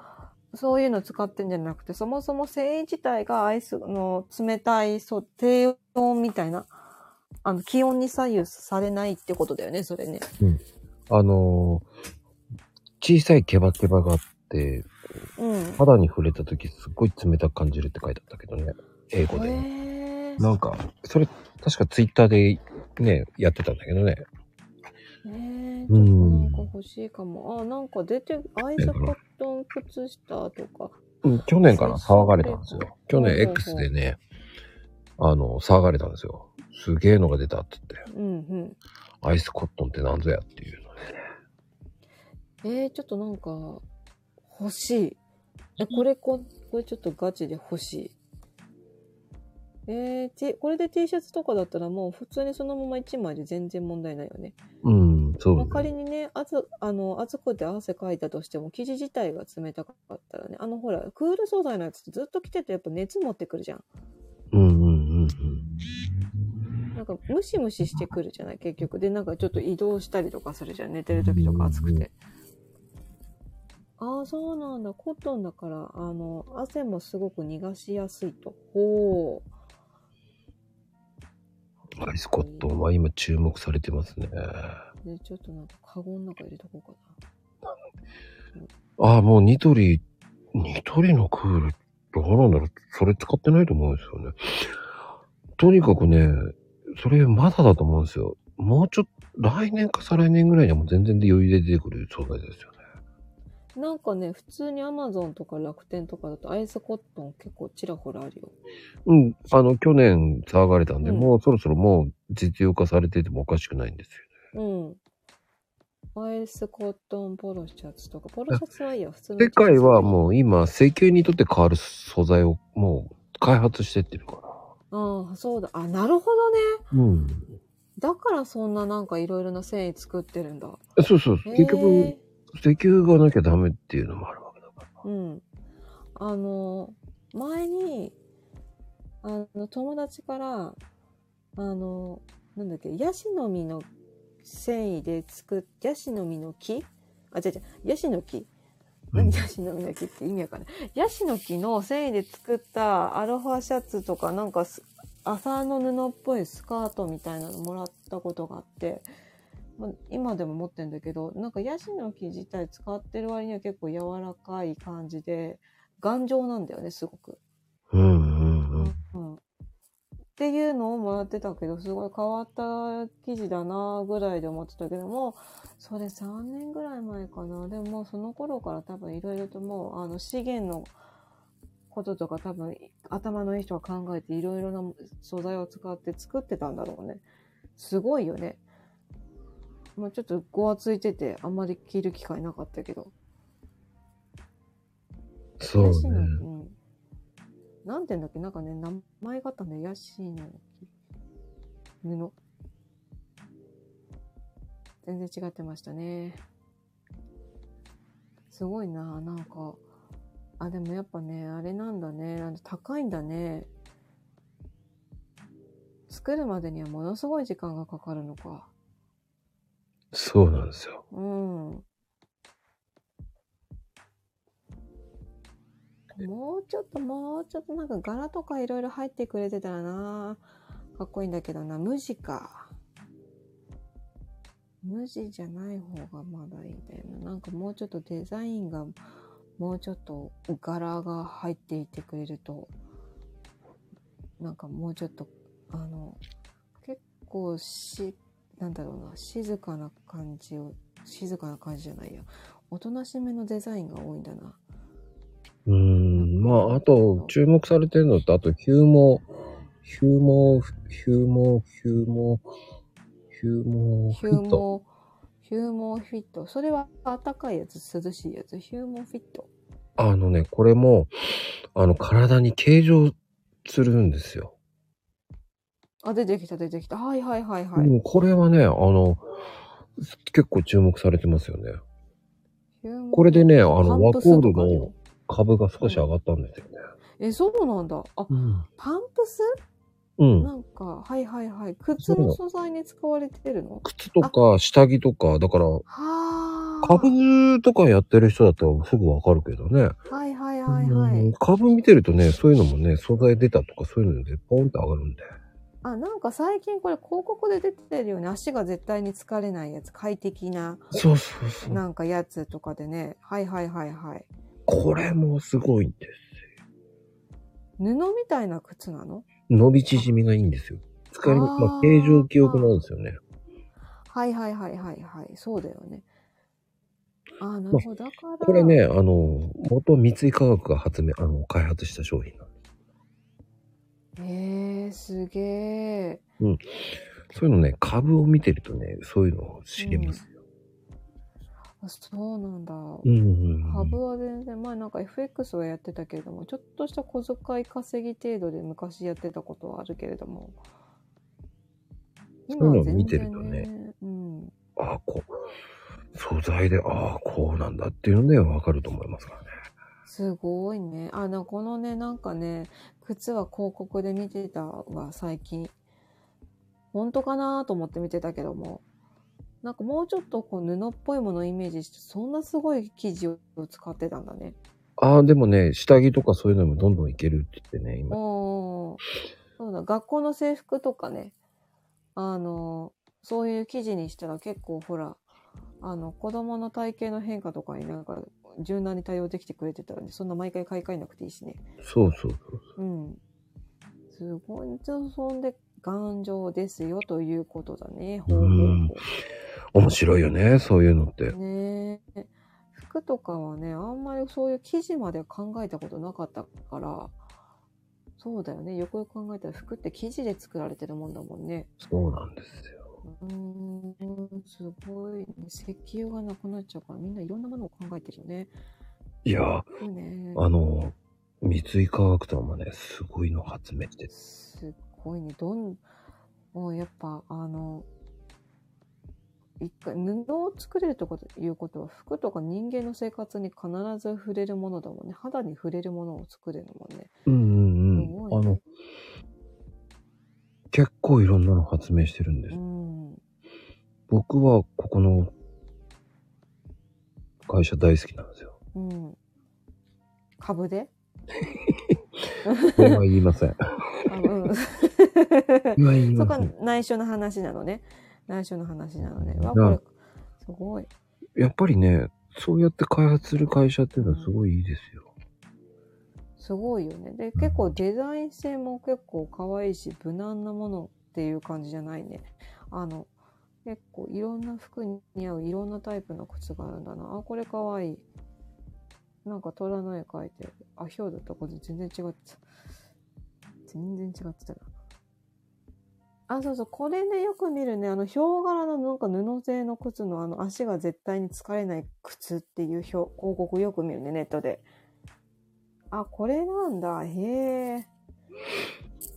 Speaker 3: そういうの使ってんじゃなくて、そもそも繊維自体がアイスの冷たい、そう、低温みたいな、あの、気温に左右されないってことだよね、それね。
Speaker 1: あのー小さいケバケバがあって、
Speaker 3: うん。
Speaker 1: 肌に触れた時すっごい冷たく感じるって書いてあったけどね。英語で、ね。
Speaker 3: へー。
Speaker 1: なんか、それ、確かツイッターでね、やってたんだけどね。
Speaker 3: ねえ、ち
Speaker 1: う
Speaker 3: ょっと
Speaker 1: ん
Speaker 3: なんか欲しいかも。あ、なんか出て、アイスコットン靴下とか。
Speaker 1: うん去年から
Speaker 3: そう
Speaker 1: 騒がれたんですよ。去年
Speaker 3: ほうほうほう
Speaker 1: X でね、あの、騒がれたんですよ。すげえのが出たって言って、
Speaker 3: うんうん。
Speaker 1: アイスコットンってなんぞやっていうのね。
Speaker 3: えー、ちょっとなんか、欲しい。え、これこ、これちょっとガチで欲しい。えー、T、これで T シャツとかだったらもう普通にそのまま1枚で全然問題ないよね。
Speaker 1: うん、そう、
Speaker 3: まあ、
Speaker 1: ね。
Speaker 3: 仮にね、暑、あの、暑くて汗かいたとしても、生地自体が冷たかったらね、あのほら、クール素材のやつってずっと着てるとやっぱ熱持ってくるじゃん。
Speaker 1: うんうんうんうん。
Speaker 3: なんかムシムシしてくるじゃない結局でなんかちょっと移動したりとかするじゃん寝てる時とか暑くて、ああそうなんだコットンだからあの汗もすごく逃がしやすいとほう
Speaker 1: アイスコットンは今注目されてますね。
Speaker 3: でちょっとなんかカゴの中入れとこうか
Speaker 1: ああ、もうニトリ、ニトリのクール、どうなんだろう。それ使ってないと思うんですよね。とにかくね、それまだだと思うんですよ。もうちょっと、来年か再来年ぐらいにはもう全然で余裕で出てくる素材ですよね。
Speaker 3: ななんかね普通にアマゾンとか楽天とかだとアイスコットン結構ちらほらあるよ
Speaker 1: うん、あの、去年騒がれたんで、
Speaker 3: うん
Speaker 1: もうそろそろもう実用化されててもおかしくないんですよ
Speaker 3: うんアイスコットンポロシャツとかポロシャツはいいや普通の
Speaker 1: ね。世界は
Speaker 3: う
Speaker 1: もう今、石油にとって変わる素材をもう開発してってるから。
Speaker 3: ああそうだあなるほどね
Speaker 1: うん。
Speaker 3: だからそんななんかいろいろな繊維作ってるんだ。
Speaker 1: そうそう。結局、
Speaker 3: へ
Speaker 1: 石油がなきゃダメっていうのもあるわけだから。
Speaker 3: ー、うん。あの、前に、あの、友達から、あの、なんだっけ、ヤシの実の繊維で作っ、ヤシの実の木あ、違う違う、ヤシの木
Speaker 1: うん
Speaker 3: 何ヤシの実の木って意味わかんない。ヤシの木の繊維で作ったアロハシャツとか、なんかす麻の布っぽいスカートみたいなのもらったことがあって、まあ今でも持ってんだけど、なんかヤシの木自体使ってる割には結構柔らかい感じで、頑丈なんだよね、すごく。
Speaker 1: うんうんうん。
Speaker 3: うんっていうのをもらってたけど、すごい変わった記事だなぐらいで思ってたけども、それ3年ぐらい前かな。でももうその頃から多分いろいろともう、あの資源のこととか多分頭のいい人が考えていろいろな素材を使って作ってたんだろうね。すごいよね。まあちょっとごわついてて、あんまり着る機会なかったけど。
Speaker 1: そう
Speaker 3: ヤシの
Speaker 1: ね。
Speaker 3: うん。なんて言うんだっけなんかね、名前があったね。ヤシの木。布。全然違ってましたね。すごいななんか。あ、でもやっぱね、あれなんだね。あの高いんだね。作るまでにはものすごい時間がかかるのか。
Speaker 1: そうなんですよ。
Speaker 3: うん。もうちょっともうちょっとなんか柄とかいろいろ入ってくれてたらなかっこいいんだけどな無地か無地じゃない方がまだいいんだよななんかもうちょっとデザインがもうちょっと柄が入っていてくれると、なんかもうちょっと、あの、結構し、なんだろうな、静かな感じを、静かな感じじゃないや。おとなしめのデザインが多いんだな。
Speaker 1: うーん、まあ、あと、注目されてるのって、あと、ヒューモー、ヒューモー、ヒューモー、ヒューモー、ヒューモー
Speaker 3: ヒ
Speaker 1: フ
Speaker 3: ュ
Speaker 1: ィ
Speaker 3: ー
Speaker 1: ット。
Speaker 3: モー、ヒューモーフィット。それは暖かいやつ、涼しいやつ。ヒューモーフィット。
Speaker 1: あのね、これも、あの、体に形状するんですよ。
Speaker 3: あ、出てきた、出てきた。はいはいはいはい。
Speaker 1: うんこれはね、あの、結構注目されてますよね。
Speaker 3: ヒューモー
Speaker 1: これでね、あの、ワコ
Speaker 3: パンプス
Speaker 1: ー
Speaker 3: と
Speaker 1: ル
Speaker 3: かで
Speaker 1: の株が少し上がったんですよね。
Speaker 3: え、そうなんだ。あ、
Speaker 1: うん。
Speaker 3: パンプス
Speaker 1: うん。
Speaker 3: なんか、はいはいはい。靴の素材に使われてるの
Speaker 1: 靴とか下着とか、だから、
Speaker 3: はあ。
Speaker 1: 株とかやってる人だったらすぐわかるけどね。
Speaker 3: はいはいはいは
Speaker 1: うん
Speaker 3: い。
Speaker 1: 株見てるとね、そういうのもね、素材出たとかそういうのでポンって上がるんで。
Speaker 3: あ、なんか最近これ広告で出てるよね。足が絶対に疲れないやつ。快適な、
Speaker 1: そうそうそ。
Speaker 3: なんかやつとかでね。はいはいはいはい。
Speaker 1: これもすごいんです。
Speaker 3: 布みたいな靴なの
Speaker 1: 伸び縮みがいいんですよ。使いに、
Speaker 3: あー
Speaker 1: まあ、形状記憶なんですよね。
Speaker 3: はいはいはいはいはい。そうだよね。あ、なるほど。だから。
Speaker 1: これね、あの、元三井化学が発明、あの、開発した商品なんで
Speaker 3: えー、すげえ。
Speaker 1: す。そういうのね、株を見てるとね、そういうのを知れますよ。
Speaker 3: あそうなんだ。
Speaker 1: うんうんうん。
Speaker 3: 株は全然前なんか FX はやってたけれどもちょっとした小遣い稼ぎ程度で昔やってたことはあるけれども
Speaker 1: そういうのを見てるとね
Speaker 3: 今は全然うん、
Speaker 1: ああ、こう、素材で、ああ、こうなんだっていうのでわかると思いますからね。
Speaker 3: すごいねあのこのねなんかね靴は広告で見てたわ最近本当かなと思って見てたけどもなんかもうちょっとこう布っぽいものをイメージしてそんなすごい生地を使ってたんだね
Speaker 1: ああ、でもね、下着とかそういうのもどんどんいけるって言ってね、今。
Speaker 3: おーそうだ、学校の制服とかね、あの、そういう記事にしたら結構ほら、あの、子供の体型の変化とかになんか柔軟に対応できてくれてたらね、そんな毎回買い替えなくていいしね。
Speaker 1: そうそうそう。
Speaker 3: うん。すごい、そんで頑丈ですよということだね、方法
Speaker 1: うん面白いよね、そういうのって。
Speaker 3: ねえ。服とかはね、あんまりそういう生地まで考えたことなかったから、そうだよね。よくよく考えたら服って生地で作られてるもんだもんね。
Speaker 1: そうなんですよ。
Speaker 3: うーん、すごい、ね。石油がなくなっちゃうから、みんないろんなものを考えてるよね。
Speaker 1: いや
Speaker 3: いいね。
Speaker 1: ー、あの、三井化学さんもね、すごいの発明してて
Speaker 3: すごいね。どん、もうやっぱ、あの、一回、布を作れるとこということは、服とか人間の生活に必ず触れるものだもんね。肌に触れるものを作れるもんね。
Speaker 1: うん
Speaker 3: す
Speaker 1: うんうん。
Speaker 3: ご
Speaker 1: あ
Speaker 3: いね
Speaker 1: の、結構いろんなの発明してるんです。
Speaker 3: うん。
Speaker 1: 僕はここの会社大好きなんですよ。
Speaker 3: うん。株で
Speaker 1: それは言いませ ん。
Speaker 3: あうん。
Speaker 1: それは言い
Speaker 3: そ
Speaker 1: ま
Speaker 3: こは
Speaker 1: せん。
Speaker 3: 内緒の話なのね。内緒の話なのね。わ、
Speaker 1: うん
Speaker 3: これ、すごい。
Speaker 1: やっぱりね、そうやって開発する会社っていうのはすごいいいですよ。
Speaker 3: すごいよね。で、結構デザイン性も結構可愛いし、無難なものっていう感じじゃないね。あの、結構いろんな服に合ういろんなタイプの靴があるんだな。あ、これ可愛い。なんか虎の絵描いてる。あ、ヒョウだった。これ全然違った。全然違ってたな。あ、そうそう。これね、よく見るね。あの、ヒョウ柄のなんか布製の靴のあの、足が絶対に疲れない靴っていう表広告よく見るね、ネットで。あ、これなんだ。へえ。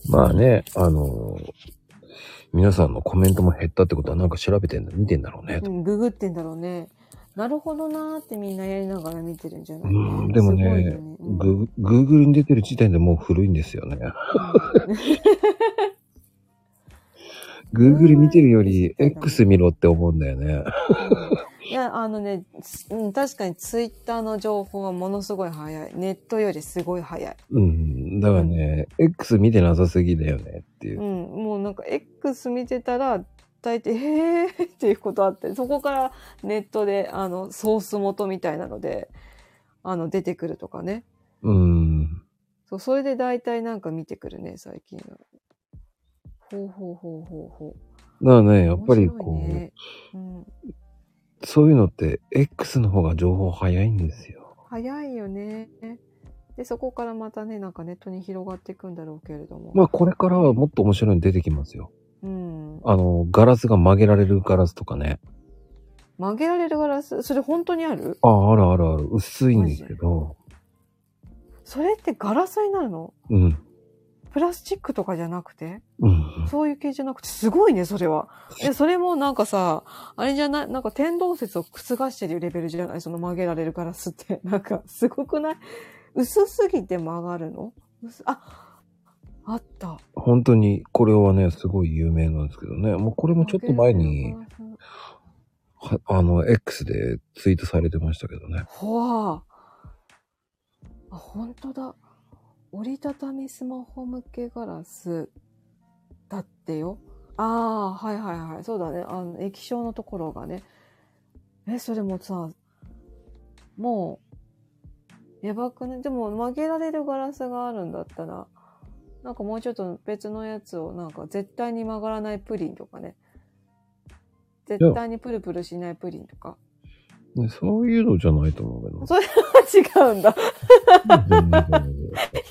Speaker 1: まあね、あのー皆さんのコメントも減ったってことはなんか調べてんだ、見てんだろうね
Speaker 3: う。ん、ググってんだろうね。なるほどなーってみんなやりながら見てるんじゃない
Speaker 1: うんでもね
Speaker 3: すごいよねうん
Speaker 1: ググーグルに出てる時点でもう古いんですよね。グーグル見てるより X 見ろって思うんだよね。
Speaker 3: いや、あのね、つうん確かにツイッターの情報はものすごい早い。ネットよりすごい早い。
Speaker 1: うん。だからね、X 見てなさすぎだよねっていうう。
Speaker 3: ん、もうなんか X 見てたら、大体、へーっていうことあって、そこからネットで、あの、ソース元みたいなので、あの、出てくるとかね。
Speaker 1: うん。
Speaker 3: そう、それで大体なんか見てくるね、最近は。ほうほうほうほうほ
Speaker 1: だからね、
Speaker 3: う。
Speaker 1: やっぱりこ
Speaker 3: 面
Speaker 1: う、
Speaker 3: 白いねうん。
Speaker 1: そういうのって X の方が情報早いんですよ。
Speaker 3: 早いよね。で、そこからまたね、なんかネットに広がっていくんだろうけれども。
Speaker 1: まあこれからはもっと面白いの出てきますよ。
Speaker 3: うん。
Speaker 1: あの、ガラスが曲げられるガラスとかね。
Speaker 3: 曲げられるガラス、それ本当にある
Speaker 1: あ、あるあるある。薄いんですけど。
Speaker 3: それってガラスになるの
Speaker 1: うん。
Speaker 3: プラスチックとかじゃなくて
Speaker 1: うん。
Speaker 3: そういう系じゃなくて、すごいね、それは。で、それもなんかさ、あれじゃない、なんか天動説を覆してるレベルじゃないその曲げられるガラスって。 なんか、すごくない薄すぎて曲がるの薄あ、あった。
Speaker 1: 本当に、これはね、すごい有名なんですけどね。もうこれもちょっと前に、
Speaker 3: 曲げられるガラス
Speaker 1: はあの、X でツイートされてましたけどね。
Speaker 3: ほわあ。あ、本当だ。折りたたみスマホ向けガラスだってよ。ああ、はいはいはい。そうだね。あの、液晶のところがね。え、それもさ、もう、やばくね。でも曲げられるガラスがあるんだったら、なんかもうちょっと別のやつを、なんか絶対に曲がらないプリンとかね。絶対にプルプルしないプリンとか。
Speaker 1: ねそういうのじゃないと思うけど。
Speaker 3: 違うんだ。
Speaker 1: 全然大丈夫
Speaker 3: い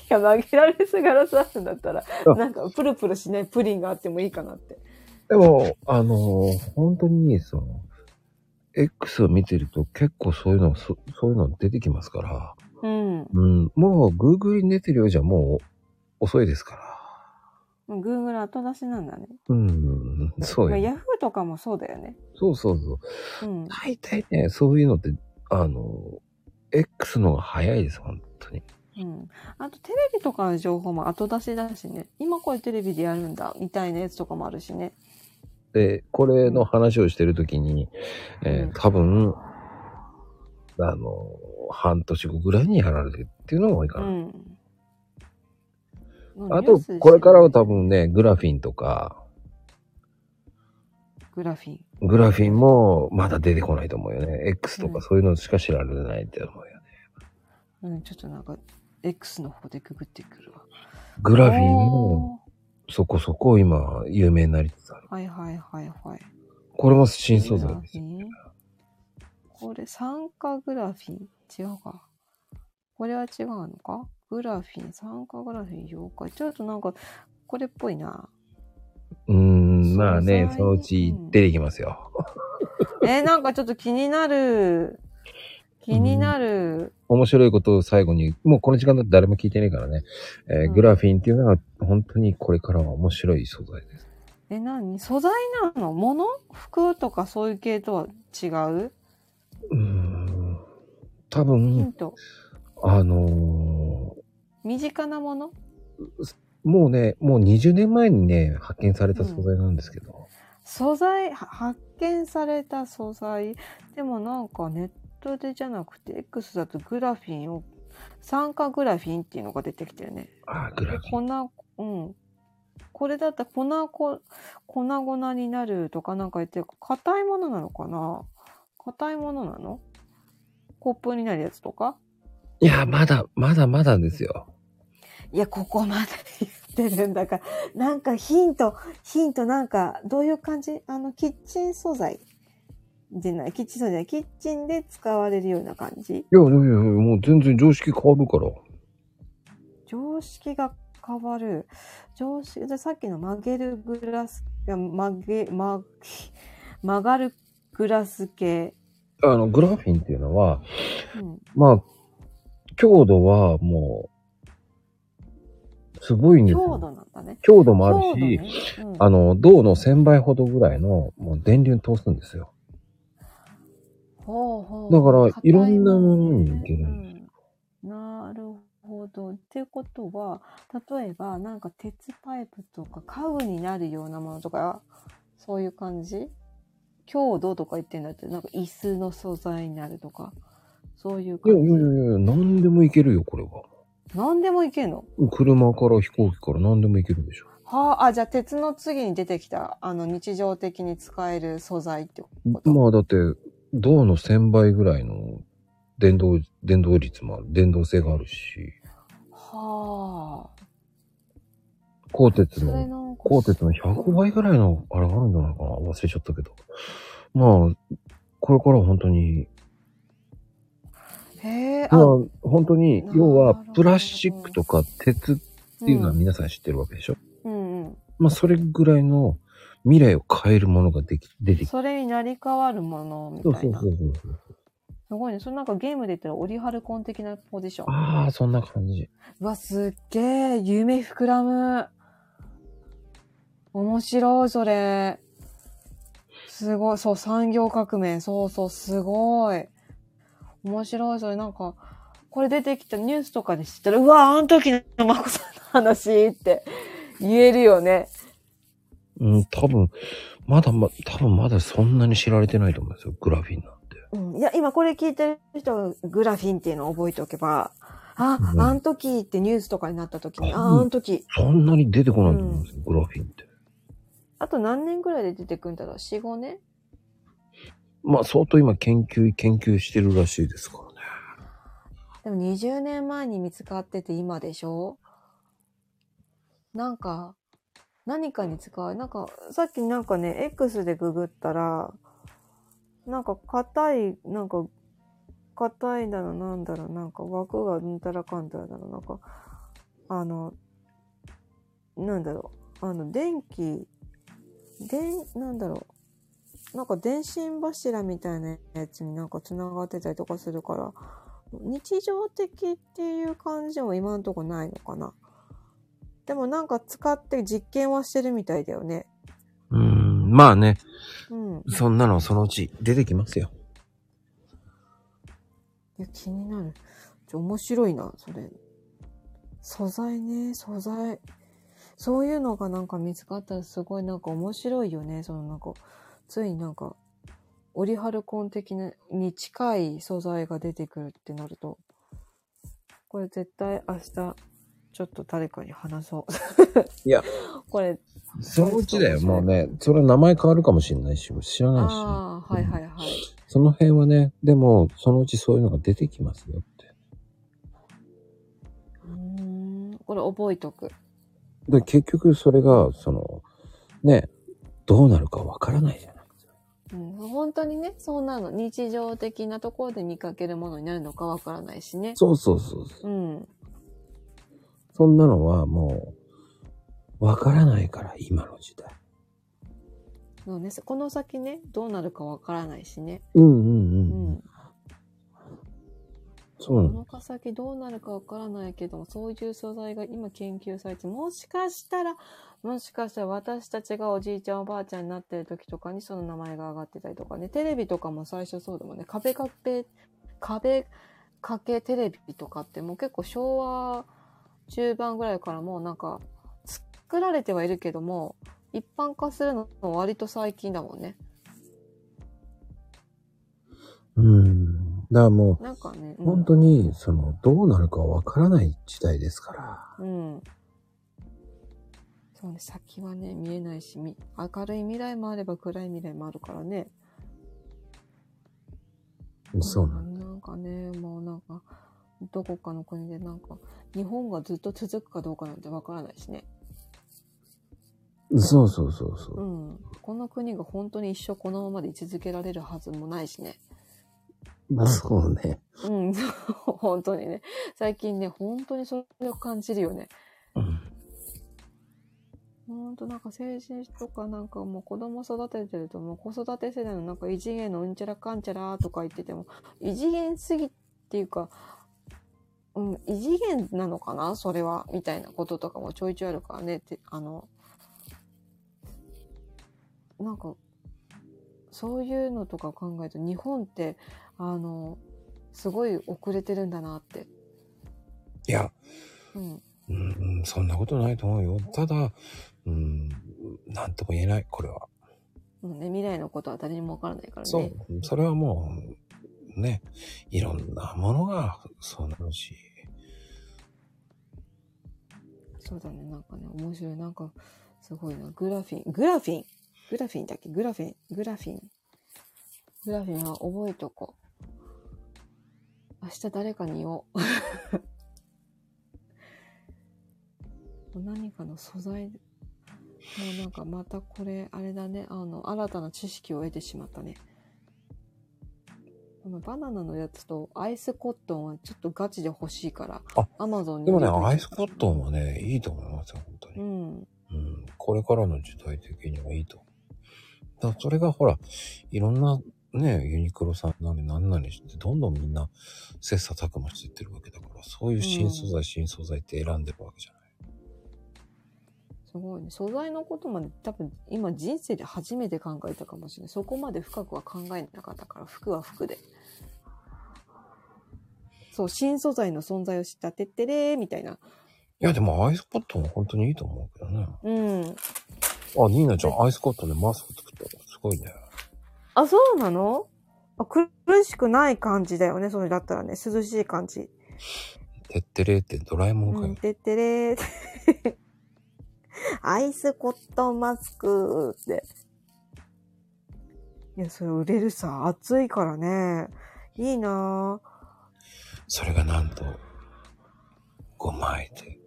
Speaker 3: や、曲げられすガラスあるんだったら
Speaker 1: あ、
Speaker 3: なんかプルプルしないプリンがあってもいいかなって。
Speaker 1: でも、あのー本当に、その、X を見てると結構そういうの、そそういうの出てきますから、
Speaker 3: うん。
Speaker 1: うん、もう Google に出てるようじゃもう遅いですから。
Speaker 3: Google 後出しなんだね。
Speaker 1: うん、そうよ。
Speaker 3: Yahoo とかもそうだよね。
Speaker 1: そうそうそう。
Speaker 3: うん。
Speaker 1: 大体ね、そういうのって、あのー X の方が早いです、本当に。
Speaker 3: うん。あとテレビとかの情報も後出しだしね。今これテレビでやるんだ、みたいなやつとかもあるしね。
Speaker 1: で、これの話をしてるときに、え
Speaker 3: うん
Speaker 1: ー多分、あのー半年後ぐらいにやられてるっていうのが多いか
Speaker 3: う
Speaker 1: な。
Speaker 3: ん。
Speaker 1: あと、これからは多
Speaker 3: 分。
Speaker 1: 分ね、グラフィンとか、
Speaker 3: グラフィン。
Speaker 1: グラフィンもまだ出てこないと思うよね。X と
Speaker 3: う
Speaker 1: か
Speaker 3: ん
Speaker 1: そういうのしか知られてないって思うよね。
Speaker 3: うん、ちょっとなんか、X の方でググってくるわ。
Speaker 1: グラフィンもそこそこ今有名になりつつある。
Speaker 3: おー。はいはいはいはい。
Speaker 1: これも新素材ですよ。
Speaker 3: これ酸化グラフィン違うか。これは違うのかグラフィン、酸化グラフィン、妖怪。ちょっとなんか、これっぽいな。
Speaker 1: うーん、まあね、
Speaker 3: 素材
Speaker 1: そのうち出てきますよ。
Speaker 3: えーなんかちょっと気になる。気になる。
Speaker 1: 面白いことを最後に、もうこの時間だって誰も聞いてないからね、えー
Speaker 3: うん
Speaker 1: グラフィンっていうのは本当にこれからは面白い素材です。
Speaker 3: え、何素材なの物服とかそういう系とは違う
Speaker 1: うーん、多
Speaker 3: ヒ
Speaker 1: 分
Speaker 3: ン、ト。
Speaker 1: あのー
Speaker 3: 身近なもの
Speaker 1: もうね、もう20年前にね、発見された素材なんですけど。
Speaker 3: 素材、は発見された素材。でもなんかネットでじゃなくて、X だとグラフィンを、酸化グラフィンっていうのが出てきてるね。
Speaker 1: ああ、グラフィン。
Speaker 3: 粉、うん。これだったら粉こ、粉々になるとかなんか言ってる、硬いものなのかな硬いものなのコップになるやつとか
Speaker 1: いや、まだ、まだまだですよ。
Speaker 3: いや、ここまで言ってるんだから。なんかヒント、ヒントなんか、どういう感じあの、キッチン素材じゃない、キッチン素材じゃない、キッチンで使われるような感じ
Speaker 1: いや、いやいや、もう全然常識変わるから。
Speaker 3: 常識が変わる。常識、じゃあさっきの曲げるグラス、いや曲げ、曲げ、曲がるグラス系。
Speaker 1: あの、グラフィンっていうのは、
Speaker 3: うん。
Speaker 1: まあ、強度はもう、すごいんですよ。
Speaker 3: 強度なんだね。
Speaker 1: 強度もあるし、
Speaker 3: 強度ねうん
Speaker 1: あの、銅の1000倍ほどぐらいの、もう電流通すんですよ。
Speaker 3: ほうほう
Speaker 1: だから
Speaker 3: 硬
Speaker 1: いろんなものに
Speaker 3: ね
Speaker 1: いける
Speaker 3: うんんなるほど。ってことは、例えば、なんか鉄パイプとか家具になるようなものとか、そういう感じ強度とか言ってんだって、なんか椅子の素材になるとか、そういう
Speaker 1: いやい
Speaker 3: 感
Speaker 1: やい
Speaker 3: じ。
Speaker 1: やいや、何でもいけるよ、これは。
Speaker 3: 何でもいけんの
Speaker 1: 車から飛行機から何でもいけるでしょ。
Speaker 3: はあ、あ、じゃあ鉄の次に出てきた、あの、日常的に使える素材ってこと
Speaker 1: まあだって、銅の1000倍ぐらいの伝導、伝導率もある、伝導性があるし、
Speaker 3: はあ。
Speaker 1: 鋼鉄
Speaker 3: それ
Speaker 1: の、
Speaker 3: なんか
Speaker 1: 鋼鉄の100倍ぐらいの、あれがあるんじゃないかな忘れちゃったけど。まあ、これから本当に、
Speaker 3: へえ、
Speaker 1: まあ
Speaker 3: あ、
Speaker 1: 本当に
Speaker 3: な、るほ
Speaker 1: 要
Speaker 3: ど
Speaker 1: はプラスチックとか鉄っていうのは皆さん知ってるわけでしょ、
Speaker 3: うんうん。
Speaker 1: まあ、それぐらいの未来を変えるものができ、出てきて。
Speaker 3: それになり変わるものみ
Speaker 1: そう
Speaker 3: た
Speaker 1: そ
Speaker 3: いうな。
Speaker 1: そうそう。
Speaker 3: すごいね。そのなんかゲームで言ったらオリハルコン的なポジション。
Speaker 1: ああ、そんな感じ。
Speaker 3: うわ、すっげえ。夢膨らむ。面白い、それ。すごい。そう、産業革命。そうそう、すごい。面白い、それ。なんか、これ出てきたニュースとかで知ったら、うわ、あの時のマコさんの話って言えるよね。
Speaker 1: うん、多分、まだま、多分まだそんなに知られてないと思うんですよ、グラフィンなんて。
Speaker 3: うん、いや、今これ聞いてる人はグラフィンっていうのを覚えておけば、あ、
Speaker 1: うん
Speaker 3: あん時ってニュースとかになった時に、あ、
Speaker 1: うん
Speaker 3: あん時。
Speaker 1: そんなに出てこないと思うんですよ、グラフィンって。
Speaker 3: あと何年ぐらいで出てくんだろう ?4、5年
Speaker 1: まあ、相当今研究、研究してるらしいですからね。
Speaker 3: でも20年前に見つかってて今でしょなんか、何かに使う。なんか、さっきなんかね、X でググったら、なんか硬い、なんか、硬いだろ、なんだろ、なんか枠がうんたらかんたらだろ、なんか、あの、なんだろう、あの、電気、電、なんだろう、なんか電信柱みたいなやつになんか繋がってたりとかするから、日常的っていう感じでも今んとこないのかな。でもなんか使って実験はしてるみたいだよね。
Speaker 1: うーん、まあね、
Speaker 3: うん。い
Speaker 1: そんなのそのうち出てきますよ。
Speaker 3: や、気になる。ちょ、面白いな、それ。素材ね、素材。そういうのがなんか見つかったらすごいなんか面白いよね。そのなんか、ついになんか、オリハルコン的なに近い素材が出てくるってなると、これ絶対明日、ちょっと誰かに話そう。
Speaker 1: いや、
Speaker 3: これ
Speaker 1: そのうちだよ、
Speaker 3: そうそ
Speaker 1: もう
Speaker 3: う
Speaker 1: ね。それは名前変わるかもしれないし、知らないし。
Speaker 3: ああ、はいはいはい。
Speaker 1: その辺はね、でも、そのうちそういうのが出てきますよって。
Speaker 3: うーん、これ覚えとく。
Speaker 1: で、結局それが、その、ね、どうなるかわからないじゃないですか。
Speaker 3: うん、本当にね、そうなの。日常的なところで見かけるものになるのかわからないしね。
Speaker 1: そうそうそうそう。
Speaker 3: うん。
Speaker 1: そんなのはもう、わからないから、今の時代。
Speaker 3: そうね、この先ね、どうなるかわからないしね。
Speaker 1: うんう
Speaker 3: うん
Speaker 1: うん。
Speaker 3: ん。
Speaker 1: そう
Speaker 3: こ
Speaker 1: なの。
Speaker 3: の先どうなるかわからないけども、そういう素材が今研究されて、もしかしたら、もしかしたら私たちがおじいちゃんおばあちゃんになってる時とかにその名前が上がってたりとかね、テレビとかも最初そうでもんね、壁かけ、壁かけテレビとかってもう結構昭和中盤ぐらいからもうなんか作られてはいるけども、一般化するのも割と最近だもんね。
Speaker 1: うん。だからも
Speaker 3: なんかね、
Speaker 1: う、
Speaker 3: うん
Speaker 1: 本当に、その、どうなるかわからない時代ですから。
Speaker 3: うん。そうね、先はね、見えないし、み明るい未来もあれば暗い未来もあるからね。
Speaker 1: そうなの。
Speaker 3: んなんかね、もうなんか、どこかの国でなんか、日本がずっと続くかどうかなんてわからないしね。
Speaker 1: そうそうそうそうう。
Speaker 3: ん。この国が本当に一生このままで居続けられるはずもないしね。
Speaker 1: そうね。
Speaker 3: うん、本当にね。最近ね、本当にそれを感じるよね。
Speaker 1: うん
Speaker 3: ほんとなんか成人とかなんかもう子供育ててるともう子育て世代のなんか異次元のうんちゃらかんちゃらとか言ってても異次元すぎっていうか、うん、異次元なのかなそれはみたいなこととかもちょいちょいあるからねって、あの、なんか、そういうのとかを考えると日本って、あの、すごい遅れてるんだなって。
Speaker 1: いや、
Speaker 3: うん。
Speaker 1: うん、うんそんなことないと思うよ。ただ、うん、なんとも言えない、これは。
Speaker 3: もうね、未来のことは誰にもわからないからね。
Speaker 1: そう。それはもう、ね、いろんなものがそうなるし。
Speaker 3: そうだね、なんかね、面白い。なんか、すごいな。グラフィン、グラフィングラフィンだっけグラフィン、グラフィン。グラフィンは覚えとこう。明日誰かに言おう。 何かの素材、もうなんかまたこれ、あれだね、あの、新たな知識を得てしまったね。このバナナのやつとアイスコットンはちょっとガチで欲しいから
Speaker 1: あ、
Speaker 3: アマゾンに。
Speaker 1: でもね、アイスコットンはね、いいと思いますよ、本当
Speaker 3: う
Speaker 1: に。
Speaker 3: ん。
Speaker 1: うん。これからの時代的にはいいと。だからそれがほら、いろんなね、ユニクロさんなり何なりして、どんどんみんな切磋琢磨していってるわけだから、そういう新素材、新素材って選んでるわけじゃない。
Speaker 3: すごいね。素材のことまで多分今人生で初めて考えたかもしれない。そこまで深くは考えなかったから、服は服で。そう、新素材の存在を知ったてってれーみたいな。
Speaker 1: いや、でもアイスコットンは本当にいいと思うけどね。
Speaker 3: うん。
Speaker 1: あ、ニーナちゃん、アイスコットンでマスク作ったのすごいね。
Speaker 3: あ、そうなのあ苦しくない感じだよね、それだったらね。涼しい感じ。
Speaker 1: てってれーってドラえもんかよ。
Speaker 3: うん、てってれー。アイスコットンマスクって。いや、それ売れるさ。暑いからね。いいなぁ。
Speaker 1: それがなんと、5枚で、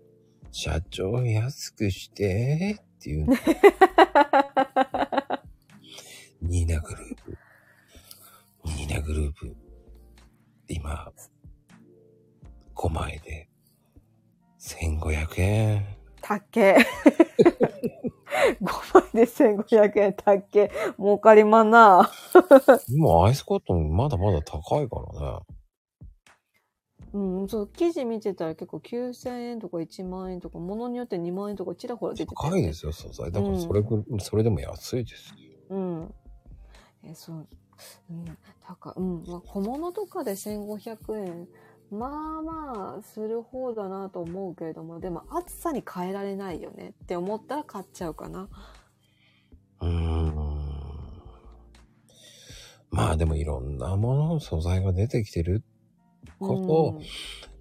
Speaker 1: 社長安くして、っていうの。ニーナグループ。ニーナグループ。今、5枚で、1500円。
Speaker 3: たっけ。5枚で1500円たっけ。儲かりまんな
Speaker 1: 今、アイスコットンまだまだ高いからね。
Speaker 3: うん、そう、記事見てたら結構9000円とか1万円とか、ものによって2万円とかちらほら出てたよ
Speaker 1: 高
Speaker 3: ね
Speaker 1: いですよ、素材。だからそれぐ、それでも安いですよ。
Speaker 3: うん。え、そう。うん、高い。うん。まあ、小物とかで1500円。まあまあ、する方だなと思うけれども、でも暑さに変えられないよねって思ったら買っちゃうかな。
Speaker 1: うーんまあでもいろんなものの素材が出てきてる。こ
Speaker 3: うん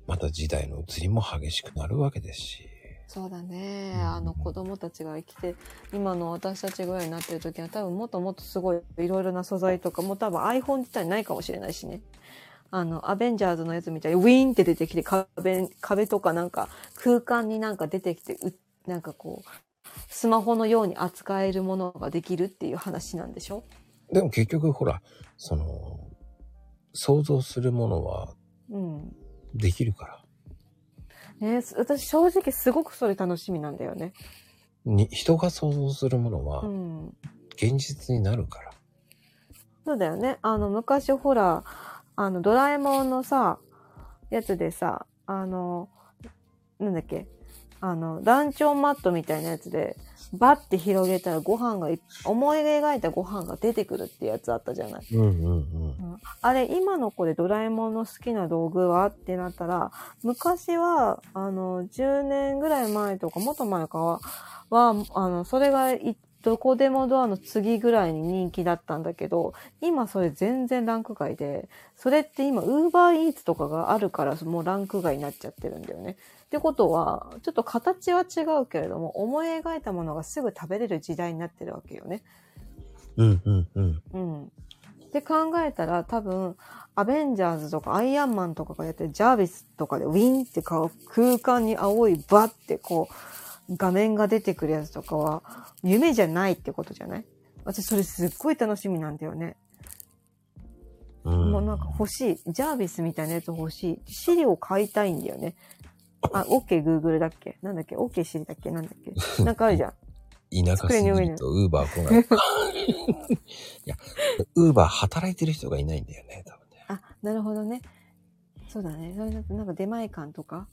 Speaker 1: また時代の移りも激しくなるわけですし。
Speaker 3: そうだね。
Speaker 1: うん
Speaker 3: あの子供たちが生きて、今の私たちぐらいになってる時は多分もっともっとすごいいろいろな素材とか、もう多分 iPhone 自体ないかもしれないしね。あの、アベンジャーズのやつみたいにウィーンって出てきて壁、壁とかなんか空間になんか出てきて、うなんかこう、スマホのように扱えるものができるっていう話なんでしょ
Speaker 1: でも結局ほら、その、想像するものは
Speaker 3: うん。
Speaker 1: できるから。
Speaker 3: ねす私正直すごくそれ楽しみなんだよね。
Speaker 1: に人が想像するもの
Speaker 3: う
Speaker 1: は
Speaker 3: ん。
Speaker 1: 現実になるから。
Speaker 3: そうだよね。あの、昔ほら、あの、ドラえもんのさ、やつでさ、あの、なんだっけ、あの、ランチョンマットみたいなやつで、バッて広げたらご飯がい、思い描いたご飯が出てくるってやつあったじゃない。
Speaker 1: うんうんうん。
Speaker 3: あれ、今の子でドラえもんの好きな道具はってなったら、昔は、あの、10年ぐらい前とか、もっと前かは、は、あの、それがい、どこでもドアの次ぐらいに人気だったんだけど、今それ全然ランク外で、それって今、ウーバーイーツとかがあるから、もうランク外になっちゃってるんだよね。ってことは、ちょっと形は違うけれども、思い描いたものがすぐ食べれる時代になってるわけよね。
Speaker 1: うんうんうん。
Speaker 3: うん。で考えたら多分、アベンジャーズとかアイアンマンとかがやってるジャービスとかでウィンってこう空間に青いバッてこう画面が出てくるやつとかは夢じゃないってことじゃない私それすっごい楽しみなんだよね。
Speaker 1: うん、
Speaker 3: もうなんか欲しい。ジャービスみたいなやつ欲しい。資料買いたいんだよね。あ、OK Google だっけなんだっけ ?OK 知りだっけなんだっ けなんかあるじゃん。
Speaker 1: 田舎すぎるとウーバー来ない。 いや、ウーバー働いてる人がいないんだよね、多分ね。
Speaker 3: あ、なるほどね。そうだね。それだとなんか出前感とか。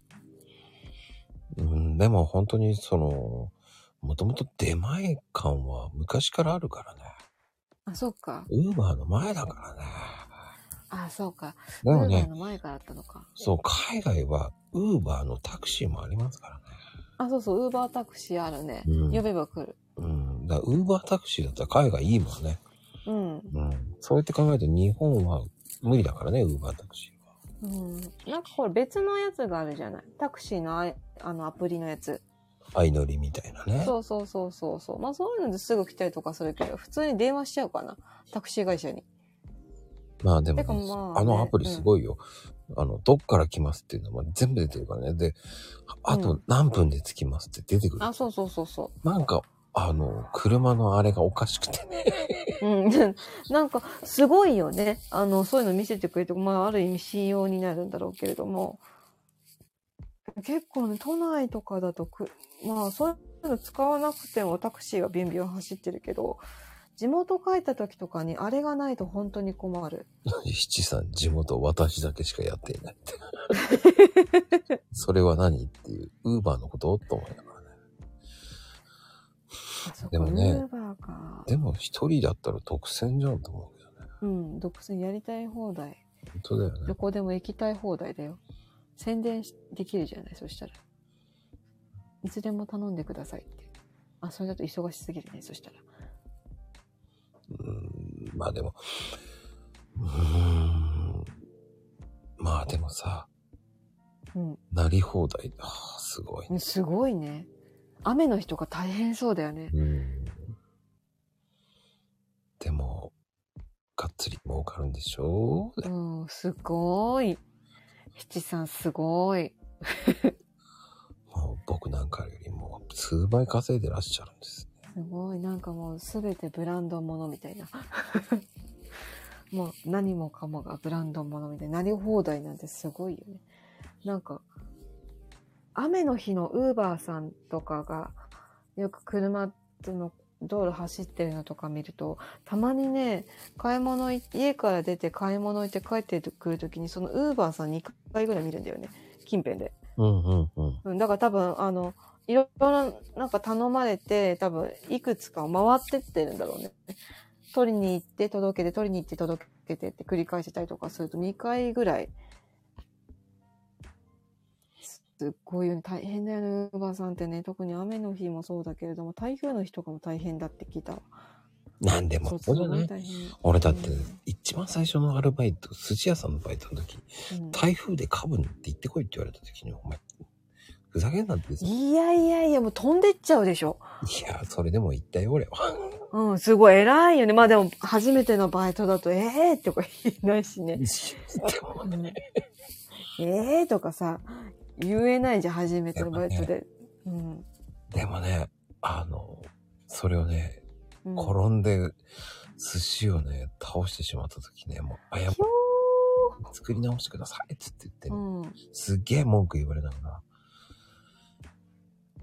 Speaker 1: うん、でも本当にその、もともと出前感は昔からあるからね。
Speaker 3: あ、そっか。
Speaker 1: ウーバーの前だからね。
Speaker 3: あ、そうか。
Speaker 1: でも
Speaker 3: ウーバー
Speaker 1: ね、
Speaker 3: の前からあったのか。
Speaker 1: そう、海外はウーバーのタクシーもありますからね。
Speaker 3: あ、そうそう、ウーバータクシーあるね。
Speaker 1: うん
Speaker 3: 呼べば来る。
Speaker 1: うん。だウーバータクシーだったら海外いいもんね。
Speaker 3: う
Speaker 1: う
Speaker 3: ん。
Speaker 1: ん。そうやって考えると日本は無理だからね、ウーバータクシーは。
Speaker 3: うん。なんかこれ別のやつがあるじゃない。タクシーのあいあのアプリのやつ。
Speaker 1: 相乗りみたいなね。
Speaker 3: そうそうそうそうそう。まあそういうのですぐ来たりとかするけど、普通に電話しちゃうかな。タクシー会社に。
Speaker 1: まあでも、
Speaker 3: てかまあね
Speaker 1: あのアプリすごいよ。あの、どっから来ますっていうのも全部出てるからね。で、ああ
Speaker 3: う
Speaker 1: と何分で着きますって出てくる。
Speaker 3: あ、そうそうそうそ
Speaker 1: なんか、あの、車のあれがおかしくてね。
Speaker 3: う。うん。なんか、すごいよね。あの、そういうの見せてくれて、まあ、ある意味信用になるんだろうけれども、結構ね、都内とかだとく、まあ、そういうの使わなくてもタクシーはビンビン走ってるけど、地元帰った時とかにあれがないと本当に困る。
Speaker 1: 七さん、地元私だけしかやってい ないって。それは何っていう、ウーバーのことと思いながらね。
Speaker 3: あそこ
Speaker 1: でもね
Speaker 3: ウーバーか。
Speaker 1: でも一人だったら独占じゃんと思うけどね。
Speaker 3: うん、独占やりたい放題。
Speaker 1: 本当だよ
Speaker 3: ど
Speaker 1: ね。
Speaker 3: こでも行きたい放題だよ。宣伝しできるじゃない、そしたら。いつでも頼んでくださいって。あ、それだと忙しすぎるね、そしたら。
Speaker 1: うん、まあでも、うーん。まあでもさ、
Speaker 3: うん
Speaker 1: なり放題。ああ、すごいね。
Speaker 3: ね。すごいね。雨の日とか大変そうだよね。
Speaker 1: うん。でも、がっつり儲かるんでしょ
Speaker 3: うん、すごい。七さんすごい。
Speaker 1: もう僕なんかよりも数倍稼いでらっしゃるんです。
Speaker 3: すごい。なんかもうすべてブランドものみたいな。 もう何もかもがブランドものみたいな。なり放題なんてすごいよね。なんか、雨の日のウーバーさんとかが、よく車との道路走ってるのとか見ると、たまにね、買い物い、家から出て買い物行って帰ってくるときに、そのウーバーさん2回ぐらい見るんだよね。近辺で。
Speaker 1: うんうんうん。
Speaker 3: うん、だから多分、あの、いろいろな、なんか頼まれて、多分、いくつかを回ってってるんだろうね。取りに行って届けて、取りに行って届けてって繰り返してたりとかすると2回ぐらい。すっごいよね。大変だよね、ウーバーさんってね。特に雨の日もそうだけれども、台風の日とかも大変だって聞いたわ。
Speaker 1: なんでもそうじゃない
Speaker 3: 大変。
Speaker 1: 俺だって
Speaker 3: うん、
Speaker 1: 一番最初のアルバイト、寿司屋さんのバイトの時、
Speaker 3: うん
Speaker 1: 台風でカブンって行ってこいって言われた時に、お前、ふざけんなって。い
Speaker 3: いやいやいや、もう飛んでっちゃうでしょ。
Speaker 1: や、それでも行ったよ、俺 は。
Speaker 3: うん、すごい偉いよね。まあでも、初めてのバイトだと、ええー、とか言えないしね。
Speaker 1: でもね
Speaker 3: ええー、とかさ、言えないじゃん、初めてのバイトで。うん。
Speaker 1: でもね、あの、それをね、
Speaker 3: うん、
Speaker 1: 転んで、寿司をね、倒してしまった時ね、もう、謝っ
Speaker 3: ひょ
Speaker 1: 作り直してくださいっつって言って
Speaker 3: ー
Speaker 1: ね、
Speaker 3: うん。
Speaker 1: すっげえ文句言われながら、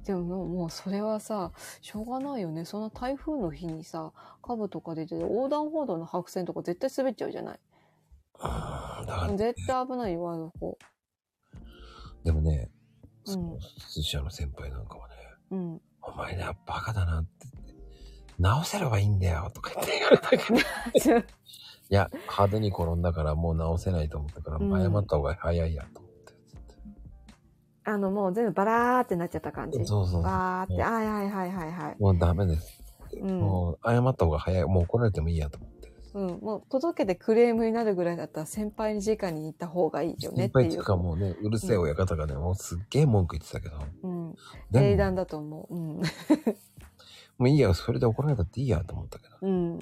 Speaker 3: でも、もうそれはさ、しょうがないよね。そんな台風の日にさ、株とか出てて、横断歩道の白線とか絶対滑っちゃうじゃない。
Speaker 1: うーん、だから、
Speaker 3: 絶対危ないよ、あの子。
Speaker 1: でもね、
Speaker 3: うん
Speaker 1: その寿司屋の先輩なんかはね、
Speaker 3: うん。
Speaker 1: お前な、バカだなって言って、直せればいいんだよとか言って言われたけ ど、いや、派手に転んだからもう直せないと思ったから、
Speaker 3: うん
Speaker 1: 謝った方が早いやと思って。
Speaker 3: あの、もう全部バラーってなっちゃった感じ。
Speaker 1: そうそうそう。
Speaker 3: バーって、あはいはいはいはいはい。
Speaker 1: もうダメです。
Speaker 3: うん。
Speaker 1: もう謝った方が早い。もう怒られてもいいやと思って。
Speaker 3: うん、もう届けてクレームになるぐらいだったら先輩に直に行った方がいいよ
Speaker 1: 先
Speaker 3: ねって
Speaker 1: 輩っ
Speaker 3: い
Speaker 1: ていう
Speaker 3: う。
Speaker 1: かもうね、うるせえ親方がね、もうすっげえ文句言ってたけど、
Speaker 3: うん。
Speaker 1: で
Speaker 3: 英
Speaker 1: も
Speaker 3: 断だと思う。うん。
Speaker 1: もういいや、それで怒られたっていいやと思ったけど。
Speaker 3: うん。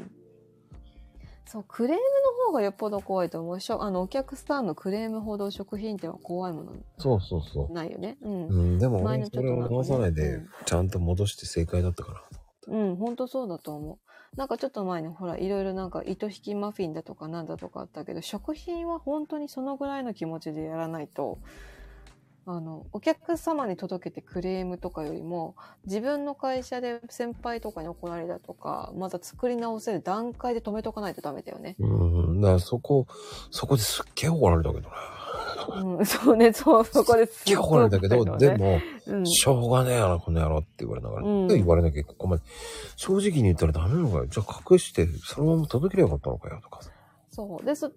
Speaker 3: そう、クレームの方がよっぽど怖いと思う。しょあの、お客さんのクレームほど食品店は怖いもの
Speaker 1: そうそうそ
Speaker 3: ないよね。う
Speaker 1: う。。
Speaker 3: ん
Speaker 1: うん、でも
Speaker 3: 前
Speaker 1: 俺
Speaker 3: の
Speaker 1: も
Speaker 3: ち
Speaker 1: そ
Speaker 3: ょっ
Speaker 1: れを直さな
Speaker 3: となんかね
Speaker 1: いで
Speaker 3: うん、
Speaker 1: ちゃんと戻して正解だったから。
Speaker 3: うん、ほんとそうだと思う。なんかちょっと前にほら、いろいろなんか糸引きマフィンだとかなんだとかあったけど、食品は本当にそのぐらいの気持ちでやらないと、あの、お客様に届けてクレームとかよりも、自分の会社で先輩とかに怒られだとか、また作り直せる段階で止めとかないとダメだよね。
Speaker 1: うん、だからそこ、そこですっげえ怒られたけどね。
Speaker 3: うん、そうね、そう、そこですす
Speaker 1: っげえ怒られたけど、
Speaker 3: ね
Speaker 1: で、も、
Speaker 3: うん、
Speaker 1: しょうがねえやな、この野郎って言われながら。
Speaker 3: うん
Speaker 1: 言われなきゃここまで。正直に言ったらダメなのかよ。じゃあ隠して、そのまま届ければよかったのかよ、とかさ。
Speaker 3: そう。で、そ、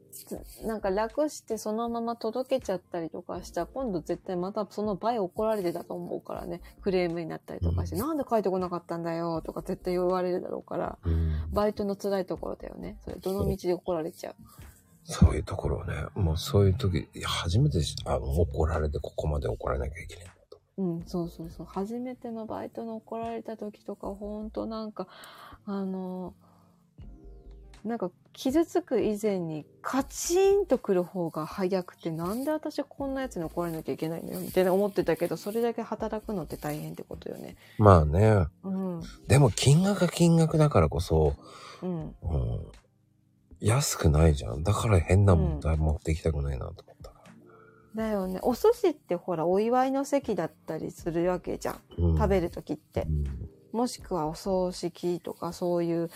Speaker 3: なんか楽してそのまま届けちゃったりとかしたら、今度絶対またその倍怒られてたと思うからね、クレームになったりとかして、
Speaker 1: うん
Speaker 3: なんで書いてこなかったんだよ、とか絶対言われるだろうから、
Speaker 1: うん
Speaker 3: バイトの辛いところだよね。それ、どの道で怒られちゃう。
Speaker 1: そういうところをね、もうそういう時、初めてしあの怒られて、ここまで怒られなきゃいけないんだと。
Speaker 3: うん、そうそうそう。初めてのバイトの怒られた時とか、ほんとなんか、あの、なんか傷つく以前にカチンとくる方が早くてなんで私こんなやつに怒られなきゃいけないのよみたいな思ってたけどそれだけ働くのって大変ってことよね。
Speaker 1: まあね。
Speaker 3: うん、
Speaker 1: でも金額が金額だからこそ、
Speaker 3: うん、
Speaker 1: うん、安くないじゃん。だから変な問題持ってきたくないなと思ったか
Speaker 3: だよねお寿司ってほらお祝いの席だったりするわけじゃん
Speaker 1: ら。うん、
Speaker 3: 食べ
Speaker 1: る。
Speaker 3: る時って。もしくはお葬式とかそういう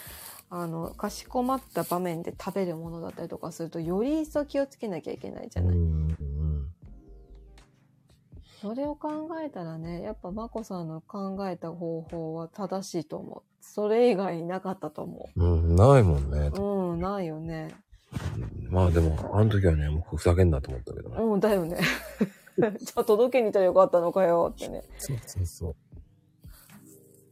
Speaker 3: あのかしこまった場面で食べるものだったりとかするとより一層気をつけなきゃいけないじゃ
Speaker 1: うん。
Speaker 3: ない。
Speaker 1: うん
Speaker 3: それを考えたらねやっぱ眞子さんの考えた方法は正しいと思う。それ以外になかったと思
Speaker 1: うん、ないもんね。
Speaker 3: う。うんないよね。
Speaker 1: まあでも、あの時はね、もうふざけんなと思ったけどね。
Speaker 3: うんだよね。 じゃあ届けに行ったらよかったのかよってね。
Speaker 1: そうそうそう。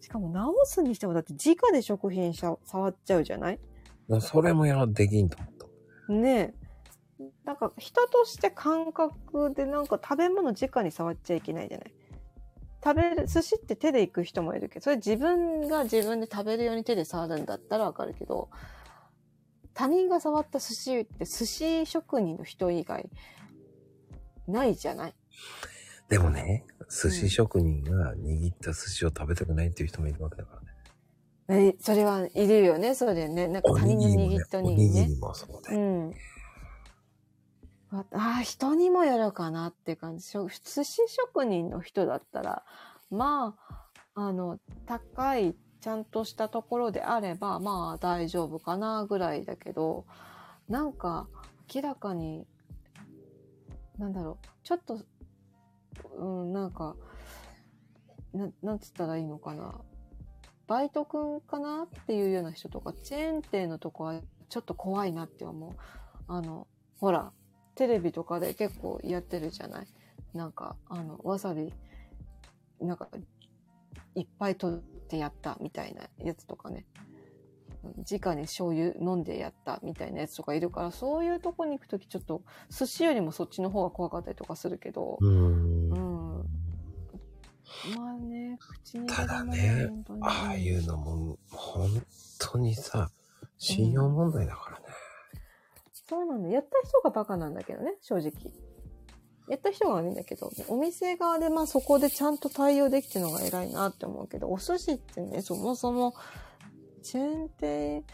Speaker 3: しかも直すにしてもだって直で食品しゃ触っちゃうじゃない
Speaker 1: だからそれもやらできんと思った。
Speaker 3: ねえなんか人として感覚でなんか食べ物直に触っちゃいけないじゃない食べる寿司って手で行く人もいるけどそれ自分が自分で食べるように手で触るんだったらわかるけど他人が触った寿司って寿司職人の人以外ないじゃない
Speaker 1: でもね、寿司職人が握った寿司を食べたくないっていう人もいるわけだからね。
Speaker 3: えそれはいるよねそうだよねなんか
Speaker 1: お
Speaker 3: 他
Speaker 1: に
Speaker 3: 人
Speaker 1: ぎ
Speaker 3: の
Speaker 1: りも
Speaker 3: 握
Speaker 1: ね
Speaker 3: っ、たお
Speaker 1: お
Speaker 3: にぎ
Speaker 1: に
Speaker 3: り
Speaker 1: ぎ
Speaker 3: ね
Speaker 1: りもそう
Speaker 3: う
Speaker 1: で。
Speaker 3: ん。ああー、人にもよるかなっていう感じ。しょ寿司職人の人だったら、まあ、あの、高い、ちゃんとしたところであれば、まあ大丈夫かなぐらいだけど、なんか明らかに、なんだろう、ちょっと、うん、なんか、ななんつったらいいのかな。バイトくんかなっていうような人とか、チェーン店のとこはちょっと怖いなって思う。あの、ほら、テレビとかで結構やってるじゃないなんか、あの、わさび、なんか、いっぱい取ってやったみたいなやつとかね。直に醤油飲んでやったみたいなやつとかいるから、そういうとこに行くときちょっと、寿司よりもそっちの方が怖かったりとかするけど、
Speaker 1: うん。
Speaker 3: うんまあね、口に
Speaker 1: ただね
Speaker 3: 入れるものは
Speaker 1: ああい
Speaker 3: 本
Speaker 1: うのも、本当にさ、信用問題だからね。
Speaker 3: 当にそうなんだ。やった人がバカなんだけどね、正直。やった人が悪いんだけど、お店側でまあそこでちゃんと対応できてるのが偉いなって思うけど、お寿司ってね、そもそも、チェーン店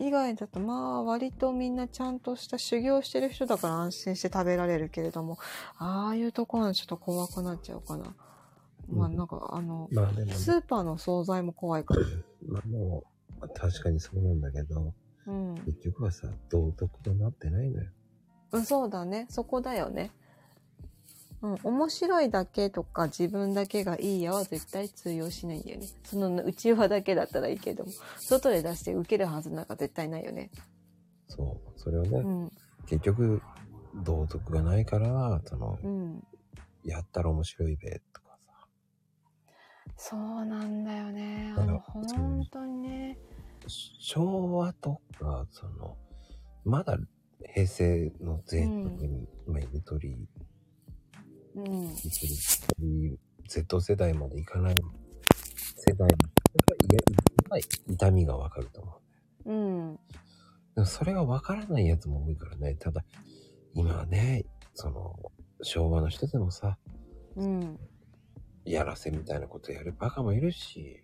Speaker 3: 以外だとまあ割とみんなちゃんとした修行してる人だから安心して食べられるけれども、ああいうところはちょっと怖くなっちゃうかな。まあなんかあの、
Speaker 1: まあでも、
Speaker 3: スーパーの惣菜も怖いから。
Speaker 1: まあもう、確かにそうなんだけど、
Speaker 3: うん。
Speaker 1: 結局はさ、道徳となってないのよ。
Speaker 3: うんそうだね。そこだよね。うん。面白いだけとか自分だけがいいやは絶対通用しないんだよね。その内輪だけだったらいいけども、外で出して受けるはずなんか絶対ないよね。
Speaker 1: そう。それをね、
Speaker 3: うん。
Speaker 1: 結局、道徳がないから、その、
Speaker 3: うん。
Speaker 1: やったら面白いべ、とかさ。
Speaker 3: そうなんだよね。
Speaker 1: だか
Speaker 3: あ
Speaker 1: ら
Speaker 3: の、本当にね。
Speaker 1: 昭和とか、その、まだ平成の前半に、まあ、ゆとり、
Speaker 3: うん。
Speaker 1: ゆとり、Z 世代までいかない世代の人がいやいや痛みがわかると思う。
Speaker 3: うん。
Speaker 1: でもそれがわからないやつも多いからね。ただ、今はね、その、昭和の人でもさ、
Speaker 3: うん。
Speaker 1: やらせみたいなことやるバカもいるし、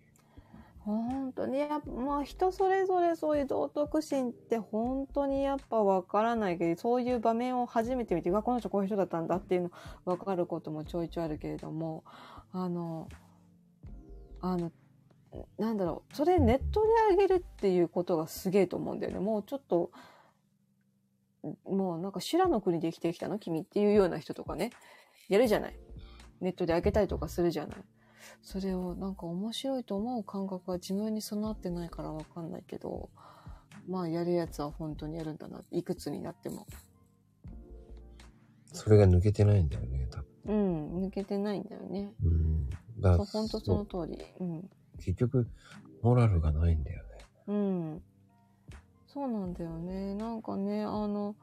Speaker 3: 本当にやっぱまあ人それぞれそういう道徳心って本当にやっぱわからないけどそういう場面を初めて見てうわこの人こういう人だったんだっていうのわかることもちょいちょいあるけれどもあのあのなんだろうそれネットであげるっていうことがすげえと思うんだよねもうちょっともうなんか修羅の国で生きてきたの君っていうような人とかねやるじゃないネットであげたりとかするじゃない。それをなんか面白いと思う感覚が自分に備わってないからわかんないけど、まあやるやつは本当にやるんだな。いくつになっても。
Speaker 1: それが抜けてないんだよね、多分。
Speaker 3: うん、抜けてないんだよね。
Speaker 1: うん。だか
Speaker 3: そ
Speaker 1: ら
Speaker 3: う、本
Speaker 1: そ
Speaker 3: 当そうの通り。うん。
Speaker 1: 結局、モラルがないんだよね。
Speaker 3: うん。そうなんだよね。なんかね、あの、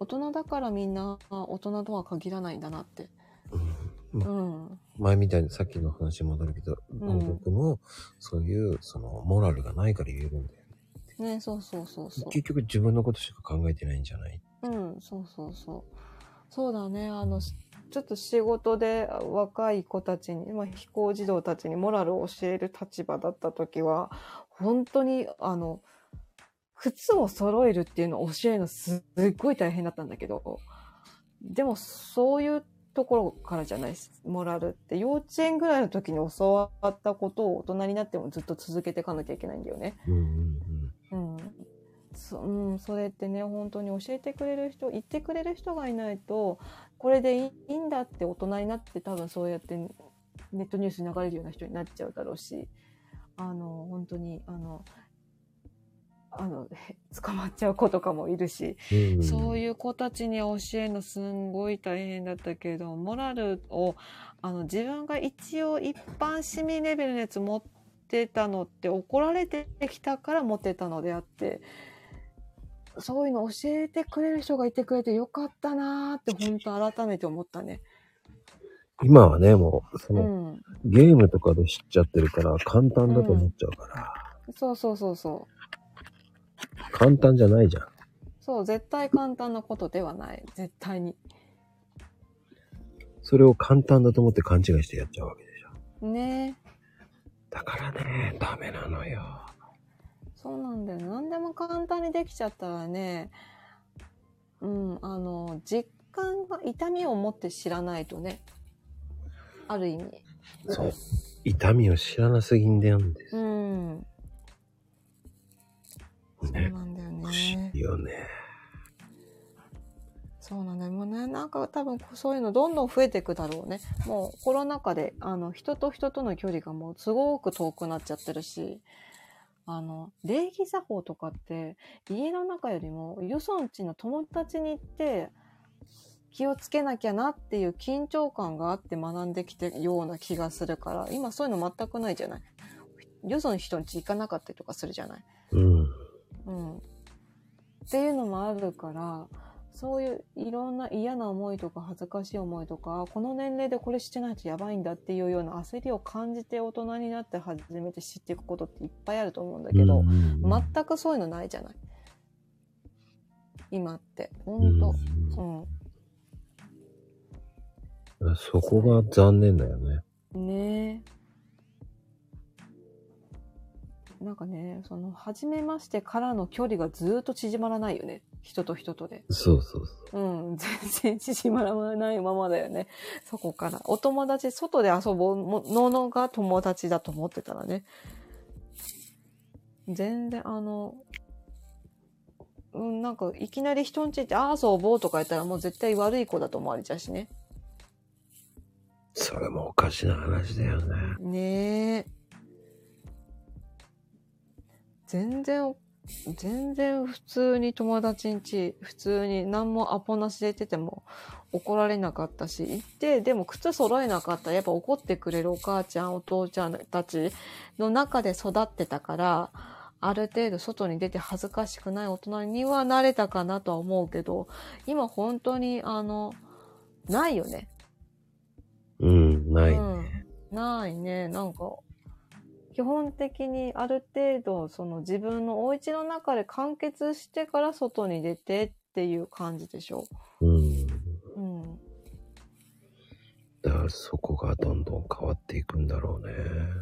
Speaker 3: 大人だからみんな大人とは限らないんだなって。
Speaker 1: うんまあ
Speaker 3: うん。
Speaker 1: 前みたいにさっきの話に戻るけど、
Speaker 3: うん
Speaker 1: 僕もそういう、その、モラルがないから言えるんだよねって
Speaker 3: ね、そうそうそうそう。
Speaker 1: 結局自分のことしか考えてないんじゃない
Speaker 3: うん、そうそうそう。そうだね、あの、しちょっと仕事であ若い子たちに、まあ、非行児童たちにモラルを教える立場だった時は、本当に、あの、靴を揃えるっていうのを教えるのすっごい大変だったんだけど、でもそういうところからじゃないですモラルって幼稚園ぐらいの時に教わったことを大人になってもずっと続けていかなきゃいけないんだよね。
Speaker 1: うんうん
Speaker 3: うんそうん、それってね本当に教えてくれる人言ってくれる人がいないとこれでいいいいんだって大人になって多分そうやってネットニュースに流れるような人になっちゃうだろうしあの本当にあのあの へ捕まっちゃう子とかもいるし、
Speaker 1: うん。
Speaker 3: そう
Speaker 1: う
Speaker 3: いう子たちに教えるのすんごい大変だったけれどモラルをあの自分が一応一般市民レベルのやつ持ってたのって怒られてきたから持ってたのであってそういうの教えてくれる人がいてくれてよかった なーって本当改めて思ったね。
Speaker 1: ん今はね、もう、そうの、
Speaker 3: ん、
Speaker 1: ゲームとかで知っちゃってるから、簡単だと思っちゃうから、
Speaker 3: そうそうそうそ
Speaker 1: 簡単じゃないじゃん。
Speaker 3: うそう絶対簡単なことではない絶対に。
Speaker 1: それを簡単だと思って勘違いしてやっちゃうわけでしょ。
Speaker 3: ねえ
Speaker 1: だからね、ダメなのよ。
Speaker 3: そうなんだよね。何でも簡単にできちゃったらね、うん、あの、実感が、痛みを持って知らないとね、ある意味。
Speaker 1: そう。痛みを知らなすぎんだよね。
Speaker 3: うん、そう
Speaker 1: ね。
Speaker 3: なんだよ
Speaker 1: 不思
Speaker 3: ね
Speaker 1: 議。よね。
Speaker 3: そうなんだよ。もうね、なんか多分そういうのどんどん増えていくだろうね。もうコロナ禍で、あの、人と人との距離がもうすごく遠くなっちゃってるし、あの、礼儀作法とかって、家の中よりも、よそんちの友達に行って、気をつけなきゃなっていう緊張感があって学んできてるような気がするから、今そういうの全くないじゃない。よその人んち行かなかったりとかするじゃない。
Speaker 1: うん。
Speaker 3: うん、っていうのもあるからそういういろんな嫌な思いとか恥ずかしい思いとかこの年齢でこれしてないとやばいんだっていうような焦りを感じて大人になって初めて知っていくことっていっぱいあると思うんだけど、
Speaker 1: うんうんうん、
Speaker 3: 全くそういうのないじゃない今ってほんと、うん
Speaker 1: うんそこが残念だよね。
Speaker 3: ねえなんかねその初めましてからの距離がずーっと縮まらないよね人と人とで
Speaker 1: そうそうそう。
Speaker 3: うん、全然縮まらないままだよね。そこから。お友達、外で遊ぼうものが友達だと思ってたらね。全然、あの、うん、なんか、いきなり人んち行って、ああ、遊ぼうとか言ったらもう絶対悪い子だと思われちゃうしね。
Speaker 1: それもおかしな話だよね。
Speaker 3: ねえ。全然、全然普通に友達ん家、普通に何もアポなしで行ってても怒られなかったし、行って、でも靴揃えなかったらやっぱ怒ってくれるお母ちゃん、お父ちゃんたちの中で育ってたから、ある程度外に出て恥ずかしくない大人にはなれたかなとは思うけど、今本当にあの、ないよね。
Speaker 1: うん、ないね。
Speaker 3: うん、ないね。なんか、基本的にある程度、その自分のお家の中で完結してから外に出てっていう感じでしょ。
Speaker 1: うん。
Speaker 3: うん。
Speaker 1: だからそこがどんどん変わっていくんだろう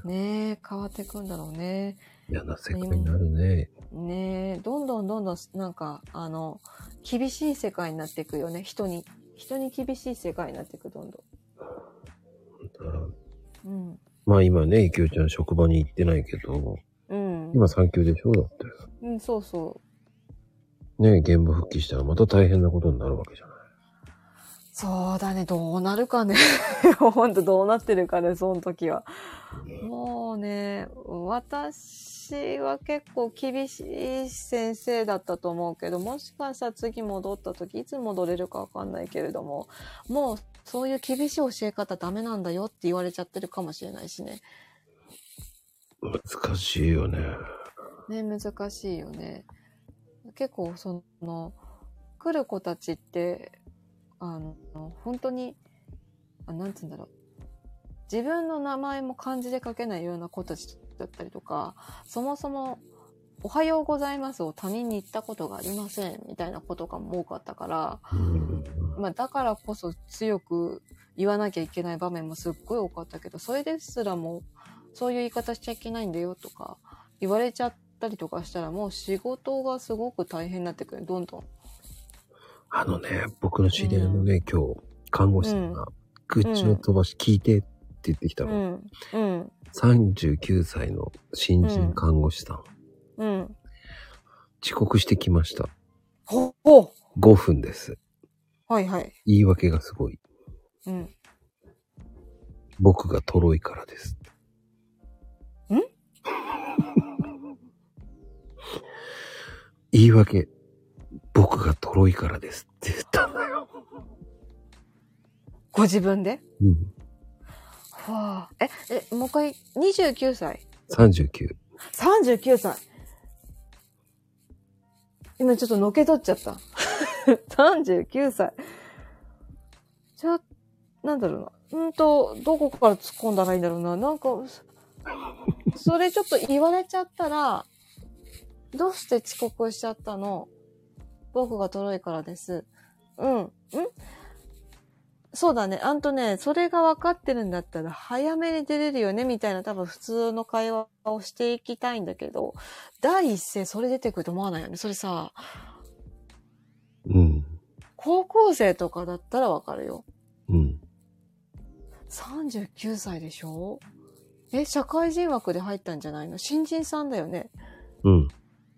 Speaker 1: ね。
Speaker 3: ねえ、変わってくんだろうね。
Speaker 1: 嫌な世界になるね。
Speaker 3: ねえ、どんどんどんどん、なんか、あの、厳しい世界になっていくよね。人に。人に厳しい世界になっていく、どんど
Speaker 1: うん
Speaker 3: ん。
Speaker 1: まあ今ね、イキオちゃん職場に行ってないけど、
Speaker 3: うん。うん。
Speaker 1: 今産休でしょだって。
Speaker 3: うん、そうそう。
Speaker 1: ね、現場復帰したらまた大変なことになるわけじゃない。
Speaker 3: そうだね、どうなるかね。 ほんとどうなってるかね、その時は。もうね、私は結構厳しい先生だったと思うけど、もしかしたら次戻った時、いつ戻れるかわかんないけれども、もうそういう厳しい教え方ダメなんだよって言われちゃってるかもしれないしね。
Speaker 1: 難しいよね。
Speaker 3: ね、難しいよね。結構その、来る子たちって、あの、本当に、あなんつうんだろう。自分の名前も漢字で書けないような子たちだったりとか、そもそもおはようございますを他人に言ったことがありませんみたいなことが多かったから、
Speaker 1: うん
Speaker 3: まあ、だからこそ強く言わなきゃいけない場面もすっごい多かったけど、それですらも、そういう言い方しちゃいけないんだよとか、言われちゃったりとかしたらもう仕事がすごく大変になってくる。どんどん。
Speaker 1: あのね、僕の知り合いのね、今日、看護師さんが、愚痴の飛ばし聞いてって言ってきた
Speaker 3: う
Speaker 1: の。
Speaker 3: ん。うん。
Speaker 1: 39歳の新人看護師さん、
Speaker 3: うん。
Speaker 1: 遅刻してきました。
Speaker 3: ほ、ほ
Speaker 1: 5分です。
Speaker 3: はいはい。
Speaker 1: 言い訳がすごい。
Speaker 3: うん。
Speaker 1: 僕がとろいからです。
Speaker 3: ん
Speaker 1: 言い訳、僕がとろいからですって言ったんだよ。
Speaker 3: ご自分で
Speaker 1: うん。
Speaker 3: わあ。え、え、もう一回、29歳
Speaker 1: 39。
Speaker 3: ?39 歳今ちょっとのけ取っちゃった。39歳。じゃあ、なんだろうな。うんと、どこから突っ込んだらいいんだろうな。なんか、それちょっと言われちゃったら、どうして遅刻しちゃったの僕がとろいからです。うん。んそうだね。あんとね、それが分かってるんだったら、早めに出れるよね、みたいな多分普通の会話をしていきたいんだけど、第一声それ出てくると思わないよね。それさ、
Speaker 1: うん。
Speaker 3: 高校生とかだったら分かるよ。
Speaker 1: うん。
Speaker 3: 39歳でしょえ、社会人枠で入ったんじゃないの新人さんだよね。
Speaker 1: うん。
Speaker 3: っ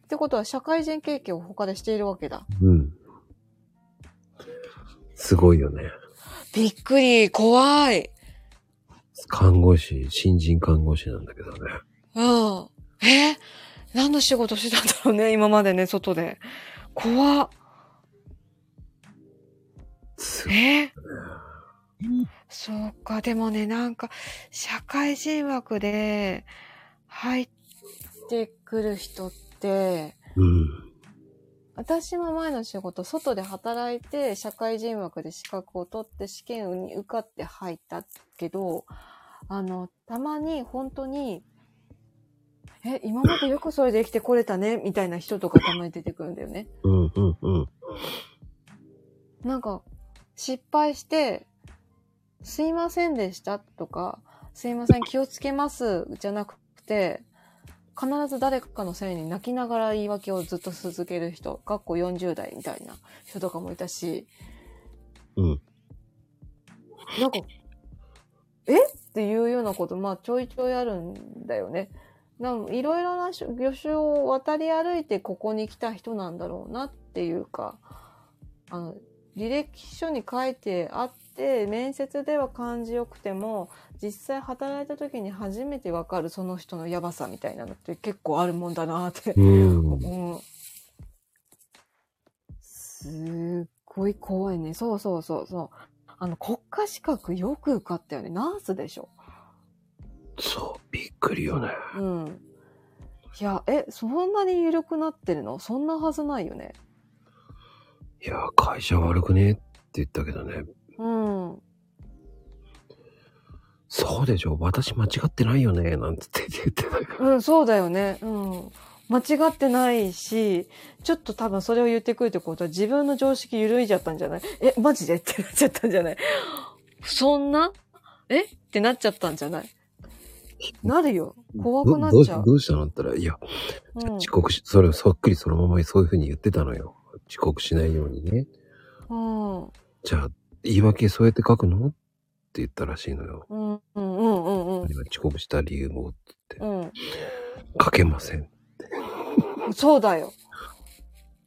Speaker 3: てことは社会人経験を他でしているわけだ。
Speaker 1: うん。すごいよね。
Speaker 3: びっくり、怖い。
Speaker 1: 看護師、新人看護師なんだけどね。
Speaker 3: うん。え何の仕事してたんだろうね、今までね、外で。怖っ。
Speaker 1: す
Speaker 3: えそうか、でもね、なんか、社会人枠で入ってくる人って、
Speaker 1: うん。
Speaker 3: 私も前の仕事、外で働いて、社会人枠で資格を取って、試験に受かって入ったけど、あの、たまに本当に、え、今までよくそれで生きてこれたね、みたいな人とかたまに出てくるんだよね。
Speaker 1: うん。うん。うん。
Speaker 3: なんか、失敗して、すいませんでしたとか、すいません気をつけますじゃなくて、必ず誰かのせいに泣きながら言い訳をずっと続ける人、かっこ40代みたいな人とかもいたし、
Speaker 1: うん。
Speaker 3: なんか、えっていうようなこと、まあちょいちょいあるんだよね。なんいろいろな魚種を渡り歩いてここに来た人なんだろうなっていうか、あの、履歴書に書いてあって、面接では感じよくても、実際働いた時に初めてわかるその人のやばさみたいなのって結構あるもんだなって。
Speaker 1: うん。
Speaker 3: うん。すっごい怖いね。そうそうそうそう。あの、国家資格よく受かったよね。ナースでしょ。
Speaker 1: そう、びっくりよね。
Speaker 3: うん。いや、え、そんなに緩くなってるのそんなはずないよね。
Speaker 1: いや、会社悪くねって言ったけどね。
Speaker 3: うん。
Speaker 1: そうでしょ私間違ってないよねなんつって言ってたから。
Speaker 3: うん、そうだよね。うん。間違ってないし、ちょっと多分それを言ってくるってことは自分の常識緩いじゃったんじゃないえ、マジでってなっちゃったんじゃないそんなえってなっちゃったんじゃないなるよ。怖くなっち
Speaker 1: どど
Speaker 3: ゃう
Speaker 1: う。どうしたのって言ったら、いや、
Speaker 3: うん
Speaker 1: 遅刻し、それをそっくりそのままそういうふうに言ってたのよ。遅刻しないようにね。
Speaker 3: うん。
Speaker 1: じゃあ、言い訳そうやって書くのって言ったらしいのよ。
Speaker 3: うん。うん。うん。うん。うん
Speaker 1: 今遅刻した理由を
Speaker 3: うん。
Speaker 1: 書けません。
Speaker 3: そうだよ。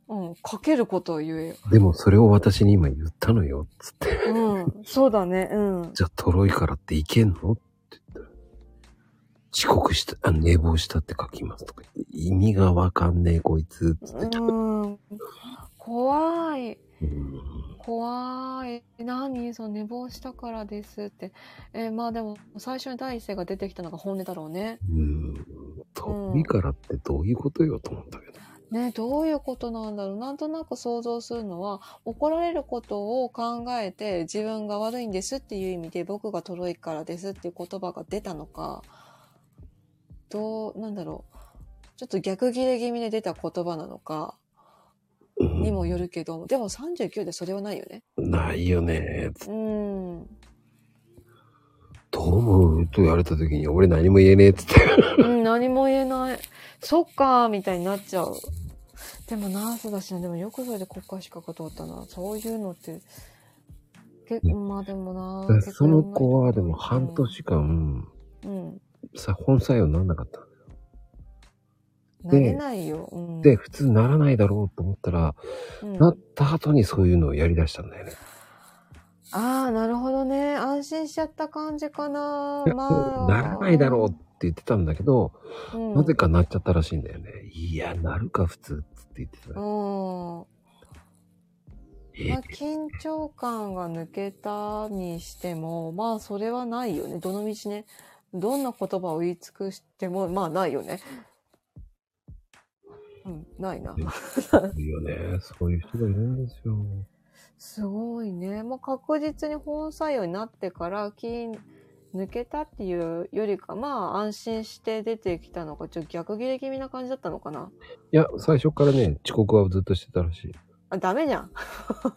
Speaker 3: うん。かけることを言えよ。
Speaker 1: でもそれを私に今言ったのよ。つって。
Speaker 3: うん。そうだね。 うん。
Speaker 1: じゃあ、とろいからっていけんのって言ったら。遅刻した、あ寝坊したって書きますとか。意味がわかんねえ、こいつ。つって。
Speaker 3: うん。怖い。
Speaker 1: うん
Speaker 3: 怖い。何その寝坊したからですって。えーまあでも、最初に第一声が出てきたのが本音だろうね。
Speaker 1: うん。とびからってどういうことよと思ったけど。
Speaker 3: ね、どういうことなんだろう。なんとなく想像するのは、怒られることを考えて自分が悪いんですっていう意味で僕がとろいからですっていう言葉が出たのか、どう、なんだろう。ちょっと逆切れ気味で出た言葉なのか
Speaker 1: うん
Speaker 3: にもよるけど、でも39でそれはないよね。
Speaker 1: ないよね。
Speaker 3: うん。うん
Speaker 1: どう思うと言われた時に、俺何も言えねえっつって。
Speaker 3: 何も言えない。そっかーみたいになっちゃう。でもナースだしな、でもよくそれで国家資格通ったな。そういうのって、けまあでもな
Speaker 1: だからその子はでも
Speaker 3: 結構い
Speaker 1: 半
Speaker 3: るな
Speaker 1: 年間、
Speaker 3: うん。
Speaker 1: さ、本採用にならなかった。
Speaker 3: なれないよ。うん、
Speaker 1: で、普通ならないだろうと思ったら、
Speaker 3: うん、
Speaker 1: なった後にそういうのをやり出したんだよね。
Speaker 3: ああ、なるほどね。安心しちゃった感じかな。
Speaker 1: いや
Speaker 3: まあ。
Speaker 1: ならないだろうって言ってたんだけど、
Speaker 3: うん。
Speaker 1: なぜかなっちゃったらしいんだよね。いや、なるか普通っつって言ってた
Speaker 3: う。ん。まあ、
Speaker 1: え
Speaker 3: 緊張感が抜けたにしても、まあ、それはないよね。どの道ね。どんな言葉を言い尽くしても、まあ、ないよね。うん、ないな。
Speaker 1: いいよね。そういう人がいるんですよ。
Speaker 3: すごいね。もう確実に本採用になってから、金抜けたっていうよりか、まあ、安心して出てきたのか、ちょっと逆切れ気味な感じだったのかな。
Speaker 1: いや、最初からね、遅刻はずっとしてたらしい。
Speaker 3: あ、ダメじゃん。
Speaker 1: ずっ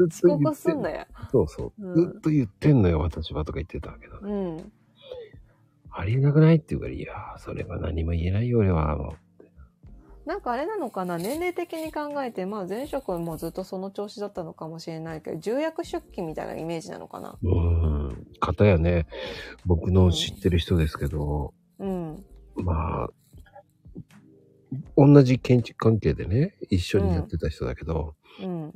Speaker 3: 遅
Speaker 1: と言
Speaker 3: 刻
Speaker 1: っ
Speaker 3: す
Speaker 1: て
Speaker 3: んなよ。
Speaker 1: そうそう。
Speaker 3: うん
Speaker 1: ずっと言ってんのよ、私はとか言ってたけどね。
Speaker 3: うん。
Speaker 1: ありえなくないって言うから、いやー、それは何も言えないよ、俺は。も
Speaker 3: なんかあれなのかな年齢的に考えて、まあ前職もずっとその調子だったのかもしれないけど、重役出勤みたいなイメージなのかな
Speaker 1: う。うーん。方やね、僕の知ってる人ですけど、
Speaker 3: うん。
Speaker 1: まあ、同じ建築関係でね、一緒にやってた人だけど、
Speaker 3: うん。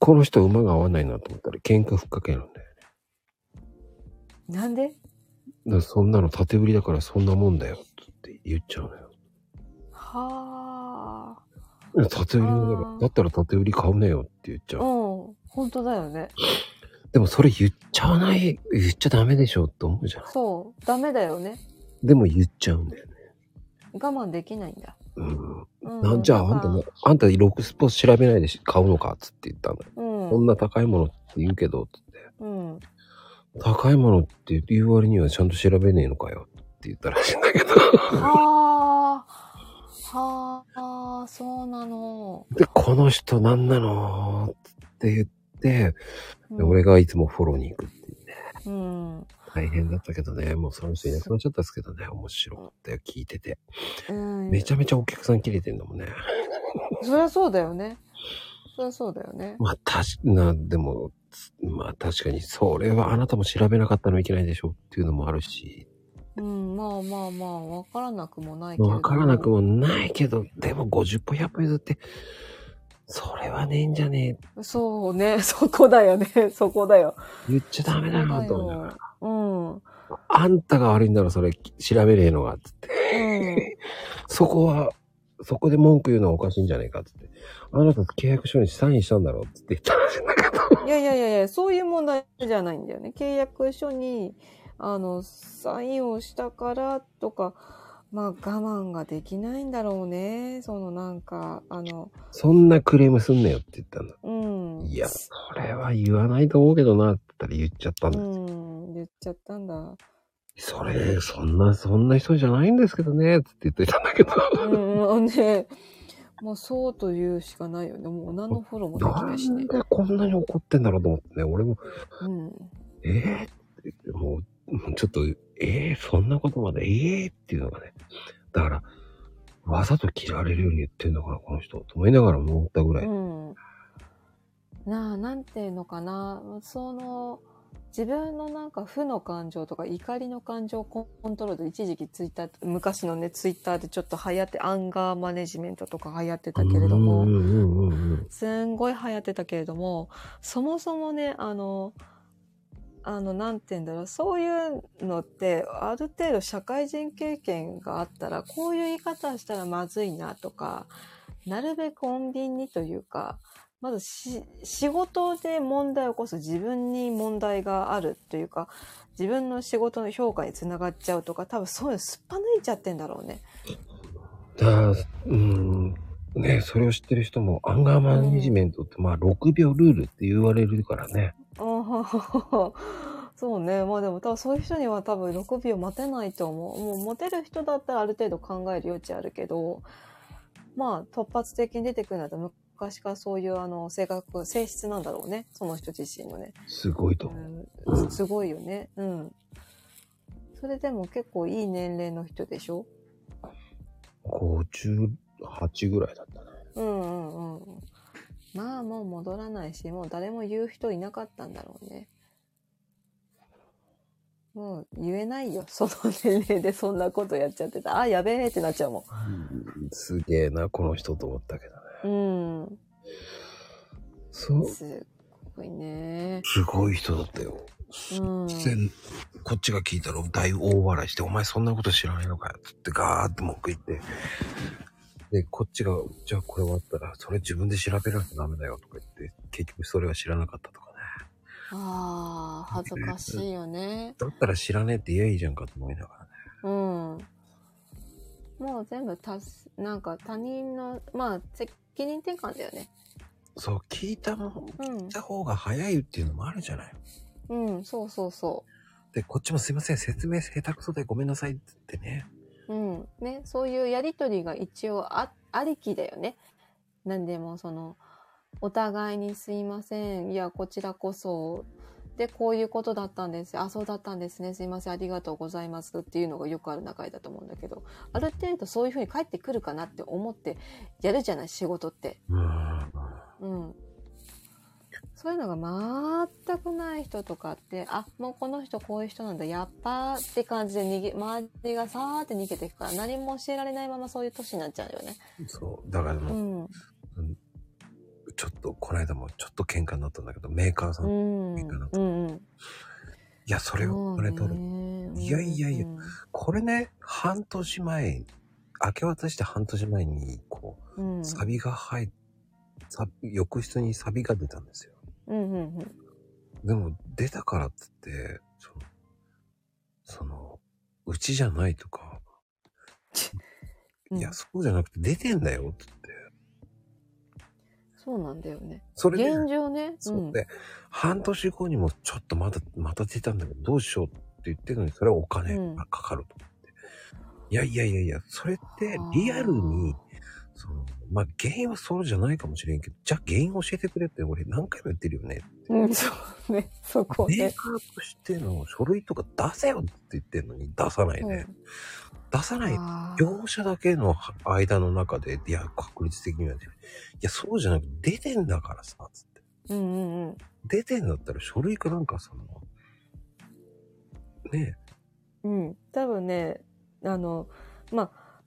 Speaker 1: この人馬が合わないなと思ったら喧嘩ふっかけるんだよね。
Speaker 3: なん
Speaker 1: だ
Speaker 3: で
Speaker 1: からそんなの縦振りだからそんなもんだよって言っちゃうのよ。
Speaker 3: は
Speaker 1: いや縦売りだか
Speaker 3: あ
Speaker 1: ら、
Speaker 3: ー
Speaker 1: だったら縦売り買うなよって言っちゃ
Speaker 3: あ。
Speaker 1: う。
Speaker 3: うん。本当だよね。
Speaker 1: でもそれ言っちゃわない、言っちゃダメでしょって思うじゃん。
Speaker 3: そう。ダメだよね。
Speaker 1: でも言っちゃうんだよね。
Speaker 3: 我慢できないんだ。
Speaker 1: うん。
Speaker 3: うん、
Speaker 1: なんじゃああんたな、あんたロックスポーツ調べないでし買うのかっつって言ったんだよ。
Speaker 3: うん。
Speaker 1: こんな高いものって言うけど、つって。
Speaker 3: うん。
Speaker 1: 高いものって言う割にはちゃんと調べねえのかよって言ったらしいんだけど。
Speaker 3: はあ。はあ、そうなの。
Speaker 1: で、 この人なんなのって言って、
Speaker 3: う
Speaker 1: で
Speaker 3: ん
Speaker 1: 俺。がいつもフォローに行くっていうね。
Speaker 3: うん。
Speaker 1: 大変だったけどね、もうその人いなくなっちゃったですけどね、面白かったよ、聞いてて。
Speaker 3: うん、
Speaker 1: めちゃめちゃお客さん切れてんだもんね。
Speaker 3: そりゃそうだよね。そりゃそうだよね。
Speaker 1: まあ、たし、な、でも、まあ確かに、それはあなたも調べなかったのいけないでしょっていうのもあるし、
Speaker 3: うん、まあまあまあ、わからなくもないけれど。
Speaker 1: わからなくもないけど、でも50歩100歩譲って、それはねえんじゃねえ、
Speaker 3: そうね、 そこだよね、そこだよ。
Speaker 1: 言っちゃダメだよ、と思いながら
Speaker 3: うん。うん。
Speaker 1: あんたが悪いんだろ、それ、調べねえのが、つって。そこは、そこで文句言うのはおかしいんじゃねえか、つって。あなた契約書にサインしたんだろ、つって言ったらしいんだけど。
Speaker 3: いやいやいやいや、そういう問題じゃないんだよね。契約書に、あの、サインをしたからとか、まあ我慢ができないんだろうね。そのなんか、あの、
Speaker 1: そんなクレームすんなよって言ったんだ。
Speaker 3: うん。
Speaker 1: いや、それは言わないと思うけどな、って言ったら言っちゃったん
Speaker 3: う
Speaker 1: だ。
Speaker 3: ん、言っちゃったんだ。
Speaker 1: それ、そんな、そんな人じゃないんですけどね、つって言っといたんだけど。
Speaker 3: うん、うん、ね、もうそうというしかないよね。もう何のフォローもで
Speaker 1: な
Speaker 3: きないし
Speaker 1: ん
Speaker 3: ね。
Speaker 1: でこんなに怒ってんだろうと思ってね、俺も、
Speaker 3: うん。
Speaker 1: えー、って言ってもう、もうちょっと、えー、そんなことまで、えー、っていうのがね。だから、わざと切られるように言ってんのかな、この人。と思いながら思ったぐらい。
Speaker 3: うん。なあ、なんていうのかな。その、自分のなんか負の感情とか怒りの感情をコントロール、一時期ツイッター、昔のね、ツイッターでちょっと流行って、アンガーマネジメントとか流行ってたけれど
Speaker 1: うん
Speaker 3: も、
Speaker 1: うんうんうん
Speaker 3: すんごい流行ってたけれども、そもそもね、あの、あの、なんて言うんだろう、そういうのって、ある程度社会人経験があったら、こういう言い方したらまずいなとか、なるべく穏便にというか、まずし、仕事で問題を起こす自分に問題があるというか、自分の仕事の評価につながっちゃうとか、多分そういうのすっぱ抜いちゃってんだろうね。
Speaker 1: だからうん。ねそれを知ってる人も、アンガーマネジメントって、まあ、6秒ルールって言われるからね。
Speaker 3: おーそうね。まあでも多分そういう人には多分喜びを待てないと思う。もう持てる人だったらある程度考える余地あるけど、まあ突発的に出てくるのだと昔からそういうあの性格、性質なんだろうね。その人自身のね。
Speaker 1: すごいと思う。
Speaker 3: うん、すごいよね。うん。それでも結構いい年齢の人でしょ
Speaker 1: 58ぐらいだったね。
Speaker 3: うんうんうん。まあもう戻らないし、もう誰も言う人いなかったんだろうね。もう言えないよ。その年齢でそんなことやっちゃってた。あ、やべえってなっちゃうも
Speaker 1: うんすげえな、この人と思ったけどね。
Speaker 3: ん。うん。
Speaker 1: そう。
Speaker 3: すごいね。
Speaker 1: すごい人だったよ。
Speaker 3: うん。
Speaker 1: 然こっちが聞いたら大大笑いして、お前そんなこと知らないのかよっつってガーって文句言って。で、こっちが、じゃあこれ終わったら、それ自分で調べなきゃダメだよとか言って、結局それは知らなかったとかね。
Speaker 3: ああ、恥ずかしいよね。
Speaker 1: だったら知らねえって言えばいいじゃんかと思いながらね。
Speaker 3: うん。もう全部たす、なんか他人の、まあ責任転換だよね。
Speaker 1: そう、聞いたもん、聞い
Speaker 3: うん。
Speaker 1: た方が早いっていうのもあるじゃない。
Speaker 3: うん、そうそうそう。
Speaker 1: で、こっちもすいません、説明下手くそでごめんなさいって言ってね。
Speaker 3: うん。ね、そういうやりとりが一応あ、ありきだよね。なんでもその、お互いにすいません。いや、こちらこそ。で、こういうことだったんです。あ、そうだったんですね。すいません。ありがとうございます。っていうのがよくある中だと思うんだけど、ある程度そういうふうに返ってくるかなって思ってやるじゃない、仕事って。
Speaker 1: うーん。
Speaker 3: うん。そういうのが全くない人とかって、あ、もうこの人こういう人なんだ、やっぱーって感じで逃げ、周りがさーって逃げていくから、何も教えられないままそういう年になっちゃうよね。
Speaker 1: そう、だから
Speaker 3: う
Speaker 1: もう、
Speaker 3: ん。
Speaker 1: ちょっと、この間もちょっと喧嘩になったんだけど、メーカーさん、
Speaker 3: う
Speaker 1: い
Speaker 3: ん。うん。うん。
Speaker 1: や、そ
Speaker 3: こ
Speaker 1: れをお金取る。
Speaker 3: る
Speaker 1: いやいやいや。これね、半年前、明け渡して半年前に、こ
Speaker 3: うん。う
Speaker 1: う、
Speaker 3: ん。
Speaker 1: サビが入っ、サビ浴室にサビが出たんですよ。
Speaker 3: うんうんうん。
Speaker 1: でも、出たからっつって、その、その、うちじゃないとか、
Speaker 3: うん
Speaker 1: いや、そうじゃなくて出てんだよってって。
Speaker 3: そうなんだよね。
Speaker 1: それで、
Speaker 3: 現状ね。う。
Speaker 1: そうんで、半年後にもちょっとまだ、また出たんだけど、どうしようって言ってるのに、それはお金がかかると思って。いやいやいやいや、それってリアルに、その、まあ、原因はそれじゃないかもしれんけど、じゃあ原因教えてくれって俺何回も言ってるよね。
Speaker 3: うん、そうね。そこ
Speaker 1: メー
Speaker 3: ね。
Speaker 1: カーとしての書類とか出せよって言ってるのに出さないね。出さない。
Speaker 3: あー
Speaker 1: 業者だけの間の中で、いや、確率的にはね。いや、そうじゃなくて、出てんだからさ、つって。
Speaker 3: うんうんうん。
Speaker 1: 出てんだったら書類かなんかその、ね
Speaker 3: うん、多分ね、あの、まあ、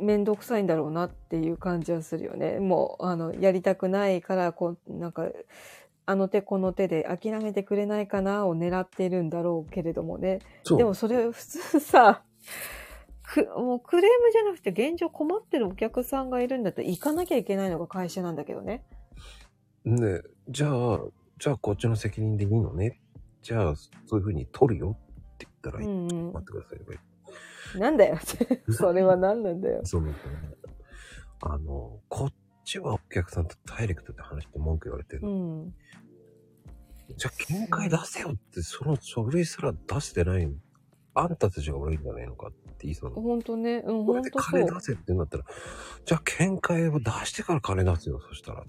Speaker 3: めんどくさいんだろうなっていう感じはするよね。もう、あの、やりたくないから、こう、なんか、あの手この手で諦めてくれないかなを狙ってるんだろうけれどもね
Speaker 1: え。。そ
Speaker 3: でもそれ普通さ、く、もうクレームじゃなくて現状困ってるお客さんがいるんだったら行かなきゃいけないのが会社なんだけどね。
Speaker 1: ねえじゃあ、じゃあこっちの責任でいいのね。じゃあ、そういうふうに取るよって言ったら、
Speaker 3: うんうん
Speaker 1: 待っ。てくださいよ。
Speaker 3: なんだよって。それは何なんだよ。
Speaker 1: そう思ってね。あの、こっちはお客さんとダイレクトで話して文句言われてる、
Speaker 3: うん。
Speaker 1: じゃあ、見解出せよって、その書類すら出してないの。あんたたちが悪いんじゃないのかって言いそうな。
Speaker 3: ほんとね。うん、
Speaker 1: こ
Speaker 3: ほ
Speaker 1: れ
Speaker 3: ん
Speaker 1: で
Speaker 3: とそ
Speaker 1: 金
Speaker 3: う
Speaker 1: 出。せって言うんだったら、じゃあ見解を出してから金出せよ、そしたら。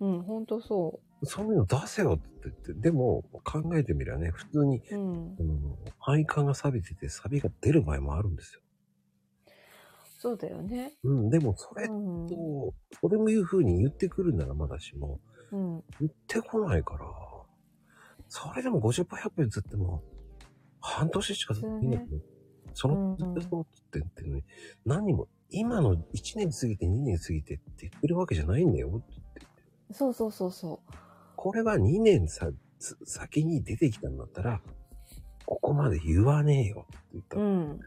Speaker 3: うん、ほんとそ
Speaker 1: そういうの出せよって言って、でも考えてみりゃね、普通に、
Speaker 3: う。うん
Speaker 1: あ。の、配管が錆びてて、錆が出る場合もあるんですよ。
Speaker 3: そうだよね。
Speaker 1: うん、でもそれ
Speaker 3: う
Speaker 1: と、
Speaker 3: ん。う
Speaker 1: これもいう風に言ってくるならまだしも、
Speaker 3: ん。
Speaker 1: 言ってこないから、それでも50歩100歩譲っても、半年しか経ってないのに、その、ず
Speaker 3: うんうん
Speaker 1: っとって言ってるのに、何も、今の1年過ぎて2年過ぎてって言ってるわけじゃないんだよ。
Speaker 3: そうそうそうそ
Speaker 1: これは2年さ、つ先に出てきたんだったら、ここまで言わねえよって言った
Speaker 3: う。う
Speaker 1: ら、
Speaker 3: ん。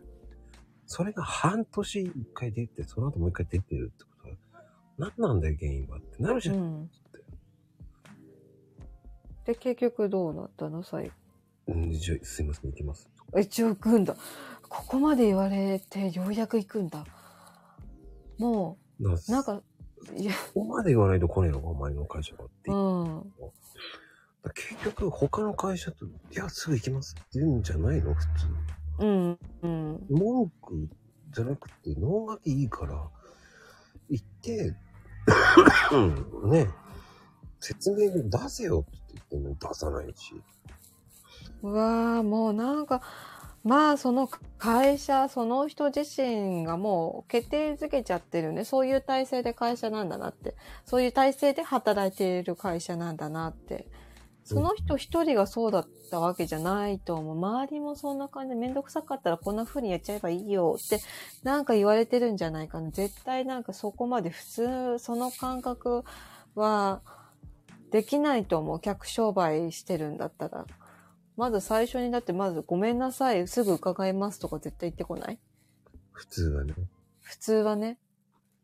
Speaker 1: それが半年一回出て、その後もう一回出てるってことは、何なんだよ原因はってなるじ
Speaker 3: う
Speaker 1: ゃん。
Speaker 3: ん。で、結局どうなったの最後。
Speaker 1: うん、じゃあすいません、行きます。
Speaker 3: 一応行くんだ。ここまで言われてようやく行くんだ。も
Speaker 1: な
Speaker 3: う、なんか、いや、
Speaker 1: そこまで言わないと来ねえのか、お前の会社はって。
Speaker 3: うん。
Speaker 1: だ結局、他の会社と、いや、すぐ行きますって言うんじゃないの普通。
Speaker 3: うん、うん。
Speaker 1: 文句じゃなくて、脳書きいいから、行って、うんね、説明に出せよって言っても出さないし。
Speaker 3: うわー、もうなんか、まあその会社、その人自身がもう決定づけちゃってるよね。そういう体制で会社なんだなって。そういう体制で働いている会社なんだなって。その人一人がそうだったわけじゃないと思う。周りもそんな感じでめんどくさかったらこんな風にやっちゃえばいいよってなんか言われてるんじゃないかな。絶対なんかそこまで普通、その感覚はできないと思う。客商売してるんだったら。まず最初にだってまずごめんなさい、すぐ伺いますとか絶対言ってこない
Speaker 1: 普通はね、
Speaker 3: 普通はね。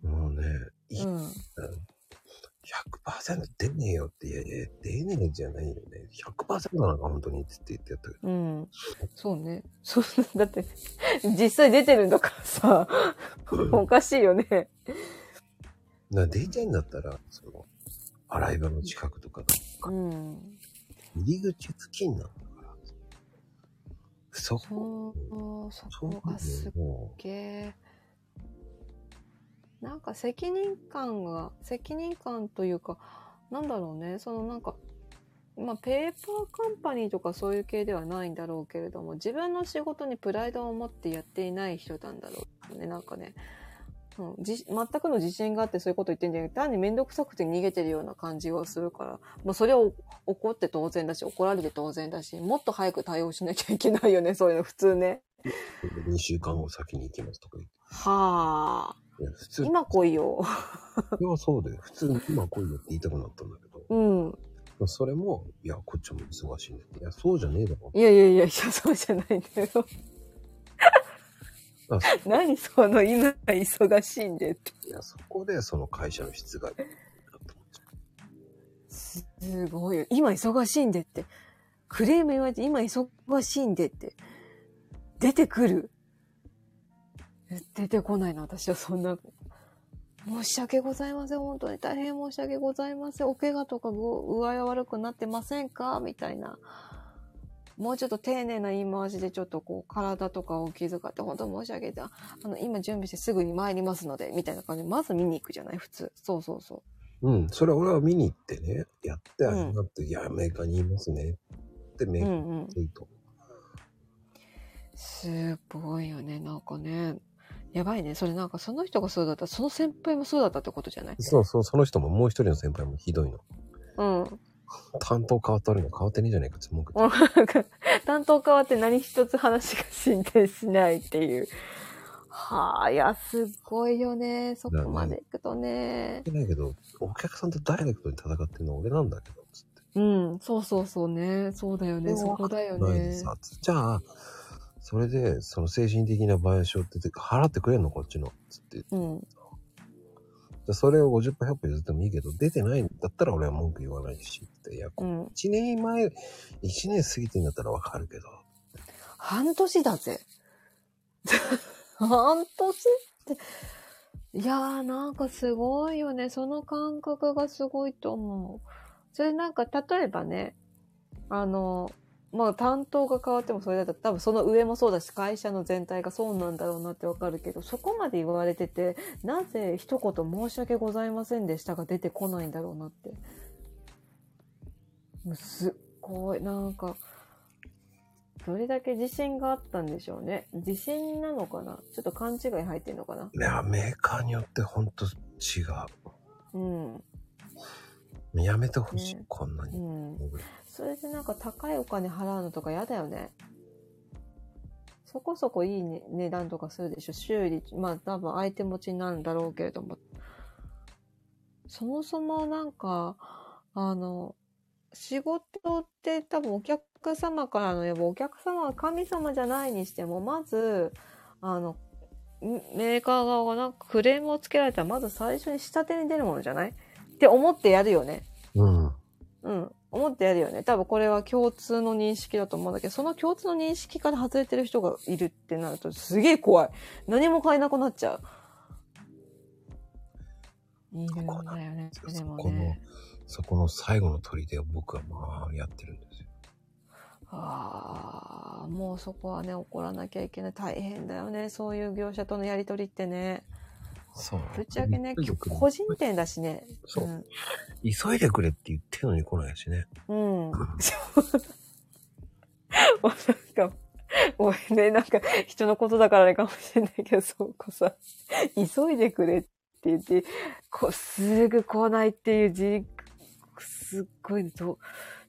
Speaker 1: もうね、いい
Speaker 3: うん。
Speaker 1: 100%出ねえよって、いやいや、出ねえじゃないよね。100%なのか、本当にって言ってやったけど。
Speaker 3: うん。そうね。そう、だって、実際出てるんだからさ、おかしいよね。
Speaker 1: な出ちゃうんだったら、その、洗い場の近くとか、
Speaker 3: うん。
Speaker 1: 入り口付近なんだから。そこ、
Speaker 3: そう、そ
Speaker 1: そ
Speaker 3: こがすっ
Speaker 1: こも
Speaker 3: げえ。なんか責任感が、責任感というか、なんだろうね、そのなんか、まあ、ペーパーカンパニーとかそういう系ではないんだろうけれども、自分の仕事にプライドを持ってやっていない人なんだろうね、なんかね。うん、じ全くの自信があってそういうこと言ってんじゃなくて、単に面倒くさくて逃げてるような感じがするから、まあ、それを怒って当然だし、怒られて当然だし、もっと早く対応しなきゃいけないよね、そういうの普通ね。
Speaker 1: う、2週間後先に行きますとか言って。
Speaker 3: はあ。
Speaker 1: いや、普通、
Speaker 3: 今来いよ。
Speaker 1: それはそうで、普通に今来いよって言いたくなったんだけど、
Speaker 3: うん。
Speaker 1: まあそれも、いや、こっちも忙しいんだって。いや、そうじゃねえだろ。
Speaker 3: いやいやいや、いやそうじゃないんだよ。
Speaker 1: あそ
Speaker 3: 何その今忙しいんでって。
Speaker 1: いや、そこでその会社の質がいいなと思っちゃ
Speaker 3: すごいよ。今忙しいんでって。クレーム言われて今忙しいんでって。出てくる。え出てこないな、私はそんな。申し訳ございません。本当に大変申し訳ございません。お怪我とかご具合は悪くなってませんかみたいな。もうちょっと丁寧な言い回しでちょっとこう体とかを気遣って本当申し訳ない。あの、今準備してすぐに参りますので、みたいな感じで、まず見に行くじゃない普通。そうそうそう。
Speaker 1: う。うん、それは俺は見に行ってね、やってあげなって、いや、メーカーに言いますね。ってメー
Speaker 3: う
Speaker 1: カーに
Speaker 3: んうん。
Speaker 1: 言うと。
Speaker 3: すごいよね、なんかね。やばいね。それなんかその人がそうだったら、その先輩もそうだったってことじゃない
Speaker 1: そうそう、その人ももう一人の先輩もひどいの。
Speaker 3: うん。
Speaker 1: 担当変わったるの変わってねえじゃねえかって文句言
Speaker 3: う
Speaker 1: っ
Speaker 3: ん担当変わって何一つ話が進展しないっていう。はあ、いや、すごいよね。そこまで行くとね。
Speaker 1: てないけど、お客さんとダイレクトに戦ってるのは俺なんだけど、つって。
Speaker 3: うん、そうそうそうね。そうだよね。
Speaker 1: でも
Speaker 3: そこだよ
Speaker 1: ないで
Speaker 3: ね。
Speaker 1: さ、つってじゃあ、それで、その精神的な賠償ってて、払ってくれんのこっちの。つって。じ
Speaker 3: うん。
Speaker 1: ゃあそれを50分100分譲ってもいいけど、出てないんだったら俺は文句言わないし、って。いや、
Speaker 3: う
Speaker 1: こ
Speaker 3: ん。
Speaker 1: 1年前、1年過ぎてんだったらわかるけど、
Speaker 3: 半年だぜ。 半年って。いやーなんかすごいよね。その感覚がすごいと思う。それなんか例えばね、あの、まあ担当が変わってもそれだったら多分その上もそうだし会社の全体がそうなんだろうなってわかるけど、そこまで言われてて、なぜ一言申し訳ございませんでしたが出てこないんだろうなって。もうすっごい、なんか、どれだけ自信があったんでしょうね。自信なのかなちょっと勘違い入ってんのかない
Speaker 1: や、メーカーによってほんと違
Speaker 3: うん。
Speaker 1: う。やめてほしい、
Speaker 3: ね
Speaker 1: こんな
Speaker 3: う
Speaker 1: に。
Speaker 3: ん。それでなんか高いお金払うのとか嫌だよね。そこそこいい、ね、値段とかするでしょ。修理、まあ多分相手持ちになるんだろうけれども。そもそもなんか、あの、仕事って多分お客様からの、やっぱお客様は神様じゃないにしても、まず、あの、んメーカー側がなんかクレームをつけられたら、まず最初に下手に出るものじゃないって思ってやるよね。
Speaker 1: うん。
Speaker 3: うん。思ってやるよね。多分これは共通の認識だと思うんだけど、その共通の認識から外れてる人がいるってなるとすげえ怖い。何も買えなくなっちゃう。いるんだよね。
Speaker 1: そ
Speaker 3: で
Speaker 1: そ
Speaker 3: も
Speaker 1: この
Speaker 3: ね。、
Speaker 1: そこの最後の砦を僕はまあやってるんですよ。
Speaker 3: ああ、もうそこはね、怒らなきゃいけない。大変だよね。そういう業者とのやりとりってね。
Speaker 1: そう。
Speaker 3: ぶっちゃけね
Speaker 1: とにか、く
Speaker 3: 個人店だしね。
Speaker 1: そう急いでくれって言ってるのに来ないしね。
Speaker 3: うん。うん。そうなんか、ごめんね。なんか、人のことだからねかもしれないけど、そうこさ、急いでくれって言って、こうすぐ来ないっていう自すっごいね、どう、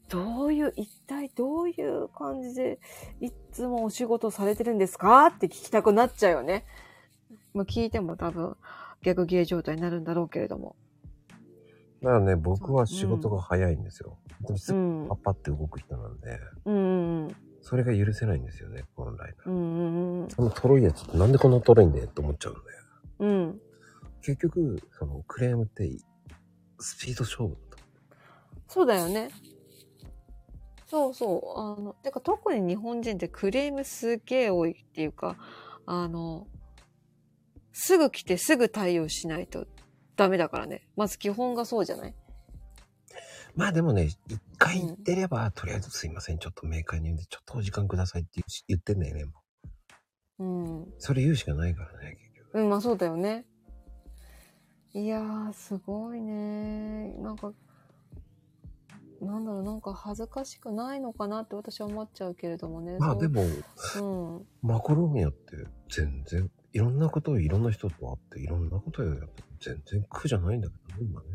Speaker 3: どういう、一体どういう感じで、いつもお仕事されてるんですかって聞きたくなっちゃうよね。まあ、聞いても多分、逆ギレ状態になるんだろうけれども。
Speaker 1: だからね、僕は仕事が早いんですよ。でもす
Speaker 3: う
Speaker 1: ぐ
Speaker 3: ん。う
Speaker 1: パッパって動く人なんで、
Speaker 3: んうん
Speaker 1: それが許せないんですよね、本来。
Speaker 3: うん。うんうんうん。
Speaker 1: そのトロいやつってなんでこんなトロいんだよって思っちゃうんで。
Speaker 3: うん。
Speaker 1: 結局、そのクレームってスピード勝負だと。
Speaker 3: そうだよね。そうそう。あの、てか特に日本人ってクレームすげえ多いっていうか、あの、すぐ来てすぐ対応しないとダメだからね。まず基本がそうじゃない
Speaker 1: まあでもね、一回言ってれば、とりあえずすいません、ちょっとメーカーに言うんで、ちょっとお時間くださいって言うし言ってんだよね、もう。
Speaker 3: うん。う
Speaker 1: それ言うしかないからね、結局。
Speaker 3: ん、まあそうだよね。いやー、すごいね。なんか、なんだろう、なんか恥ずかしくないのかなって私は思っちゃうけれどもね。
Speaker 1: まあ
Speaker 3: そう
Speaker 1: でも、
Speaker 3: うん。
Speaker 1: マカロニアって全然、いろんなことをいろんな人と会って、いろんなことをやって、全然苦じゃないんだけどね、今ね。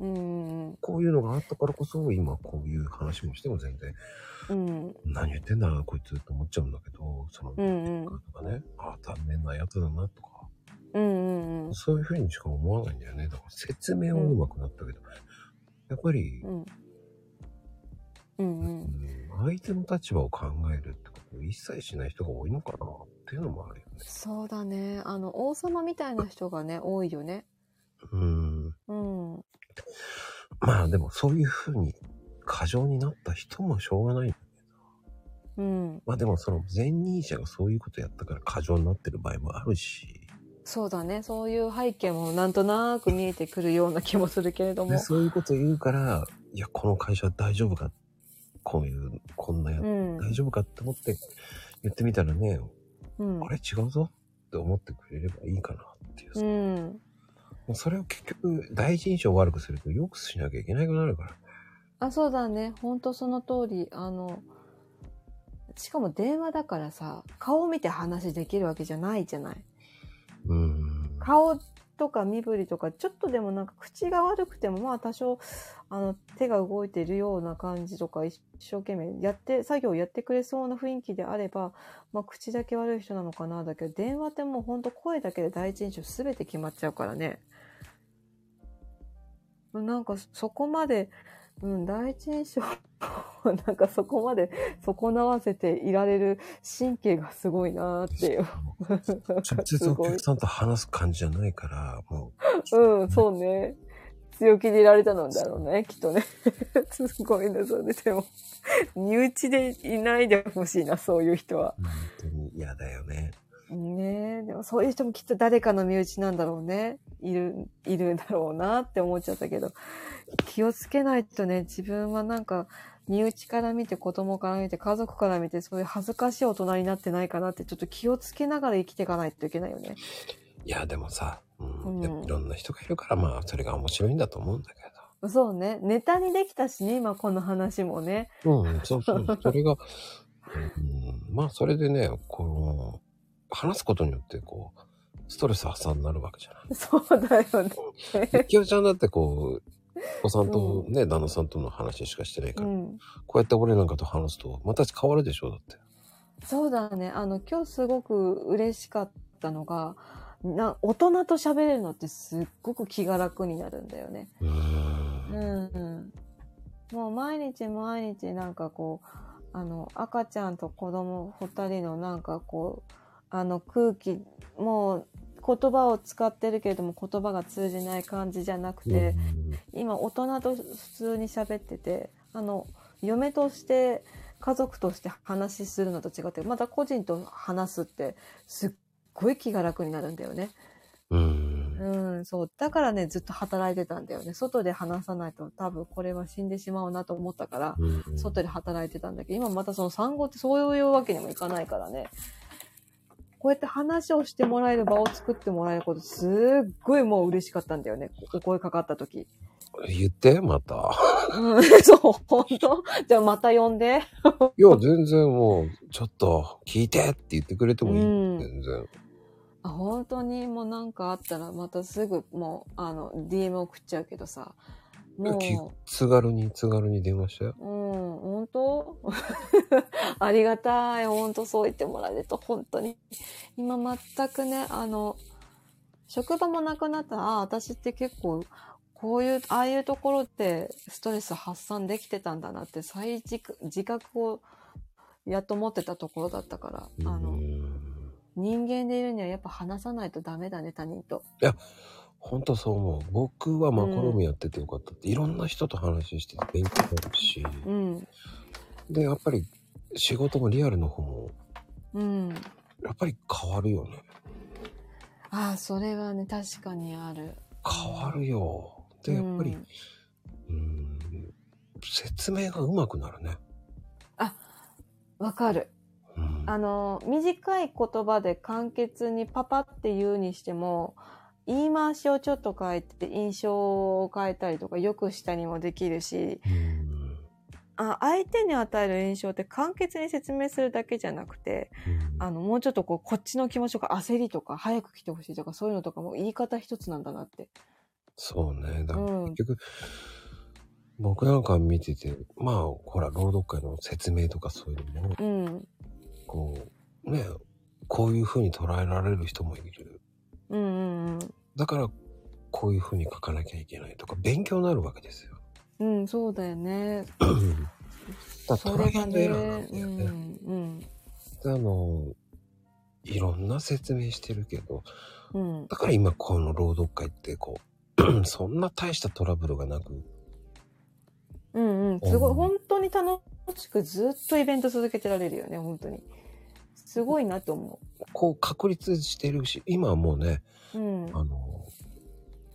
Speaker 3: うん。うん
Speaker 1: こういうのがあったからこそ、今こういう話もしても全然、
Speaker 3: うん。
Speaker 1: 何言ってんだな、こいつと思っちゃうんだけど、その、
Speaker 3: うんうん
Speaker 1: とかね、ああ、残念なやつだな、とか、
Speaker 3: うんうんうん。
Speaker 1: そういうふうにしか思わないんだよね。だから説明はうまくなったけど、やっぱり
Speaker 3: う、ん。うんうん。
Speaker 1: うん相手の立場を考えるってことを一切しない人が多いのかなっていうのもあるよね。
Speaker 3: そうだね。あの、王様みたいな人がね、多いよね。
Speaker 1: うん。
Speaker 3: うん。
Speaker 1: まあでもそういうふうに過剰になった人もしょうがない。
Speaker 3: うん。
Speaker 1: まあでもその前任者がそういうことやったから過剰になってる場合もあるし、
Speaker 3: そうだね。そういう背景もなんとなく見えてくるような気もするけれど
Speaker 1: で
Speaker 3: も。
Speaker 1: そういうこと言うから、いや、この会社大丈夫かこういう、こんなやつ、
Speaker 3: うん。
Speaker 1: 大丈夫かって思って言ってみたらね、
Speaker 3: うん
Speaker 1: あ。れ違うぞって思ってくれればいいかなっていうさ。
Speaker 3: う
Speaker 1: も
Speaker 3: ん。
Speaker 1: うそれを結局、第一印象を悪くすると、よくしなきゃいけなくなるから。
Speaker 3: あ、そうだね。ほんとその通り。あの、しかも電話だからさ、顔を見て話できるわけじゃないじゃない。
Speaker 1: うーん。
Speaker 3: 顔とか身振りとかちょっとでもなんか口が悪くてもまあ多少あの手が動いてるような感じとか一生懸命やって作業やってくれそうな雰囲気であれば、まあ、口だけ悪い人なのかなだけど電話ってもうほんと声だけで第一印象全て決まっちゃうからねなんかそこまで、うん、第一印象をなんかそこまで 損なわせていられる神経がすごいなーっていう
Speaker 1: 直接
Speaker 3: す
Speaker 1: お
Speaker 3: ごい
Speaker 1: 客さんと話す感じじゃないから、も
Speaker 3: うん、そうね。強気でいられたのだろうね、きっとね。すごいな、そうね。でも、身内でいないでほしいな、そういう人は。
Speaker 1: う、本当に嫌だよね。
Speaker 3: ねえ、でもそういう人もきっと誰かの身内なんだろうね。いる、いるんだろうなって思っちゃったけど。気をつけないとね、自分はなんか、身内から見て、子供から見て、家族から見て、そういう恥ずかしい大人になってないかなって、ちょっと気をつけながら生きていかないといけないよね。
Speaker 1: いや、でもさ、うん、
Speaker 3: うん
Speaker 1: でもいろんな人がいるから、まあ、それが面白いんだと思うんだけ
Speaker 3: そうね。ネタにできたしね、今この話もね。
Speaker 1: ど。うん、そう そう。それが、うん、まあ、それでね、この、話すことによって、こう、ストレス発散になるわけじゃない。
Speaker 3: そうだよね。
Speaker 1: ゆきおちゃんだって、こう、お子さんとね、旦那さんとの話しかしてないか
Speaker 3: う
Speaker 1: ら、
Speaker 3: ん。
Speaker 1: こうやって俺なんかと話すと、また変わるでしょ、だって。
Speaker 3: そうだね。あの、今日すごく嬉しかったのが、な、大人と喋れるのってすっごく気が楽になるんだよね。
Speaker 1: うー。
Speaker 3: うんん。もう毎日毎日なんかこう、あの、赤ちゃんと子供二人のなんかこう、あの空気、もう言葉を使ってるけれども言葉が通じない感じじゃなくて、
Speaker 1: うん
Speaker 3: 今大人と普通に喋っててあの嫁として家族として話しするのと違ってまた個人と話すってすっごい気が楽になるんだよね。
Speaker 1: うん。
Speaker 3: うん、そう。だからね、ずっと働いてたんだよね。外で話さないと多分これは死んでしまうなと思ったから、
Speaker 1: うんうん
Speaker 3: 外で働いてたんだけど、今またその産後ってそういうわけにもいかないからね。こうやって話をしてもらえる場を作ってもらえること、すっごいもう嬉しかったんだよね。お声かかった時。
Speaker 1: 言って、また。
Speaker 3: うん、 そう、本当じゃあまた呼んで。
Speaker 1: いや、全然もう、ちょっと、聞いてって言ってくれてもいい。
Speaker 3: うん
Speaker 1: 全然。
Speaker 3: あ本当にもうなんかあったらまたすぐもう、あの、DM 送っちゃうけどさ。も
Speaker 1: き
Speaker 3: う、
Speaker 1: 津軽に、津軽に電話したよ。
Speaker 3: うん、本当 ありがたい。本当そう言ってもらえると、本当に。今全くね、あの、職場もなくなったら、あ私って結構、こういう、ああいうところってストレス発散できてたんだなって再自覚自覚をやっと持ってたところだったから、あ
Speaker 1: う
Speaker 3: の、
Speaker 1: ん
Speaker 3: 人間でいるにはやっぱ話さないとダメだね、他人と。
Speaker 1: ほんとそう思う。僕はマカロミやっててよかったって、いろんな人と話してて勉強になるし、
Speaker 3: うん、
Speaker 1: で、やっぱり仕事もリアルの方も、
Speaker 3: うん。
Speaker 1: やっぱり変わるよね。
Speaker 3: ああ、それはね、確かにある。
Speaker 1: 変わるよ。で、やっぱり、
Speaker 3: うん
Speaker 1: うん、説明が上手くなるね。
Speaker 3: わかる。
Speaker 1: うん、
Speaker 3: あの、短い言葉で簡潔にパパって言うにしても、言い回しをちょっと変えて、印象を変えたりとか、良くしたりもできるし、
Speaker 1: うん
Speaker 3: あ相手に与える印象って簡潔に説明するだけじゃなくて、あの、もうちょっとこう、こっちの気持ちとか焦りとか、早く来てほしいとか、そういうのとかも言い方一つなんだなって。
Speaker 1: そうね。だから
Speaker 3: うん
Speaker 1: 結局、僕なんか見てて、まあ、ほら、朗読会の説明とかそういうのも、
Speaker 3: うん。
Speaker 1: こう、ね、こういう風に捉えられる人もいる。
Speaker 3: うんうん
Speaker 1: だから、こういう風に書かなきゃいけないとか、勉強になるわけですよ。
Speaker 3: うん。うん、そうだよね。
Speaker 1: だか
Speaker 3: そ
Speaker 1: ら
Speaker 3: れ
Speaker 1: トライア
Speaker 3: が
Speaker 1: ンド
Speaker 3: ね、
Speaker 1: エ
Speaker 3: う
Speaker 1: ラーなんだよね。
Speaker 3: ん、うん、
Speaker 1: であの、いろんな説明してるけど、
Speaker 3: うん。
Speaker 1: だから今この朗読会ってこう、 そんな大したトラブルがなく、
Speaker 3: うんうん、すご
Speaker 1: う
Speaker 3: い、
Speaker 1: ん
Speaker 3: 本当に楽しくずっとイベント続けてられるよね、本当に。すごいなと思
Speaker 1: こう確立してるし、今はもうね、
Speaker 3: う。うん。
Speaker 1: あの、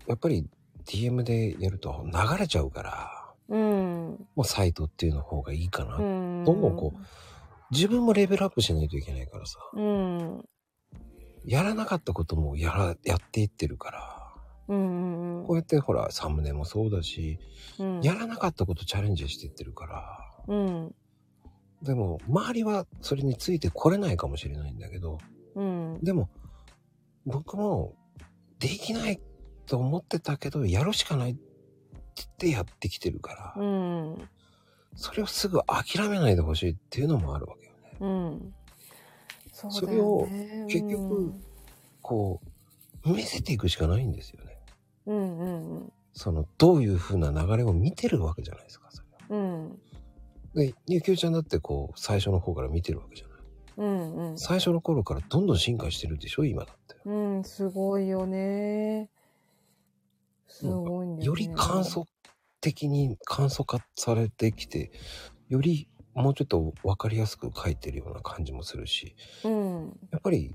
Speaker 1: やっぱり DM でやると流れちゃうから、
Speaker 3: うん。
Speaker 1: もうサイトっていうの方がいいかな。
Speaker 3: うん。
Speaker 1: どんどんこ自分もレベルアップしないといけないからさ、
Speaker 3: う。うん。
Speaker 1: やらなかったこともやら、やっていってるから、
Speaker 3: うんうん
Speaker 1: こうやってほら、サムネもそうだし、
Speaker 3: うん。
Speaker 1: やらなかったことチャレンジしていってるから、
Speaker 3: うん。
Speaker 1: でも、周りはそれについてこれないかもしれないんだけど、
Speaker 3: うん。
Speaker 1: でも、僕も、できないと思ってたけど、やるしかないって言ってやってきてるから、
Speaker 3: うん。
Speaker 1: それをすぐ諦めないでほしいっていうのもあるわけよね。
Speaker 3: うん。そ
Speaker 1: それを
Speaker 3: ね
Speaker 1: 結局、こう、見せていくしかないんですよね。
Speaker 3: うんうんうん
Speaker 1: その、どういう風な流れを見てるわけじゃないですか、それは。
Speaker 3: うん。
Speaker 1: で、ゆきおちゃんだってこう、最初の方から見てるわけじゃない。
Speaker 3: うんうん。
Speaker 1: 最初の頃からどんどん進化してるでしょ、今だって。
Speaker 3: うん、すごいよね。すごいんだよ、ね。
Speaker 1: より簡素的に簡素化されてきて、よりもうちょっと分かりやすく書いてるような感じもするし、
Speaker 3: うん。
Speaker 1: やっぱり、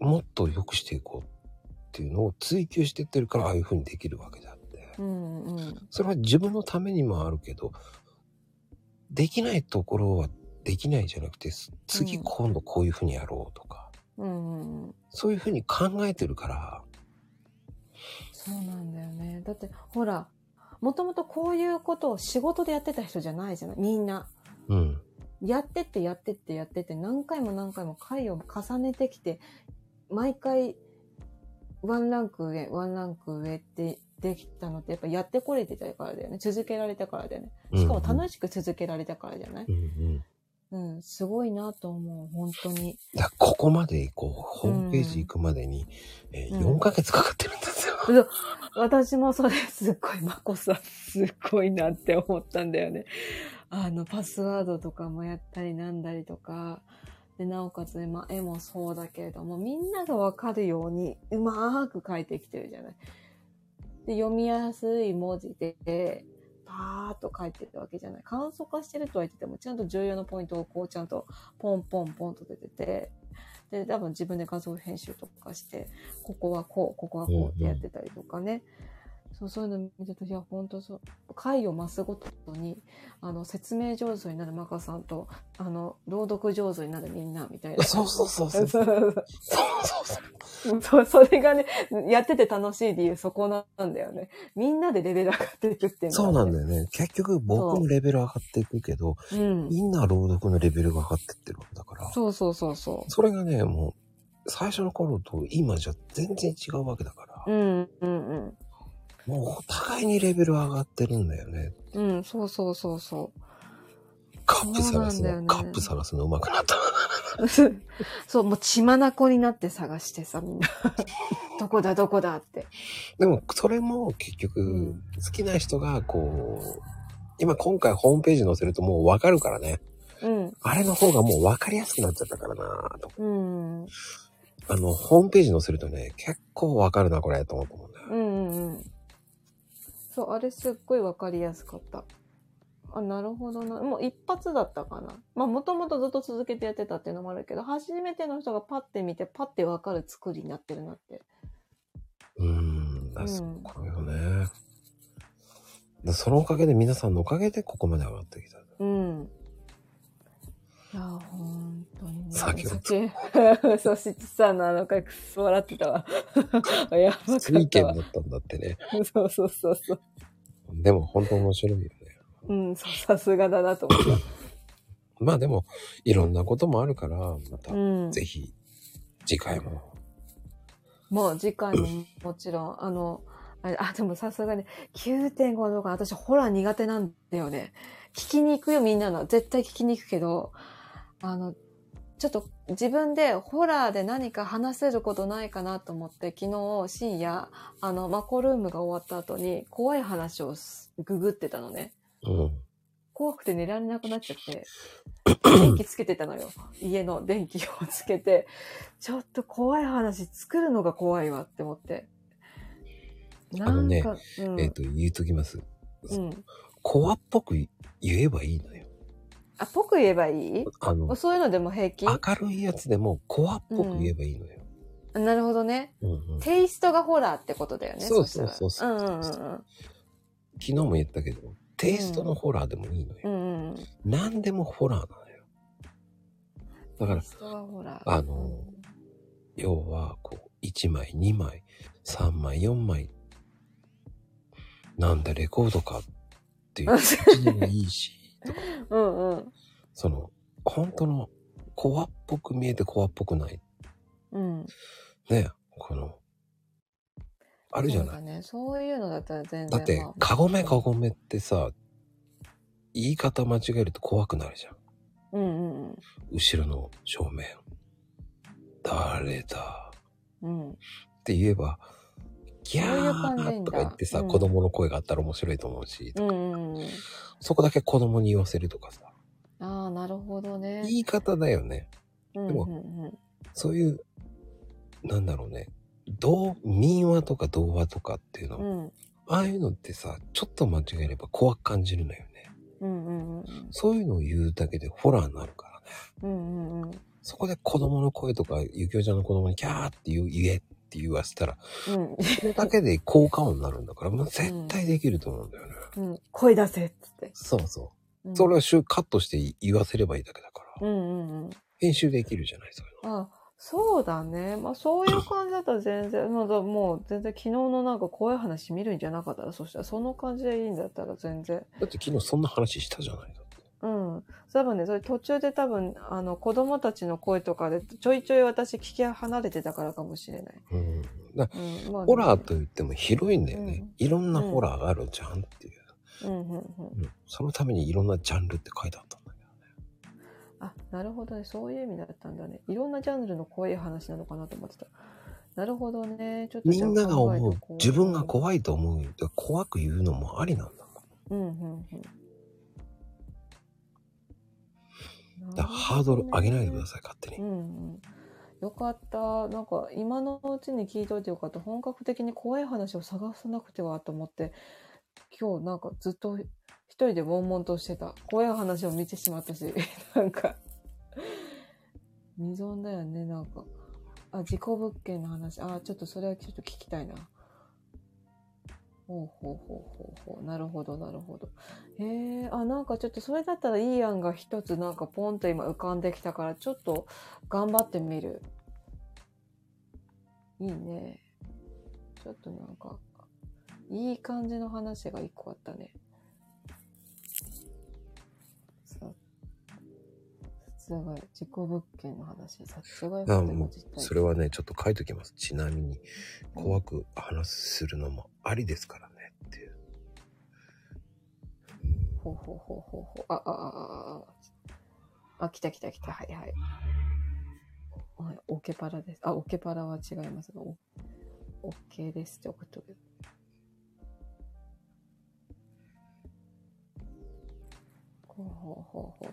Speaker 1: もっと良くしていこうっていうのを追求してってるから、ああいう風にできるわけであって。
Speaker 3: うんうん。
Speaker 1: それは自分のためにもあるけど、できないところはできないじゃなくて、す次
Speaker 3: うん
Speaker 1: 今度こういう風にやろうとか、
Speaker 3: うんうん。
Speaker 1: そういう風に考えてるから、
Speaker 3: そうなんだよね。だって、ほら、もともとこういうことを仕事でやってた人じゃないじゃないみんな。
Speaker 1: うん、
Speaker 3: やってってやってってやってって何回も何回も回を重ねてきて、毎回、ワンランク上、ワンランク上ってできたのって、やっぱやってこれてたからだよね。続けられたからだよね。
Speaker 1: うん。
Speaker 3: しかも楽しく続けられたからじゃない
Speaker 1: うんうん
Speaker 3: うん、すごいなと思う、本当に。
Speaker 1: だからここまでこう、ホームページ行くまでに、えー
Speaker 3: うん
Speaker 1: 4ヶ月かかってるんですよ。
Speaker 3: 私もそれすっごい、まこさんすごいなって思ったんだよね。あの、パスワードとかもやったりなんだりとか、で、なおかつ、ね、まあ、絵もそうだけれども、みんながわかるように、うまーく描いてきてるじゃない。で、読みやすい文字で、パーっと書いてるわけじゃない。簡素化してるとは言ってても、ちゃんと重要なポイントをこう、ちゃんとポンポンポンと出てて、で、多分自分で画像編集とかして、ここはこう、ここはこうってやってたりとかね。そう、そういうの見てると、いや、本当そう、回を増すごとに、あの、説明上手になるマカさんと、あの、朗読上手になるみんな、みたいな。
Speaker 1: そうそうそうそう。そうそうそう。
Speaker 3: そう、 それがね、やってて楽しい理由、そこなんだよね。みんなでレベル上がっていくっていう
Speaker 1: そうなんだ
Speaker 3: よ。
Speaker 1: よね。結局僕のレベル上がっていくけど、
Speaker 3: うん。
Speaker 1: みんな朗読のレベルが上がってってるわけだから。
Speaker 3: そうそうそうそ
Speaker 1: それがね、もう、最初の頃と今じゃ全然違うわけだから
Speaker 3: う。う、ん、うん、うん。
Speaker 1: もうお互いにレベル上がってるんだよね。
Speaker 3: うん、そうそうそう そ
Speaker 1: カップ探す
Speaker 3: そうなんだ
Speaker 1: の、
Speaker 3: よね
Speaker 1: カップ探すの上手くなった。
Speaker 3: う。そう、もう血眼になって探してさ、みん な。どこだ、どこだって。
Speaker 1: でも、それも結
Speaker 3: う
Speaker 1: 局
Speaker 3: ん、
Speaker 1: 好きな人がこう、今今回ホームページ載せるともうわかるからね。
Speaker 3: うん、
Speaker 1: あれの方がもうわかりやすくなっちゃったからなと。
Speaker 3: うん、うん、
Speaker 1: あの、ホームページ載せるとね、結構わかるな、これ、と思うと思うんだよ。
Speaker 3: うん、うん。そう、あれすっごいわかりやすかった。あ、なるほどな。もう一発だったかな。まあ、もともとずっと続けてやってたっていうのもあるけど、初めての人がパッて見て、パッてわかる作りになってるなって。
Speaker 1: うーん、だ
Speaker 3: うん
Speaker 1: そうこれよね。でそのおかげで、皆さんのおかげでここまで上がってきた。
Speaker 3: うん。いやー、ほんとにね。
Speaker 1: 酒を
Speaker 3: 酒。 そう、しちさんのあの回、くっそ笑ってたわ。 やばか
Speaker 1: 水
Speaker 3: った
Speaker 1: 軒だ
Speaker 3: わ。
Speaker 1: ったんだってね。
Speaker 3: そうそうそうそう。
Speaker 1: でも、本当面白いよね。
Speaker 3: うん、そうさすがだなと思っ
Speaker 1: まあでも、いろんなこともあるから、また
Speaker 3: た。う、ん。
Speaker 1: ぜひ、次回も。
Speaker 3: もう次回ももちろん、あの、あれあ、でもさすがに、9.5の動画、私ホラー苦手なんだよね。聞きに行くよ、みんなの。絶対聞きに行くけど、あの、ちょっと自分でホラーで何か話せることないかなと思って、昨日深夜、あの、マコルームが終わった後に、怖い話をすググってたのね。
Speaker 1: うん。
Speaker 3: 怖くて寝られなくなっち ゃって、電気つけてたのよ。家の電気をつけて、ちょっと怖い話作るのが怖いわって思って。な
Speaker 1: の
Speaker 3: ん
Speaker 1: ね
Speaker 3: か、うん、
Speaker 1: えっ、と、言うときます。
Speaker 3: うん。
Speaker 1: 怖っぽく言えばいいのよ。
Speaker 3: あ、ぽく言えばいい
Speaker 1: あの、
Speaker 3: そういうのでも平気
Speaker 1: 明るいやつでも怖っぽく言えばいいのよ。
Speaker 3: なるほどね。
Speaker 1: うんうん昨
Speaker 3: テイストがホラーってことだよね。
Speaker 1: そう
Speaker 3: したら
Speaker 1: そうそうそう
Speaker 3: うんうん
Speaker 1: 日も言ったけど、テイストのホラーでもいいのよ。
Speaker 3: うん。うんうん。
Speaker 1: 何でもホラーなのよ。だか
Speaker 3: テ
Speaker 1: ら
Speaker 3: イ、ストがホラー。
Speaker 1: あの要は、こう、1枚、2枚、3枚、4枚。なんだ、レコードかっていう感じでもいい し、とか
Speaker 3: うんうん。
Speaker 1: その、本当の、怖っぽく見えて怖っぽくない。
Speaker 3: うん。
Speaker 1: ね、この、あるじゃ
Speaker 3: そう
Speaker 1: ない。
Speaker 3: だね。そういうのだったら全然。
Speaker 1: だって
Speaker 3: まあ、
Speaker 1: カゴメカゴメってさ、言い方間違えると怖くなるじゃん。
Speaker 3: うんうんうん
Speaker 1: 後ろの正面。誰だ。
Speaker 3: うん。
Speaker 1: って言えば、ギ
Speaker 3: そう
Speaker 1: ャ
Speaker 3: いう感じなん
Speaker 1: ー
Speaker 3: だ
Speaker 1: とか言ってさ、
Speaker 3: うん
Speaker 1: 子供の声があったら面白いと思うし、
Speaker 3: うんうんうん。
Speaker 1: そこだけ子供に言わせるとかさ、
Speaker 3: ああ、なるほどね。
Speaker 1: 言い方だよね。
Speaker 3: うん
Speaker 1: も
Speaker 3: うんうん
Speaker 1: そういう、なんだろうね、童、民話とか童話とかっていうの、
Speaker 3: うん
Speaker 1: ああいうのってさ、ちょっと間違えれば怖く感じるのよね。
Speaker 3: うんうんうん
Speaker 1: そういうのを言うだけでホラーになるからね。
Speaker 3: うんうん
Speaker 1: そこで子供の声とか、ゆきおちゃんの子供にキャーって言う、言えって言わせたら、
Speaker 3: うん
Speaker 1: それだけで効果音になるんだから、もう絶対できると思うんだよね。
Speaker 3: うん声出せっつって。
Speaker 1: そうそう。
Speaker 3: うん
Speaker 1: それは週カットして言わせればいいだけだから。
Speaker 3: うんうんうん。
Speaker 1: 編集できるじゃない、そういう
Speaker 3: あそうだね。まあそういう感じだったら全然、まだもう全然昨日のなんか怖い話見るんじゃなかったら、そしたらその感じでいいんだったら全然。
Speaker 1: の。だって昨日そんな話したじゃないだって。
Speaker 3: うん。多分ね、それ途中で多分、あの子供たちの声とかでちょいちょい私聞き離れてたからかもしれない。
Speaker 1: うん。だ
Speaker 3: うん。まあ、
Speaker 1: ホラーと言っても広いんだよね。いろんな
Speaker 3: うん
Speaker 1: ホラーがあるじゃんっていう。
Speaker 3: うんうんうん。
Speaker 1: うんそのためにいろんなジャンルって書いてあったんだけどね。
Speaker 3: あ、なるほどね。そういう意味だったんだね。いろんなジャンルの怖い話なのかなと思ってた。なるほどね。ちょっと
Speaker 1: みんなが思
Speaker 3: じゃあ考え
Speaker 1: う
Speaker 3: とこ、
Speaker 1: 自分が怖いと思う、だから怖く言うのもありなんだ。
Speaker 3: うんうんうん。
Speaker 1: だからハードル上げないでください、勝手
Speaker 3: いう
Speaker 1: に。
Speaker 3: んうん。よかった。なんか今のうちに聞いといてよかった。本格的に怖い話を探さなくてはと思って、今日なんかずっと一人 で悶々としてた。怖い話を見てしまったし、なんか。未存だよね、なんか。あ、事故物件の話。あ、ちょっとそれはちょっと聞きたいな。ほうほうほうほうほう。なるほど、なるほど。へえ、あ、なんかちょっとそれだったらいい案が一つなんかポンと今浮かんできたから、ちょっと頑張ってみる。いいね。ちょっとなんか、いい感じの話が一個あったね。さ殺害、事故物件の話、殺害
Speaker 1: あ
Speaker 3: 法で
Speaker 1: も
Speaker 3: も
Speaker 1: う
Speaker 3: 実
Speaker 1: そ
Speaker 3: 態。
Speaker 1: れはね、ちょっと書いときます。ちなみに、怖く話するのもありですからねっていう。
Speaker 3: ほうほうほうほうほう。あ、あ、あ、あ、あ。あ、来た来た来た。はいはい。はい、オケパラです。あ、オケパラは違いますが、オオッケーですって送っとく。ほうほうほうほう。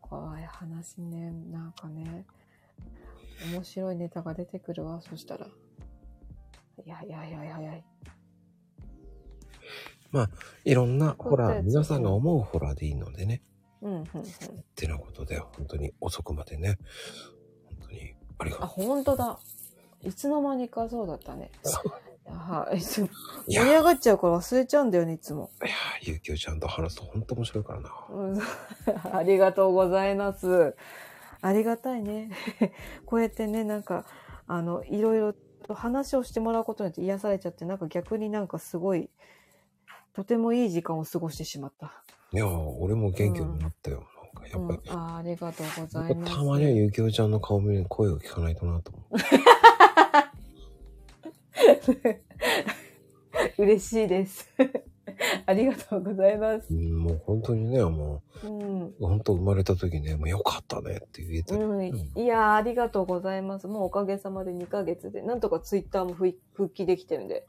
Speaker 3: 怖い話ね。なんかね。面白いネタが出てくるわ、そしたら。いやいやいやいやいやい。
Speaker 1: いろんなホ
Speaker 3: そう
Speaker 1: ラ
Speaker 3: で
Speaker 1: ー、
Speaker 3: す
Speaker 1: 皆さんが思うホラーでいいのでね。
Speaker 3: うん、うん、うん。
Speaker 1: ってなことで、本当に遅くまでね。本当に、ありが
Speaker 3: あ、
Speaker 1: と
Speaker 3: ほんとだ。いつの間にかそうだったね。
Speaker 1: う。
Speaker 3: はい。いつも
Speaker 1: い
Speaker 3: 盛
Speaker 1: や、
Speaker 3: り
Speaker 1: いや
Speaker 3: 上がっちゃうから忘れちゃうんだよね、いつも。
Speaker 1: ゆきおちゃんと話すと本当面白いからな。
Speaker 3: うんありがとうございます。ありがたいね。 こうやってね、なんか、あの、いろいろと話をしてもらうことによって癒されちゃって、なんか逆になんかすごい、とてもいい時間を過ごしてしまった。
Speaker 1: いや、俺も元気になったよ。なん
Speaker 3: う
Speaker 1: か、やっ、
Speaker 3: んあーありがとうご
Speaker 1: ぱ
Speaker 3: ざ
Speaker 1: り、
Speaker 3: います。
Speaker 1: たまにはゆきおちゃんの顔見る声を聞かないとなと思う。
Speaker 3: 嬉しいです。 ありがとうございます。
Speaker 1: うんもう本当にね、も
Speaker 3: うん。
Speaker 1: う、本当生まれた時ね、もうよかったねって言えたり。
Speaker 3: うん、いやーありがとうございます。もうおかげさまで2ヶ月で、なんとかツイッターも復復帰できてるんで、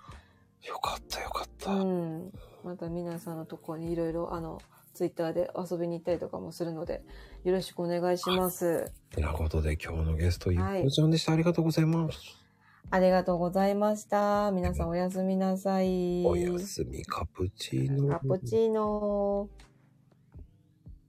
Speaker 1: よかったよかった。
Speaker 3: うん、また皆さんのところにいろいろ、あの、ツイッターで遊びに行ったりとかもするので、よろしくお願いします。
Speaker 1: てなことで今日のゲスト、ゆ
Speaker 3: はい
Speaker 1: っこちゃんでした。ありがとうございます。
Speaker 3: ありがとうございました。皆さんおやすみなさい。
Speaker 1: おやすみ、カプチーノ。
Speaker 3: カプチーノー。